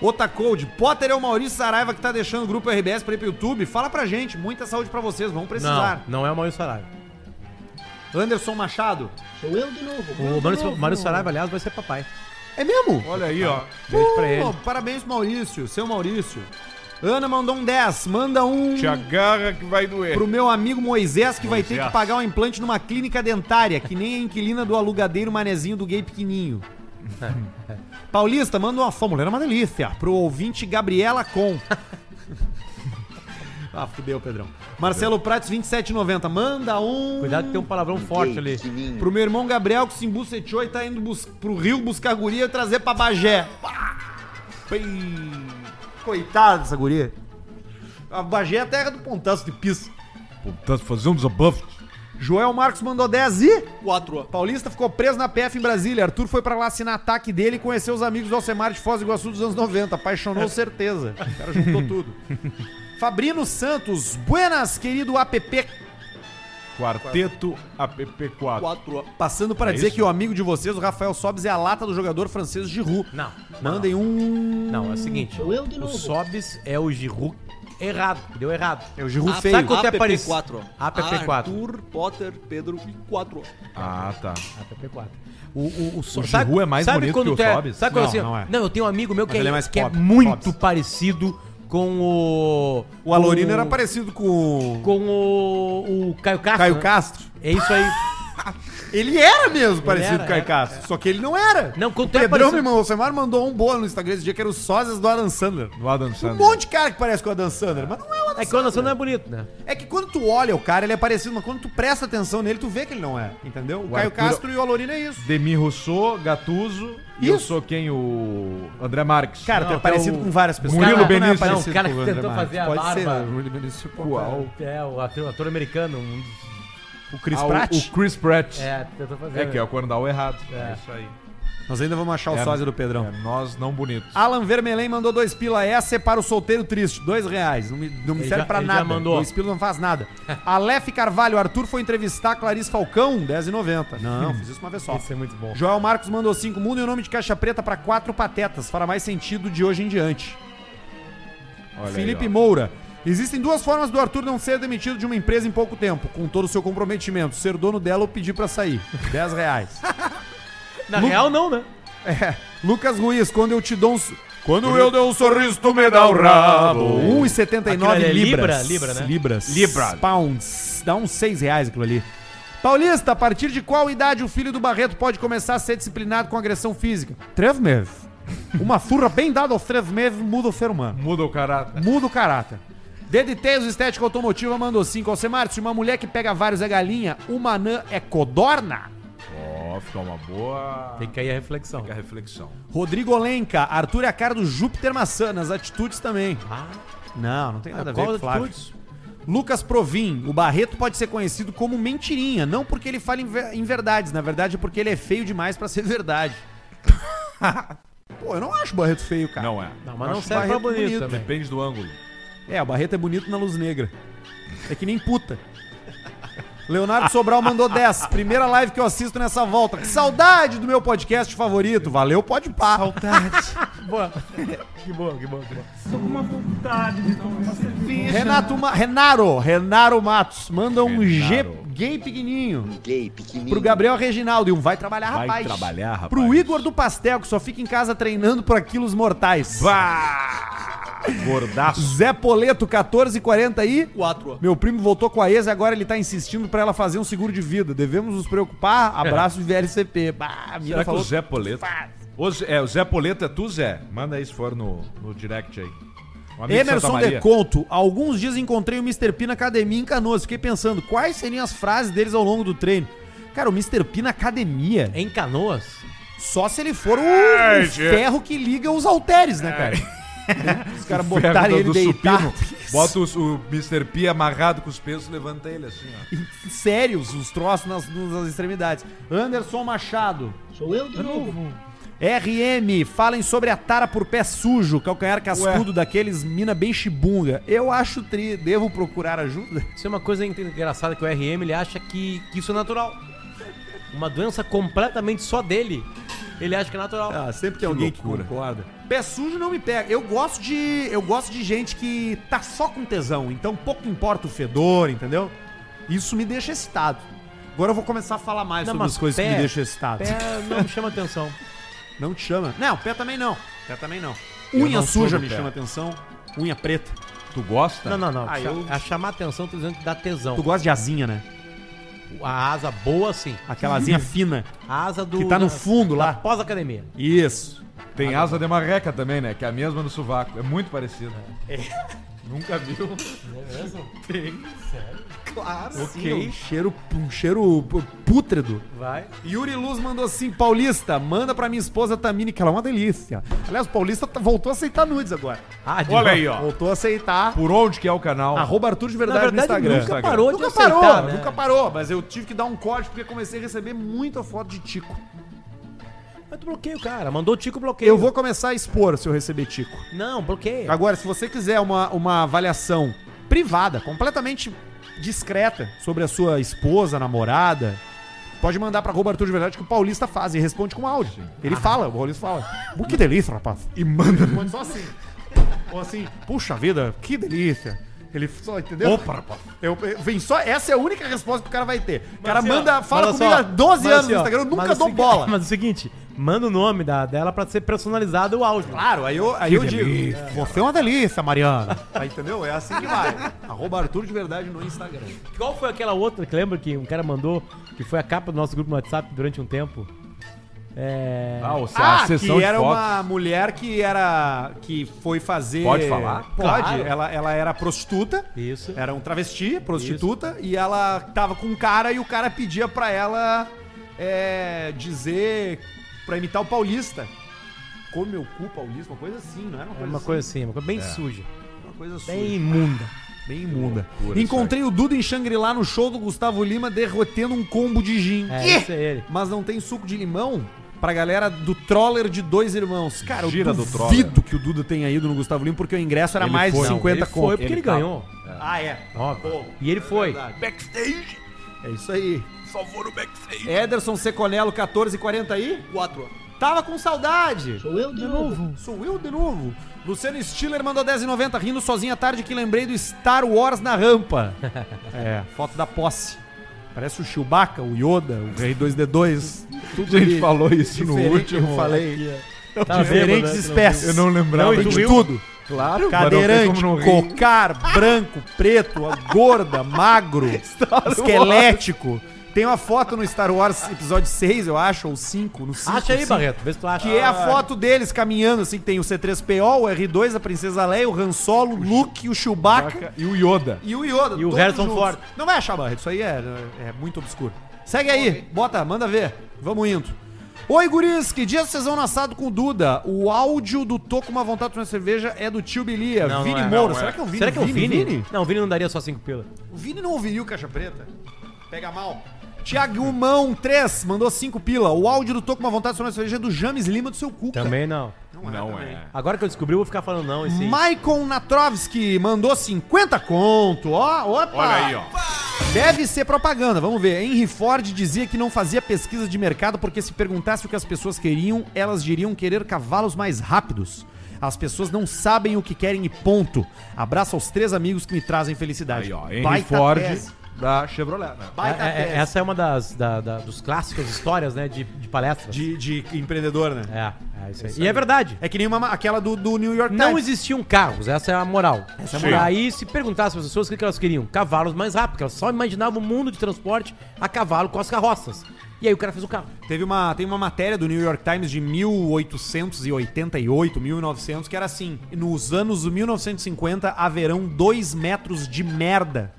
Speaker 1: Otacold, Potter é o Maurício Saraiva que tá deixando o grupo RBS pra ir pro YouTube. Fala pra gente, muita saúde pra vocês, vamos precisar.
Speaker 2: Não, não é o Maurício Saraiva.
Speaker 1: Anderson Machado.
Speaker 2: O Maurício, Maurício Saraiva, aliás, vai ser papai.
Speaker 1: É mesmo?
Speaker 3: Olha aí, ó.
Speaker 2: Beijo pra ele.
Speaker 1: Pô, parabéns, Maurício, seu Maurício. Ana mandou um 10, manda um.
Speaker 3: Te agarra que vai doer.
Speaker 1: Pro meu amigo Moisés, que vai ter que
Speaker 6: Moisés.
Speaker 1: pagar um implante numa clínica dentária, que nem a inquilina do alugadeiro manezinho do gay pequenininho. Paulista, manda uma só, mulher é uma delícia. Pro ouvinte Gabriela Com. ah, fudeu, Pedrão. Marcelo Prates, 27,90. Manda um.
Speaker 2: Cuidado que tem um palavrão forte ali.
Speaker 1: Pro meu irmão Gabriel, que se embucetiou e tá indo bus- pro Rio buscar a guria e trazer pra Bagé. Pá! Pei. Coitado dessa guria. A Bagé é a terra do pontaço de piso.
Speaker 3: Tá fazendo um desabuff.
Speaker 1: Joel Marcos mandou 10 e
Speaker 4: 4 ó.
Speaker 1: Paulista ficou preso na PF em Brasília. Arthur foi pra lá assinar ataque dele e conheceu os amigos do Alcemar de Foz do Iguaçu dos anos 90. Apaixonou certeza. O cara juntou tudo. Fabrino Santos, buenas, querido APP.
Speaker 3: Quarteto APP4.
Speaker 4: 4 ó.
Speaker 1: Passando
Speaker 2: É
Speaker 1: para dizer que o amigo de vocês, o Rafael Sobes, é a lata do jogador francês Giroud.
Speaker 2: Não.
Speaker 1: Mandem um.
Speaker 2: Não, é o seguinte. O Sobis é o Giroud errado. Deu errado.
Speaker 1: É o Giroud
Speaker 4: A-
Speaker 1: feio.
Speaker 2: Sabe quanto é Paris?
Speaker 4: 4 ó.
Speaker 2: APP4.
Speaker 4: Arthur, Potter, Pedro e 4 ó.
Speaker 3: Ah, tá.
Speaker 2: APP4. O, o, o, so-
Speaker 3: O Giroud é mais bonito
Speaker 2: quando
Speaker 3: que o
Speaker 2: tu é-
Speaker 3: Sobis?
Speaker 2: Sabe quando
Speaker 1: Não,
Speaker 2: assim, ó,
Speaker 1: não é.
Speaker 2: Não, eu tenho um amigo meu que,
Speaker 1: ele
Speaker 2: é,
Speaker 1: é mais
Speaker 2: que é
Speaker 1: pobre.
Speaker 2: muito
Speaker 1: Pobres.
Speaker 2: parecido com o...
Speaker 1: O Alorino
Speaker 2: com-
Speaker 1: era parecido com o
Speaker 2: Com o, o Caio Castro.
Speaker 1: Caio
Speaker 2: né?
Speaker 1: Castro.
Speaker 2: É isso aí.
Speaker 1: Ele era mesmo parecido
Speaker 2: era,
Speaker 1: com o Caio
Speaker 2: era,
Speaker 1: Castro. Só que ele não era.
Speaker 2: Não, quando
Speaker 1: o
Speaker 2: tu é
Speaker 1: Pedrão
Speaker 2: parecido-
Speaker 1: me mandou, o Samar mandou um bolo no Instagram esse dia que era o sósias do Adam Sandler.
Speaker 3: Do Adam
Speaker 1: Um
Speaker 3: Sandler.
Speaker 1: monte de cara que parece com o Adam Sandler, mas não é o Adam
Speaker 2: É que o Anderson não é bonito, né?
Speaker 1: É que quando tu olha o cara, ele é parecido, mas quando tu presta atenção nele, tu vê que ele não é, entendeu? O, Caio
Speaker 3: Arthur-
Speaker 1: Castro e o Alorino é isso.
Speaker 3: Demi Rousseau, Gatuso. E eu
Speaker 1: Isso.
Speaker 3: sou quem? O André Marques.
Speaker 1: Cara,
Speaker 2: Não,
Speaker 1: tu é parecido
Speaker 2: o-
Speaker 1: com várias pessoas.
Speaker 3: Murilo
Speaker 1: Cara, não é
Speaker 3: Benício.
Speaker 1: parecido
Speaker 2: Não, o cara
Speaker 1: com
Speaker 2: que
Speaker 1: André
Speaker 2: tentou
Speaker 1: Marques.
Speaker 2: fazer a
Speaker 1: Pode
Speaker 2: barba.
Speaker 1: Ser, o Murilo Benício
Speaker 3: Qual?
Speaker 2: É, o ator, ator americano. Um dos,
Speaker 1: O Chris
Speaker 3: Ah, o-
Speaker 1: Pratt.
Speaker 3: O Chris Pratt. É,
Speaker 2: é, tentou fazer.
Speaker 3: que é o Cornal errado.
Speaker 2: É.
Speaker 3: isso aí.
Speaker 1: Nós ainda vamos achar o
Speaker 3: É,
Speaker 1: sósia do Pedrão.
Speaker 3: É nós não bonitos.
Speaker 1: Alan Vermelen mandou dois pila essa é para o solteiro triste. Dois reais. Não me, não me
Speaker 2: Ele
Speaker 1: serve
Speaker 2: já-
Speaker 1: pra
Speaker 2: ele
Speaker 1: nada.
Speaker 2: já mandou.
Speaker 1: Dois pila não faz nada. Aleph Carvalho, Arthur foi entrevistar a Clarice Falcão, R$10,90. Não, fiz Hum. isso uma vez só.
Speaker 2: Isso é muito bom.
Speaker 1: Joel Marcos mandou cinco. Mundo e o nome de caixa preta para quatro patetas. Fará mais sentido de hoje em diante.
Speaker 3: Olha
Speaker 1: Felipe
Speaker 3: aí, ó.
Speaker 1: Moura. Existem duas formas do Arthur não ser demitido de uma empresa em pouco tempo, com todo o seu comprometimento. Ser dono dela ou pedir pra sair. 10 reais.
Speaker 2: Na real, não, né?
Speaker 1: É. Lucas Ruiz, quando eu te dou um. s-
Speaker 6: Quando eu dou um sorriso, tu me dá o rabo.
Speaker 1: 1,79
Speaker 2: Aquilo ali é
Speaker 1: libras.
Speaker 2: libra, libra, né?
Speaker 1: Libras.
Speaker 6: Libra.
Speaker 1: Pounds. Dá uns 6 reais aquilo ali. Paulista, a partir de qual idade o filho do Barreto pode começar a ser disciplinado com agressão física? Três meses. Uma furra bem dada aos três meses muda o ser humano.
Speaker 3: Muda o caráter.
Speaker 1: Muda o caráter. Dediteiros Estética Automotiva mandou 5 ao Semar. Se uma mulher que pega vários é galinha, uma anã é codorna?
Speaker 3: Ó, fica uma boa
Speaker 2: Tem que cair a reflexão.
Speaker 3: fica a reflexão.
Speaker 1: Rodrigo Olenka, Arthur é a cara do Júpiter Maçã, nas atitudes também. Não, não tem nada a ver
Speaker 2: Ah. Qual
Speaker 1: com o
Speaker 2: das
Speaker 1: Flávio.
Speaker 2: atitudes?
Speaker 1: Lucas Provin, o Barreto pode ser conhecido como mentirinha, não porque ele fala em, ver- em verdades, na verdade é porque ele é feio demais pra ser verdade. Pô, eu não acho o Barreto feio, cara.
Speaker 3: Não é.
Speaker 2: Não, mas não
Speaker 1: Acho
Speaker 2: serve pra
Speaker 1: Barreto
Speaker 2: bonito,
Speaker 1: bonito.
Speaker 2: também.
Speaker 3: Depende do ângulo.
Speaker 1: É, o Barreto é bonito na luz negra. É que nem puta. Leonardo Sobral mandou 10. Primeira live que eu assisto nessa volta. Que saudade do meu podcast favorito. Valeu, pode pá.
Speaker 2: Que boa, que boa, que boa.
Speaker 1: Renato Ma Renaro, Renaro Matos, manda um G gay pequenininho. Gay pequenininho. Pro Gabriel Reginaldo e um vai trabalhar, rapaz. Vai trabalhar, rapaz. Pro Igor do Pastel, que só fica em casa treinando por quilos mortais.
Speaker 3: Gordaço.
Speaker 1: Zé Poleto, 1440 e...
Speaker 4: 4
Speaker 1: Meu primo voltou com a ex e agora ele tá insistindo pra ela fazer um seguro de vida. Devemos nos preocupar? Abraço de VLCP. Bah, a mina
Speaker 3: É. Será que
Speaker 1: falou...
Speaker 3: o Zé Poleto... O Zé, é, o Zé Poleto é tu, Zé? Manda aí se for no, no direct aí. Um amigo de Santa
Speaker 1: Emerson
Speaker 3: Maria.
Speaker 1: Deconto, alguns dias encontrei o Mr. P na academia em Canoas. Fiquei pensando, quais seriam as frases deles ao longo do treino? Cara, o Mr. P na academia,
Speaker 3: É.
Speaker 2: Em canoas?
Speaker 1: só se ele for o, o ferro que liga os halteres, né, cara? Os caras botaram
Speaker 3: É. Ferro
Speaker 1: ele
Speaker 3: do
Speaker 1: deitado.
Speaker 3: supino. Bota o, o Mr. P amarrado com os pesos, levanta ele assim, ó.
Speaker 1: sérios os troços nas, nas extremidades. Anderson Machado. Sou eu de novo. RM, falem sobre a tara por pé sujo, calcanhar cascudo daqueles mina bem chibunga. Eu acho tri, devo procurar ajuda?
Speaker 2: Isso é uma coisa en- engraçada que o RM ele acha que, que isso é natural. Uma doença completamente só dele. Ele acha que é natural.
Speaker 1: Ah, sempre tem alguém que concorda. Pé sujo não me pega. Eu gosto de eu gosto de gente que tá só com tesão, então pouco importa o fedor, entendeu? Isso me deixa excitado. Agora eu vou começar a falar mais
Speaker 2: Não,
Speaker 1: sobre
Speaker 2: mas
Speaker 1: as coisas que
Speaker 2: pé-
Speaker 1: me deixam excitado.
Speaker 2: Pé É, não me chama atenção.
Speaker 1: Não te chama. Não, pé também não. Pé também não.
Speaker 3: Eu
Speaker 1: Unha
Speaker 3: não sou
Speaker 1: suja
Speaker 3: do
Speaker 1: me
Speaker 3: pé.
Speaker 1: chama atenção. Unha preta.
Speaker 3: Tu gosta?
Speaker 2: Não, não, não.
Speaker 1: Ah,
Speaker 2: Cha-
Speaker 1: eu-
Speaker 2: A chamar atenção, tô dizendo que dá tesão.
Speaker 1: Tu gosta de asinha, né?
Speaker 2: A asa boa, sim.
Speaker 1: Aquela asinha fina.
Speaker 2: A asa do.
Speaker 1: Que tá no
Speaker 2: da-
Speaker 1: fundo
Speaker 2: da
Speaker 1: lá.
Speaker 2: Pós-academia.
Speaker 1: Isso. Ah,
Speaker 3: Tem asa de marreca também, né? Que é a mesma no sovaco. É muito parecida. Nunca viu?
Speaker 1: Claro, Um cheiro, um cheiro p- pútrido.
Speaker 2: Vai.
Speaker 1: Yuri Luz mandou assim, Paulista, manda pra minha esposa Tamini, que ela é uma delícia. Aliás, o Paulista tá- voltou a aceitar nudes agora.
Speaker 2: Ah, de
Speaker 6: Olha aí, ó.
Speaker 1: Voltou a aceitar.
Speaker 3: Por onde que é o canal?
Speaker 1: Arroba Arthur de
Speaker 2: Na
Speaker 1: Verdade,
Speaker 2: verdade,
Speaker 1: no Instagram.
Speaker 2: nunca
Speaker 3: Instagram.
Speaker 2: parou de
Speaker 1: Nunca
Speaker 2: aceitar,
Speaker 1: parou,
Speaker 2: né?
Speaker 1: nunca parou, mas eu tive que dar um corte porque comecei a receber muita foto de Tico.
Speaker 2: Mas tu bloqueia o cara. Mandou o Tico bloqueio.
Speaker 1: Eu vou começar a expor se eu receber Tico.
Speaker 2: Não,
Speaker 3: É.
Speaker 2: bloqueia.
Speaker 1: Agora, se você quiser uma, uma avaliação privada, completamente discreta, sobre a sua esposa, namorada, pode mandar pra arroba Arthur de Verdade que o Paulista faz e responde com áudio. Ele fala, o Paulista fala. "Bu, Que delícia, rapaz.
Speaker 3: Ah. E manda.
Speaker 1: Responde só assim. Ou assim, puxa vida, que delícia. Ele só, entendeu?
Speaker 3: Opa, rapaz.
Speaker 1: Eu, eu- vem só, essa é a única resposta que o cara vai ter. O cara
Speaker 2: assim, ó,
Speaker 1: manda, fala
Speaker 2: mas assim,
Speaker 1: comigo
Speaker 2: ó,
Speaker 1: há 12
Speaker 2: mas
Speaker 1: anos
Speaker 2: assim,
Speaker 1: no
Speaker 2: ó,
Speaker 1: Instagram, eu
Speaker 2: mas
Speaker 1: nunca
Speaker 2: o
Speaker 1: dou
Speaker 2: segui-
Speaker 1: bola.
Speaker 2: Mas é o seguinte, manda o nome da, dela pra ser personalizado o áudio.
Speaker 1: Claro, aí eu, aí eu digo, você é uma delícia, Mariana. Aí, entendeu? É assim que vai. Arroba Arthur de Verdade no Instagram.
Speaker 2: Qual foi aquela outra que lembra que um cara mandou, que foi a capa do nosso grupo no WhatsApp durante um tempo? É...
Speaker 3: Ah, ou seja,
Speaker 1: Ah,
Speaker 3: a sessão
Speaker 1: que era
Speaker 3: de fotos.
Speaker 1: uma mulher que era que foi fazer.
Speaker 3: Pode falar?
Speaker 1: Pode.
Speaker 2: Claro.
Speaker 1: Ela, ela era prostituta.
Speaker 2: Isso.
Speaker 1: Era um travesti, prostituta, e ela tava com um cara e o cara pedia pra ela é, dizer pra imitar o paulista. Come meu cu paulista, uma coisa assim, não era uma
Speaker 2: É
Speaker 1: coisa
Speaker 2: uma coisa assim, uma coisa bem suja.
Speaker 1: assim, uma coisa suja.
Speaker 2: Bem imunda.
Speaker 1: Bem imunda. Encontrei o Duda em Shangri-La no show do Gustavo Lima derrotando um combo de gin.
Speaker 2: É, isso é ele.
Speaker 1: Mas não tem suco de limão pra galera do Troller de Dois Irmãos. Cara,
Speaker 3: Gira
Speaker 1: eu
Speaker 3: do
Speaker 1: duvido que o Duda tenha ido no Gustavo Lima porque o ingresso era
Speaker 3: Ele
Speaker 1: mais
Speaker 3: foi.
Speaker 1: de 50
Speaker 2: ele
Speaker 1: conto.
Speaker 2: foi porque ele, tá-
Speaker 3: tava-
Speaker 2: ganhou.
Speaker 1: Ah, é.
Speaker 2: Óbvio.
Speaker 1: Pô,
Speaker 2: e ele foi.
Speaker 1: É isso aí. Salvou o backstage. Ederson Seconello, 1440 aí.
Speaker 4: 4
Speaker 1: Tava com saudade. Sou eu de novo. Sou eu de novo. Luciano Stiller mandou 10,90 rindo sozinho à tarde que lembrei do Star Wars na rampa. é, foto da posse. Parece o Chewbacca, o Yoda, o R2D2.
Speaker 3: A gente falou isso no
Speaker 1: Diferente,
Speaker 3: último.
Speaker 1: Eu falei.
Speaker 2: Tá bêbado,
Speaker 1: Diferentes
Speaker 2: né?
Speaker 1: espécies.
Speaker 3: Eu não lembrava
Speaker 1: Tem
Speaker 3: disso.
Speaker 1: de tudo.
Speaker 3: Claro,
Speaker 1: Cadeirante,
Speaker 3: rir.
Speaker 1: cocar, branco, preto, gorda, magro, esquelético. Tem uma foto no Star Wars episódio 6, eu acho, ou 5, no 5.
Speaker 2: Acha aí,
Speaker 1: cinco,
Speaker 2: Barreto. Vê se tu acha.
Speaker 1: Que é a foto deles caminhando, assim, que tem o C3PO, o R2, a Princesa Leia, o Han Solo, o Luke, o Chewbacca
Speaker 3: E o Yoda.
Speaker 1: e o Yoda.
Speaker 2: E o
Speaker 1: todos
Speaker 2: Harrison
Speaker 1: juntos.
Speaker 2: Ford.
Speaker 1: Não vai achar, Barreto, isso aí é, é muito obscuro. Segue aí, bota, manda ver. Vamos indo. Oi, guris, que dia vocês vão no assado com o Duda? O áudio do Tô com uma vontade de uma cerveja é do tio Bilia,
Speaker 2: Não, não
Speaker 1: Vini
Speaker 2: é, não
Speaker 1: Moura.
Speaker 2: é.
Speaker 1: Será que é o Vini?
Speaker 2: Será que é o Vini?
Speaker 1: Vini?
Speaker 2: Não, o Vini não daria só 5 pila.
Speaker 1: O Vini não ouviria o Caixa Preta. Pega mal. Tiagumão 3 mandou 5 pila. O áudio do Tô com uma vontade de tomar cerveja é do James Lima do seu Cuca.
Speaker 2: Também não. é.
Speaker 1: Não, é, também.
Speaker 3: é.
Speaker 2: Agora que eu descobri, eu vou ficar falando não. Esse aí.
Speaker 1: Maicon Natrovski mandou 50 conto. Ó, opa!
Speaker 6: Olha aí, ó.
Speaker 1: Deve ser propaganda, vamos ver. Henry Ford dizia que não fazia pesquisa de mercado porque se perguntasse o que as pessoas queriam, elas diriam querer cavalos mais rápidos. As pessoas não sabem o que querem e ponto. Abraço aos três amigos que me trazem felicidade.
Speaker 3: Aí, ó. Henry
Speaker 1: Baita
Speaker 3: Ford
Speaker 1: tese.
Speaker 3: da Chevrolet. né?
Speaker 1: Baita
Speaker 2: É, é,
Speaker 1: tese.
Speaker 2: essa é uma das da, da- dos clássicos histórias, né? De, de palestras.
Speaker 1: De, de empreendedor, né?
Speaker 2: É, é isso aí. E é verdade.
Speaker 1: É que nem uma, aquela do, do New York
Speaker 2: Não
Speaker 1: Times.
Speaker 2: existiam carros, essa é a moral.
Speaker 1: Essa é a
Speaker 2: Por
Speaker 1: moral.
Speaker 2: Aí, se perguntasse às pessoas o que que elas queriam, cavalos mais rápido, porque elas só imaginavam o mundo de transporte a cavalo com as carroças. E aí o cara fez o carro.
Speaker 1: Teve uma, tem uma matéria do New York Times de 1888, 1900, que era assim: nos anos 1950 haverão dois metros de merda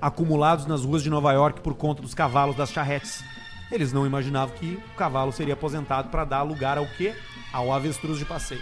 Speaker 1: acumulados nas ruas de Nova York por conta dos cavalos das charretes. Eles não imaginavam que o cavalo seria aposentado para dar lugar ao quê? Ao avestruz de passeio.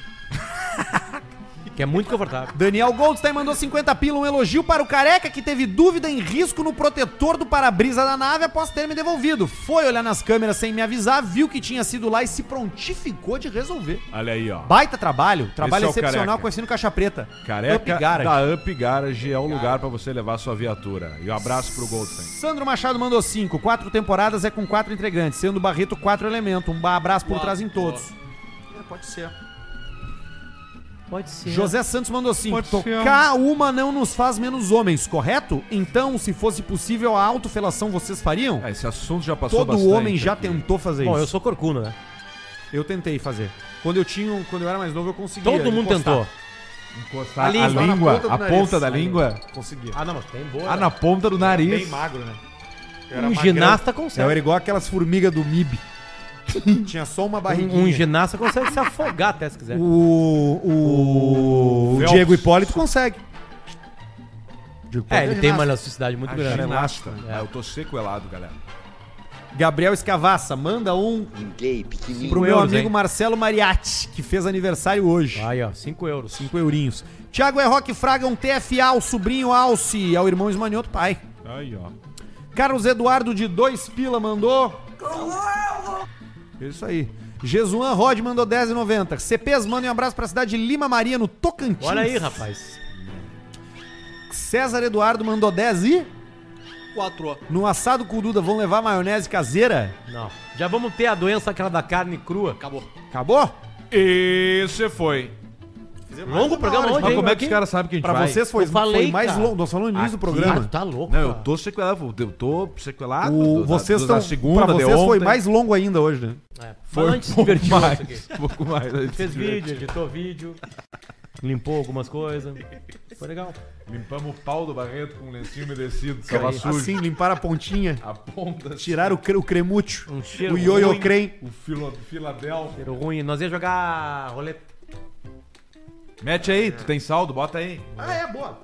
Speaker 2: Que é muito confortável.
Speaker 1: Daniel Goldstein mandou 50 pila, um elogio para o careca que teve dúvida em risco no protetor do para-brisa da nave após ter me devolvido. Foi olhar nas câmeras sem me avisar, viu que tinha sido lá e se prontificou de resolver.
Speaker 3: Olha aí, ó.
Speaker 1: Baita trabalho, trabalho
Speaker 3: é o
Speaker 1: excepcional
Speaker 3: careca.
Speaker 1: conhecendo Caixa Preta. Up
Speaker 3: Careca
Speaker 1: Garage.
Speaker 3: da Up Garage é o lugar pra você levar sua viatura. E um abraço pro Goldstein.
Speaker 1: Sandro Machado mandou 5, quatro temporadas é com quatro integrantes, sendo Barreto quatro elementos. Um abraço por
Speaker 4: Uau,
Speaker 1: trás em
Speaker 4: boa.
Speaker 1: todos. É, pode ser.
Speaker 2: Pode ser.
Speaker 1: José Santos mandou assim:
Speaker 3: é? Pode ser. um.
Speaker 1: tocar uma não nos faz menos homens, correto? Então, se fosse possível a autofelação, vocês fariam?
Speaker 3: Ah, esse assunto já passou
Speaker 1: Todo
Speaker 3: bastante
Speaker 1: homem já um
Speaker 3: aqui.
Speaker 1: tentou fazer
Speaker 2: Bom,
Speaker 1: isso.
Speaker 2: eu sou corcuna, né?
Speaker 1: Eu tentei fazer. Quando eu tinha, um- quando eu era mais novo, eu conseguia.
Speaker 2: Todo mundo
Speaker 1: encostar.
Speaker 2: tentou.
Speaker 3: Encostar
Speaker 2: A
Speaker 3: a
Speaker 2: língua.
Speaker 3: língua,
Speaker 1: do
Speaker 3: a ponta,
Speaker 1: nariz.
Speaker 3: da
Speaker 1: A
Speaker 3: língua.
Speaker 1: Conseguia.
Speaker 2: Ah, não, mas tem boa.
Speaker 3: Ah, na ponta
Speaker 2: É,
Speaker 3: do nariz.
Speaker 1: magro, né?
Speaker 2: um ginasta
Speaker 1: Eu
Speaker 2: consegue.
Speaker 1: É, era igual aquelas formigas do MIB. tinha só uma barriguinha.
Speaker 2: Um, um ginasta consegue se afogar até se quiser.
Speaker 1: O, o, o
Speaker 3: Phelps.
Speaker 1: Diego Hipólito consegue. Diego
Speaker 2: É,
Speaker 1: Hipólito
Speaker 2: ele tem uma
Speaker 1: ginasta.
Speaker 2: elasticidade muito
Speaker 3: A
Speaker 2: grande.
Speaker 3: ginasta.
Speaker 2: É.
Speaker 3: Ah, eu tô seco helado, galera.
Speaker 1: Gabriel Escavassa, manda um pro meu
Speaker 2: euros,
Speaker 1: amigo
Speaker 2: hein?
Speaker 1: Marcelo Mariatti, que fez aniversário hoje.
Speaker 2: Aí, ó, 5 euros.
Speaker 1: 5 eurinhos. Thiago Erroque Fraga, um TFA, o sobrinho Alce, ao irmão Esmanioto, pai.
Speaker 3: Aí, ó.
Speaker 1: Carlos Eduardo de 2 pila mandou. Isso aí. Jesuan Rod mandou 10,90. CPs mandem um abraço pra cidade de Lima Maria, no Tocantins.
Speaker 2: Olha aí, rapaz.
Speaker 1: César Eduardo mandou 10 e
Speaker 4: 4O.
Speaker 1: no assado com o Duda vão levar maionese caseira.
Speaker 2: Não. Já vamos ter a doença aquela da carne crua.
Speaker 4: Acabou.
Speaker 1: Acabou?
Speaker 3: E você foi.
Speaker 2: Longo programa hoje,
Speaker 3: Mas
Speaker 2: hein?
Speaker 3: como é que
Speaker 2: Aqui?
Speaker 3: os caras sabem que a gente
Speaker 1: Pra
Speaker 3: vai?
Speaker 1: vocês foi,
Speaker 2: Eu falei,
Speaker 1: foi mais
Speaker 2: cara.
Speaker 1: longo. Nós falamos no início do
Speaker 2: Ah,
Speaker 1: programa.
Speaker 2: tá louco.
Speaker 3: Não, eu
Speaker 2: cara.
Speaker 3: tô sequelado. Eu tô sequelado.
Speaker 1: O-
Speaker 3: da-
Speaker 1: vocês
Speaker 3: da
Speaker 1: estão.
Speaker 3: segunda,
Speaker 1: pra
Speaker 3: de
Speaker 1: vocês foi
Speaker 3: ontem.
Speaker 1: mais longo ainda hoje, né?
Speaker 2: É, mas
Speaker 3: Foi
Speaker 2: antes
Speaker 3: um
Speaker 2: se divertiu
Speaker 3: pouco mais.
Speaker 2: isso aqui.
Speaker 3: Um pouco mais. a gente
Speaker 2: Fez
Speaker 3: se divertiu.
Speaker 2: vídeo, editou vídeo, limpou algumas coisas. Foi legal.
Speaker 3: Limpamos o pau do Barreto com um lencinho umedecido. Tava sujo.
Speaker 1: Assim, limpar a pontinha.
Speaker 3: A ponta. assim,
Speaker 1: Tirar o, cre o cremúcio.
Speaker 2: Um cheiro
Speaker 1: o ioiô
Speaker 2: ruim.
Speaker 1: crem.
Speaker 3: O filo, Filadel.
Speaker 2: Cheiro ruim. Nós ia jogar roleta.
Speaker 3: Mete aí, tu tem saldo? Bota aí.
Speaker 1: Ah, é, boa.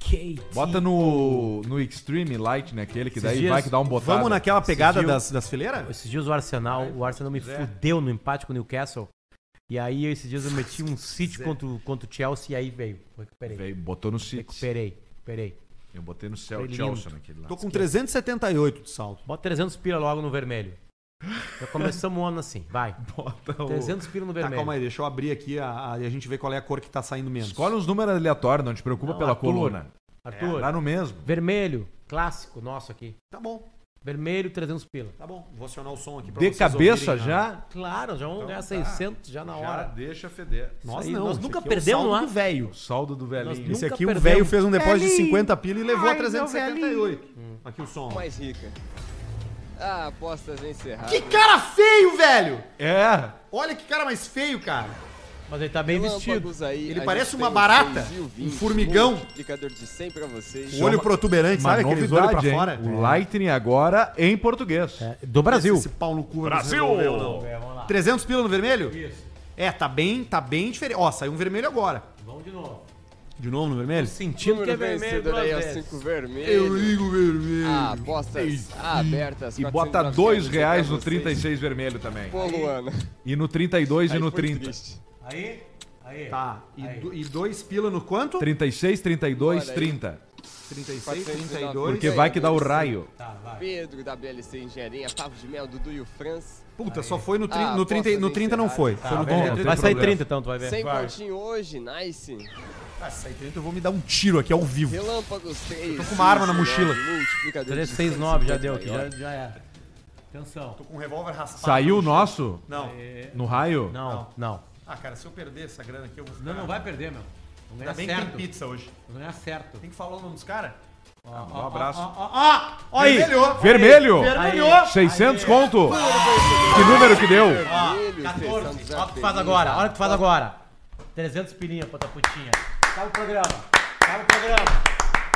Speaker 2: Kate.
Speaker 3: Bota no, no Extreme Light, né? Aquele que
Speaker 2: Esses
Speaker 3: daí
Speaker 2: dias-
Speaker 3: vai que dá um botão.
Speaker 1: Vamos naquela pegada
Speaker 2: Seguiu.
Speaker 1: das, das fileiras?
Speaker 2: Esses dias o Arsenal, o Arsenal me fudeu no empate com o Newcastle. E aí esses dias eu meti um sítio contra, o- contra o Chelsea e aí veio. Recuperei.
Speaker 3: Veio, botou no City.
Speaker 2: Recuperei, recuperei.
Speaker 3: Eu botei no céu,
Speaker 2: Foi lindo.
Speaker 3: Chelsea naquele lá.
Speaker 1: Tô com 378 de saldo.
Speaker 2: Bota 300 pila logo no vermelho. Já começamos o ano assim, vai.
Speaker 3: Bota o...
Speaker 2: 300 pila no
Speaker 1: Tá,
Speaker 2: vermelho.
Speaker 1: calma aí, deixa eu abrir aqui a, a- e a gente vê qual é a cor que tá saindo menos.
Speaker 3: Escolhe uns números aleatórios, não te preocupa
Speaker 2: Não,
Speaker 3: pela
Speaker 2: Arthur.
Speaker 3: coluna.
Speaker 2: Arthur,
Speaker 3: Dá no mesmo.
Speaker 2: vermelho, clássico nosso aqui.
Speaker 1: Tá bom,
Speaker 2: Vermelho, 300 pila.
Speaker 1: tá bom. Vou acionar o som aqui pra
Speaker 3: De
Speaker 1: vocês
Speaker 3: cabeça
Speaker 1: ouvirem, né?
Speaker 3: já?
Speaker 2: Claro, já é vamos ganhar 600 Então tá. já na
Speaker 3: Já
Speaker 2: hora.
Speaker 3: deixa feder.
Speaker 1: Nós
Speaker 2: Isso aí,
Speaker 1: não,
Speaker 2: nós
Speaker 1: esse
Speaker 2: nunca
Speaker 1: aqui é o
Speaker 2: perdemos,
Speaker 1: saldo
Speaker 2: não é?
Speaker 1: do velho.
Speaker 3: O saldo do velhinho.
Speaker 2: Nós
Speaker 1: Esse
Speaker 2: Nunca
Speaker 1: aqui o
Speaker 2: perdemos.
Speaker 1: velho fez um depósito de
Speaker 7: Velhinho.
Speaker 1: 50 pila e levou a
Speaker 2: Hum.
Speaker 7: Ai, meu
Speaker 1: 378. Aqui o som. ó.
Speaker 4: Mais rica.
Speaker 9: Ah, apostas encerradas.
Speaker 1: Que cara feio, velho!
Speaker 3: É.
Speaker 1: Olha que cara mais feio, cara.
Speaker 2: Mas ele tá bem vestido.
Speaker 9: Relâmpagos aí,
Speaker 1: é Ele
Speaker 9: a
Speaker 1: parece
Speaker 9: gente
Speaker 1: uma
Speaker 9: tem o
Speaker 1: barata,
Speaker 9: 6.020,
Speaker 1: um formigão.
Speaker 9: Multiplicador de 100 pra vocês.
Speaker 1: O olho protuberante,
Speaker 3: Uma
Speaker 1: sabe? Aqueles olhos pra
Speaker 3: novidade, hein?
Speaker 1: fora. É.
Speaker 3: O Lightning agora em português.
Speaker 2: É, Do Brasil.
Speaker 1: Esse pau no cu. não
Speaker 6: Brasil!
Speaker 1: resolveu, não.
Speaker 2: É,
Speaker 1: 300 pila no vermelho? Isso. É, tá bem, tá bem diferente. Ó, saiu um vermelho agora.
Speaker 2: Vamos de novo.
Speaker 1: De novo no vermelho?
Speaker 2: Sentindo que é
Speaker 9: Número
Speaker 2: vermelho
Speaker 9: vencedor
Speaker 2: duas
Speaker 9: aí é o
Speaker 2: vezes.
Speaker 9: 5 vermelho.
Speaker 1: ligo vermelho.
Speaker 9: Ah, apostas abertas.
Speaker 3: E bota
Speaker 9: 499
Speaker 3: dois reais
Speaker 9: pra
Speaker 3: no
Speaker 9: vocês.
Speaker 3: 36 vermelho também.
Speaker 9: Pô, Luana.
Speaker 3: E no 32 e
Speaker 9: Aí
Speaker 3: no
Speaker 9: foi
Speaker 3: 30.
Speaker 9: triste.
Speaker 2: Aí, aí.
Speaker 1: Tá, e, do- e dois pila no quanto?
Speaker 3: 36, 32,
Speaker 9: Olha aí.
Speaker 3: 30.
Speaker 1: 36,
Speaker 9: 499.
Speaker 1: 32.
Speaker 3: Porque vai que dá o raio.
Speaker 9: Pedro, da BLC Engenharia, Pavo de Mel, Dudu e o Franz.
Speaker 1: Puta, só foi no,
Speaker 9: Ah,
Speaker 1: trin, no, 30,
Speaker 9: apostas
Speaker 1: no 30 não foi.
Speaker 9: encerradas.
Speaker 1: foi no
Speaker 3: Tá, bom,
Speaker 1: 33.
Speaker 3: tem
Speaker 2: Vai sair
Speaker 3: problema.
Speaker 2: 30 então, tu vai
Speaker 1: É,
Speaker 2: ver.
Speaker 9: Sem
Speaker 2: Vai.
Speaker 9: continho hoje, nice.
Speaker 1: Ah, sai 30, eu vou me dar um tiro aqui ao vivo.
Speaker 9: Relâmpagos 3.
Speaker 1: tô com uma arma na mochila.
Speaker 9: Multiplicador
Speaker 2: 3,
Speaker 9: de
Speaker 2: 6, 9 já deu aqui.
Speaker 9: 150
Speaker 2: Já, já era. Atenção. É,
Speaker 1: Tô com um revólver raspado.
Speaker 3: Saiu o nosso?
Speaker 1: Não.
Speaker 3: No raio?
Speaker 2: Não, não.
Speaker 1: Ah, cara, se eu perder essa grana aqui, eu vou ficar...
Speaker 2: Não, não vai perder, meu. Vamos
Speaker 1: Ainda
Speaker 2: ganhar
Speaker 1: bem que
Speaker 2: certo.
Speaker 1: tem pizza hoje.
Speaker 2: Vamos ganhar certo.
Speaker 1: Tem que falar o nome dos caras?
Speaker 3: Um abraço.
Speaker 2: Ó, ó, ó aí.
Speaker 1: Vermelhou.
Speaker 3: Vermelho!
Speaker 1: Vermelhou.
Speaker 3: 600 conto! Que número que deu?
Speaker 9: vermelhos,
Speaker 2: 14.
Speaker 9: sessão
Speaker 2: Olha o que tu faz agora. Olha o que tu faz agora. 300 pilinha pra tua putinha. Tá. Acaba o programa. Acaba o programa.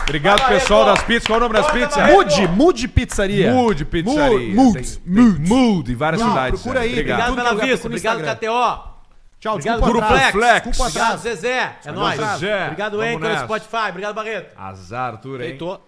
Speaker 3: Obrigado,
Speaker 2: Vai,
Speaker 3: pessoal
Speaker 2: Barreto.
Speaker 3: das pizzas. Qual o nome das
Speaker 2: Corta,
Speaker 3: pizzas?
Speaker 2: Barreto.
Speaker 1: Mude, mude pizzaria.
Speaker 3: Mood Pizzaria.
Speaker 1: Mood,
Speaker 3: Tem- tem Mood. em várias
Speaker 1: Não,
Speaker 3: cidades.
Speaker 1: procura aí.
Speaker 3: Obrigado.
Speaker 2: Obrigado
Speaker 1: Tudo que
Speaker 2: pela
Speaker 1: eu já
Speaker 2: vista.
Speaker 1: fui no
Speaker 2: Obrigado, KTO.
Speaker 1: Tchau,
Speaker 2: Obrigado,
Speaker 1: desculpa o
Speaker 2: Grupo
Speaker 1: atraso.
Speaker 3: Flex.
Speaker 1: Desculpa o atraso.
Speaker 2: Obrigado, Zezé. É
Speaker 3: Obrigado,
Speaker 2: nóis.
Speaker 3: Zezé.
Speaker 2: Obrigado,
Speaker 3: Vamos
Speaker 2: Anchor,
Speaker 3: nessa.
Speaker 2: Spotify. Obrigado, Barreto.
Speaker 3: Azar, Arthur, hein?
Speaker 2: Feitou.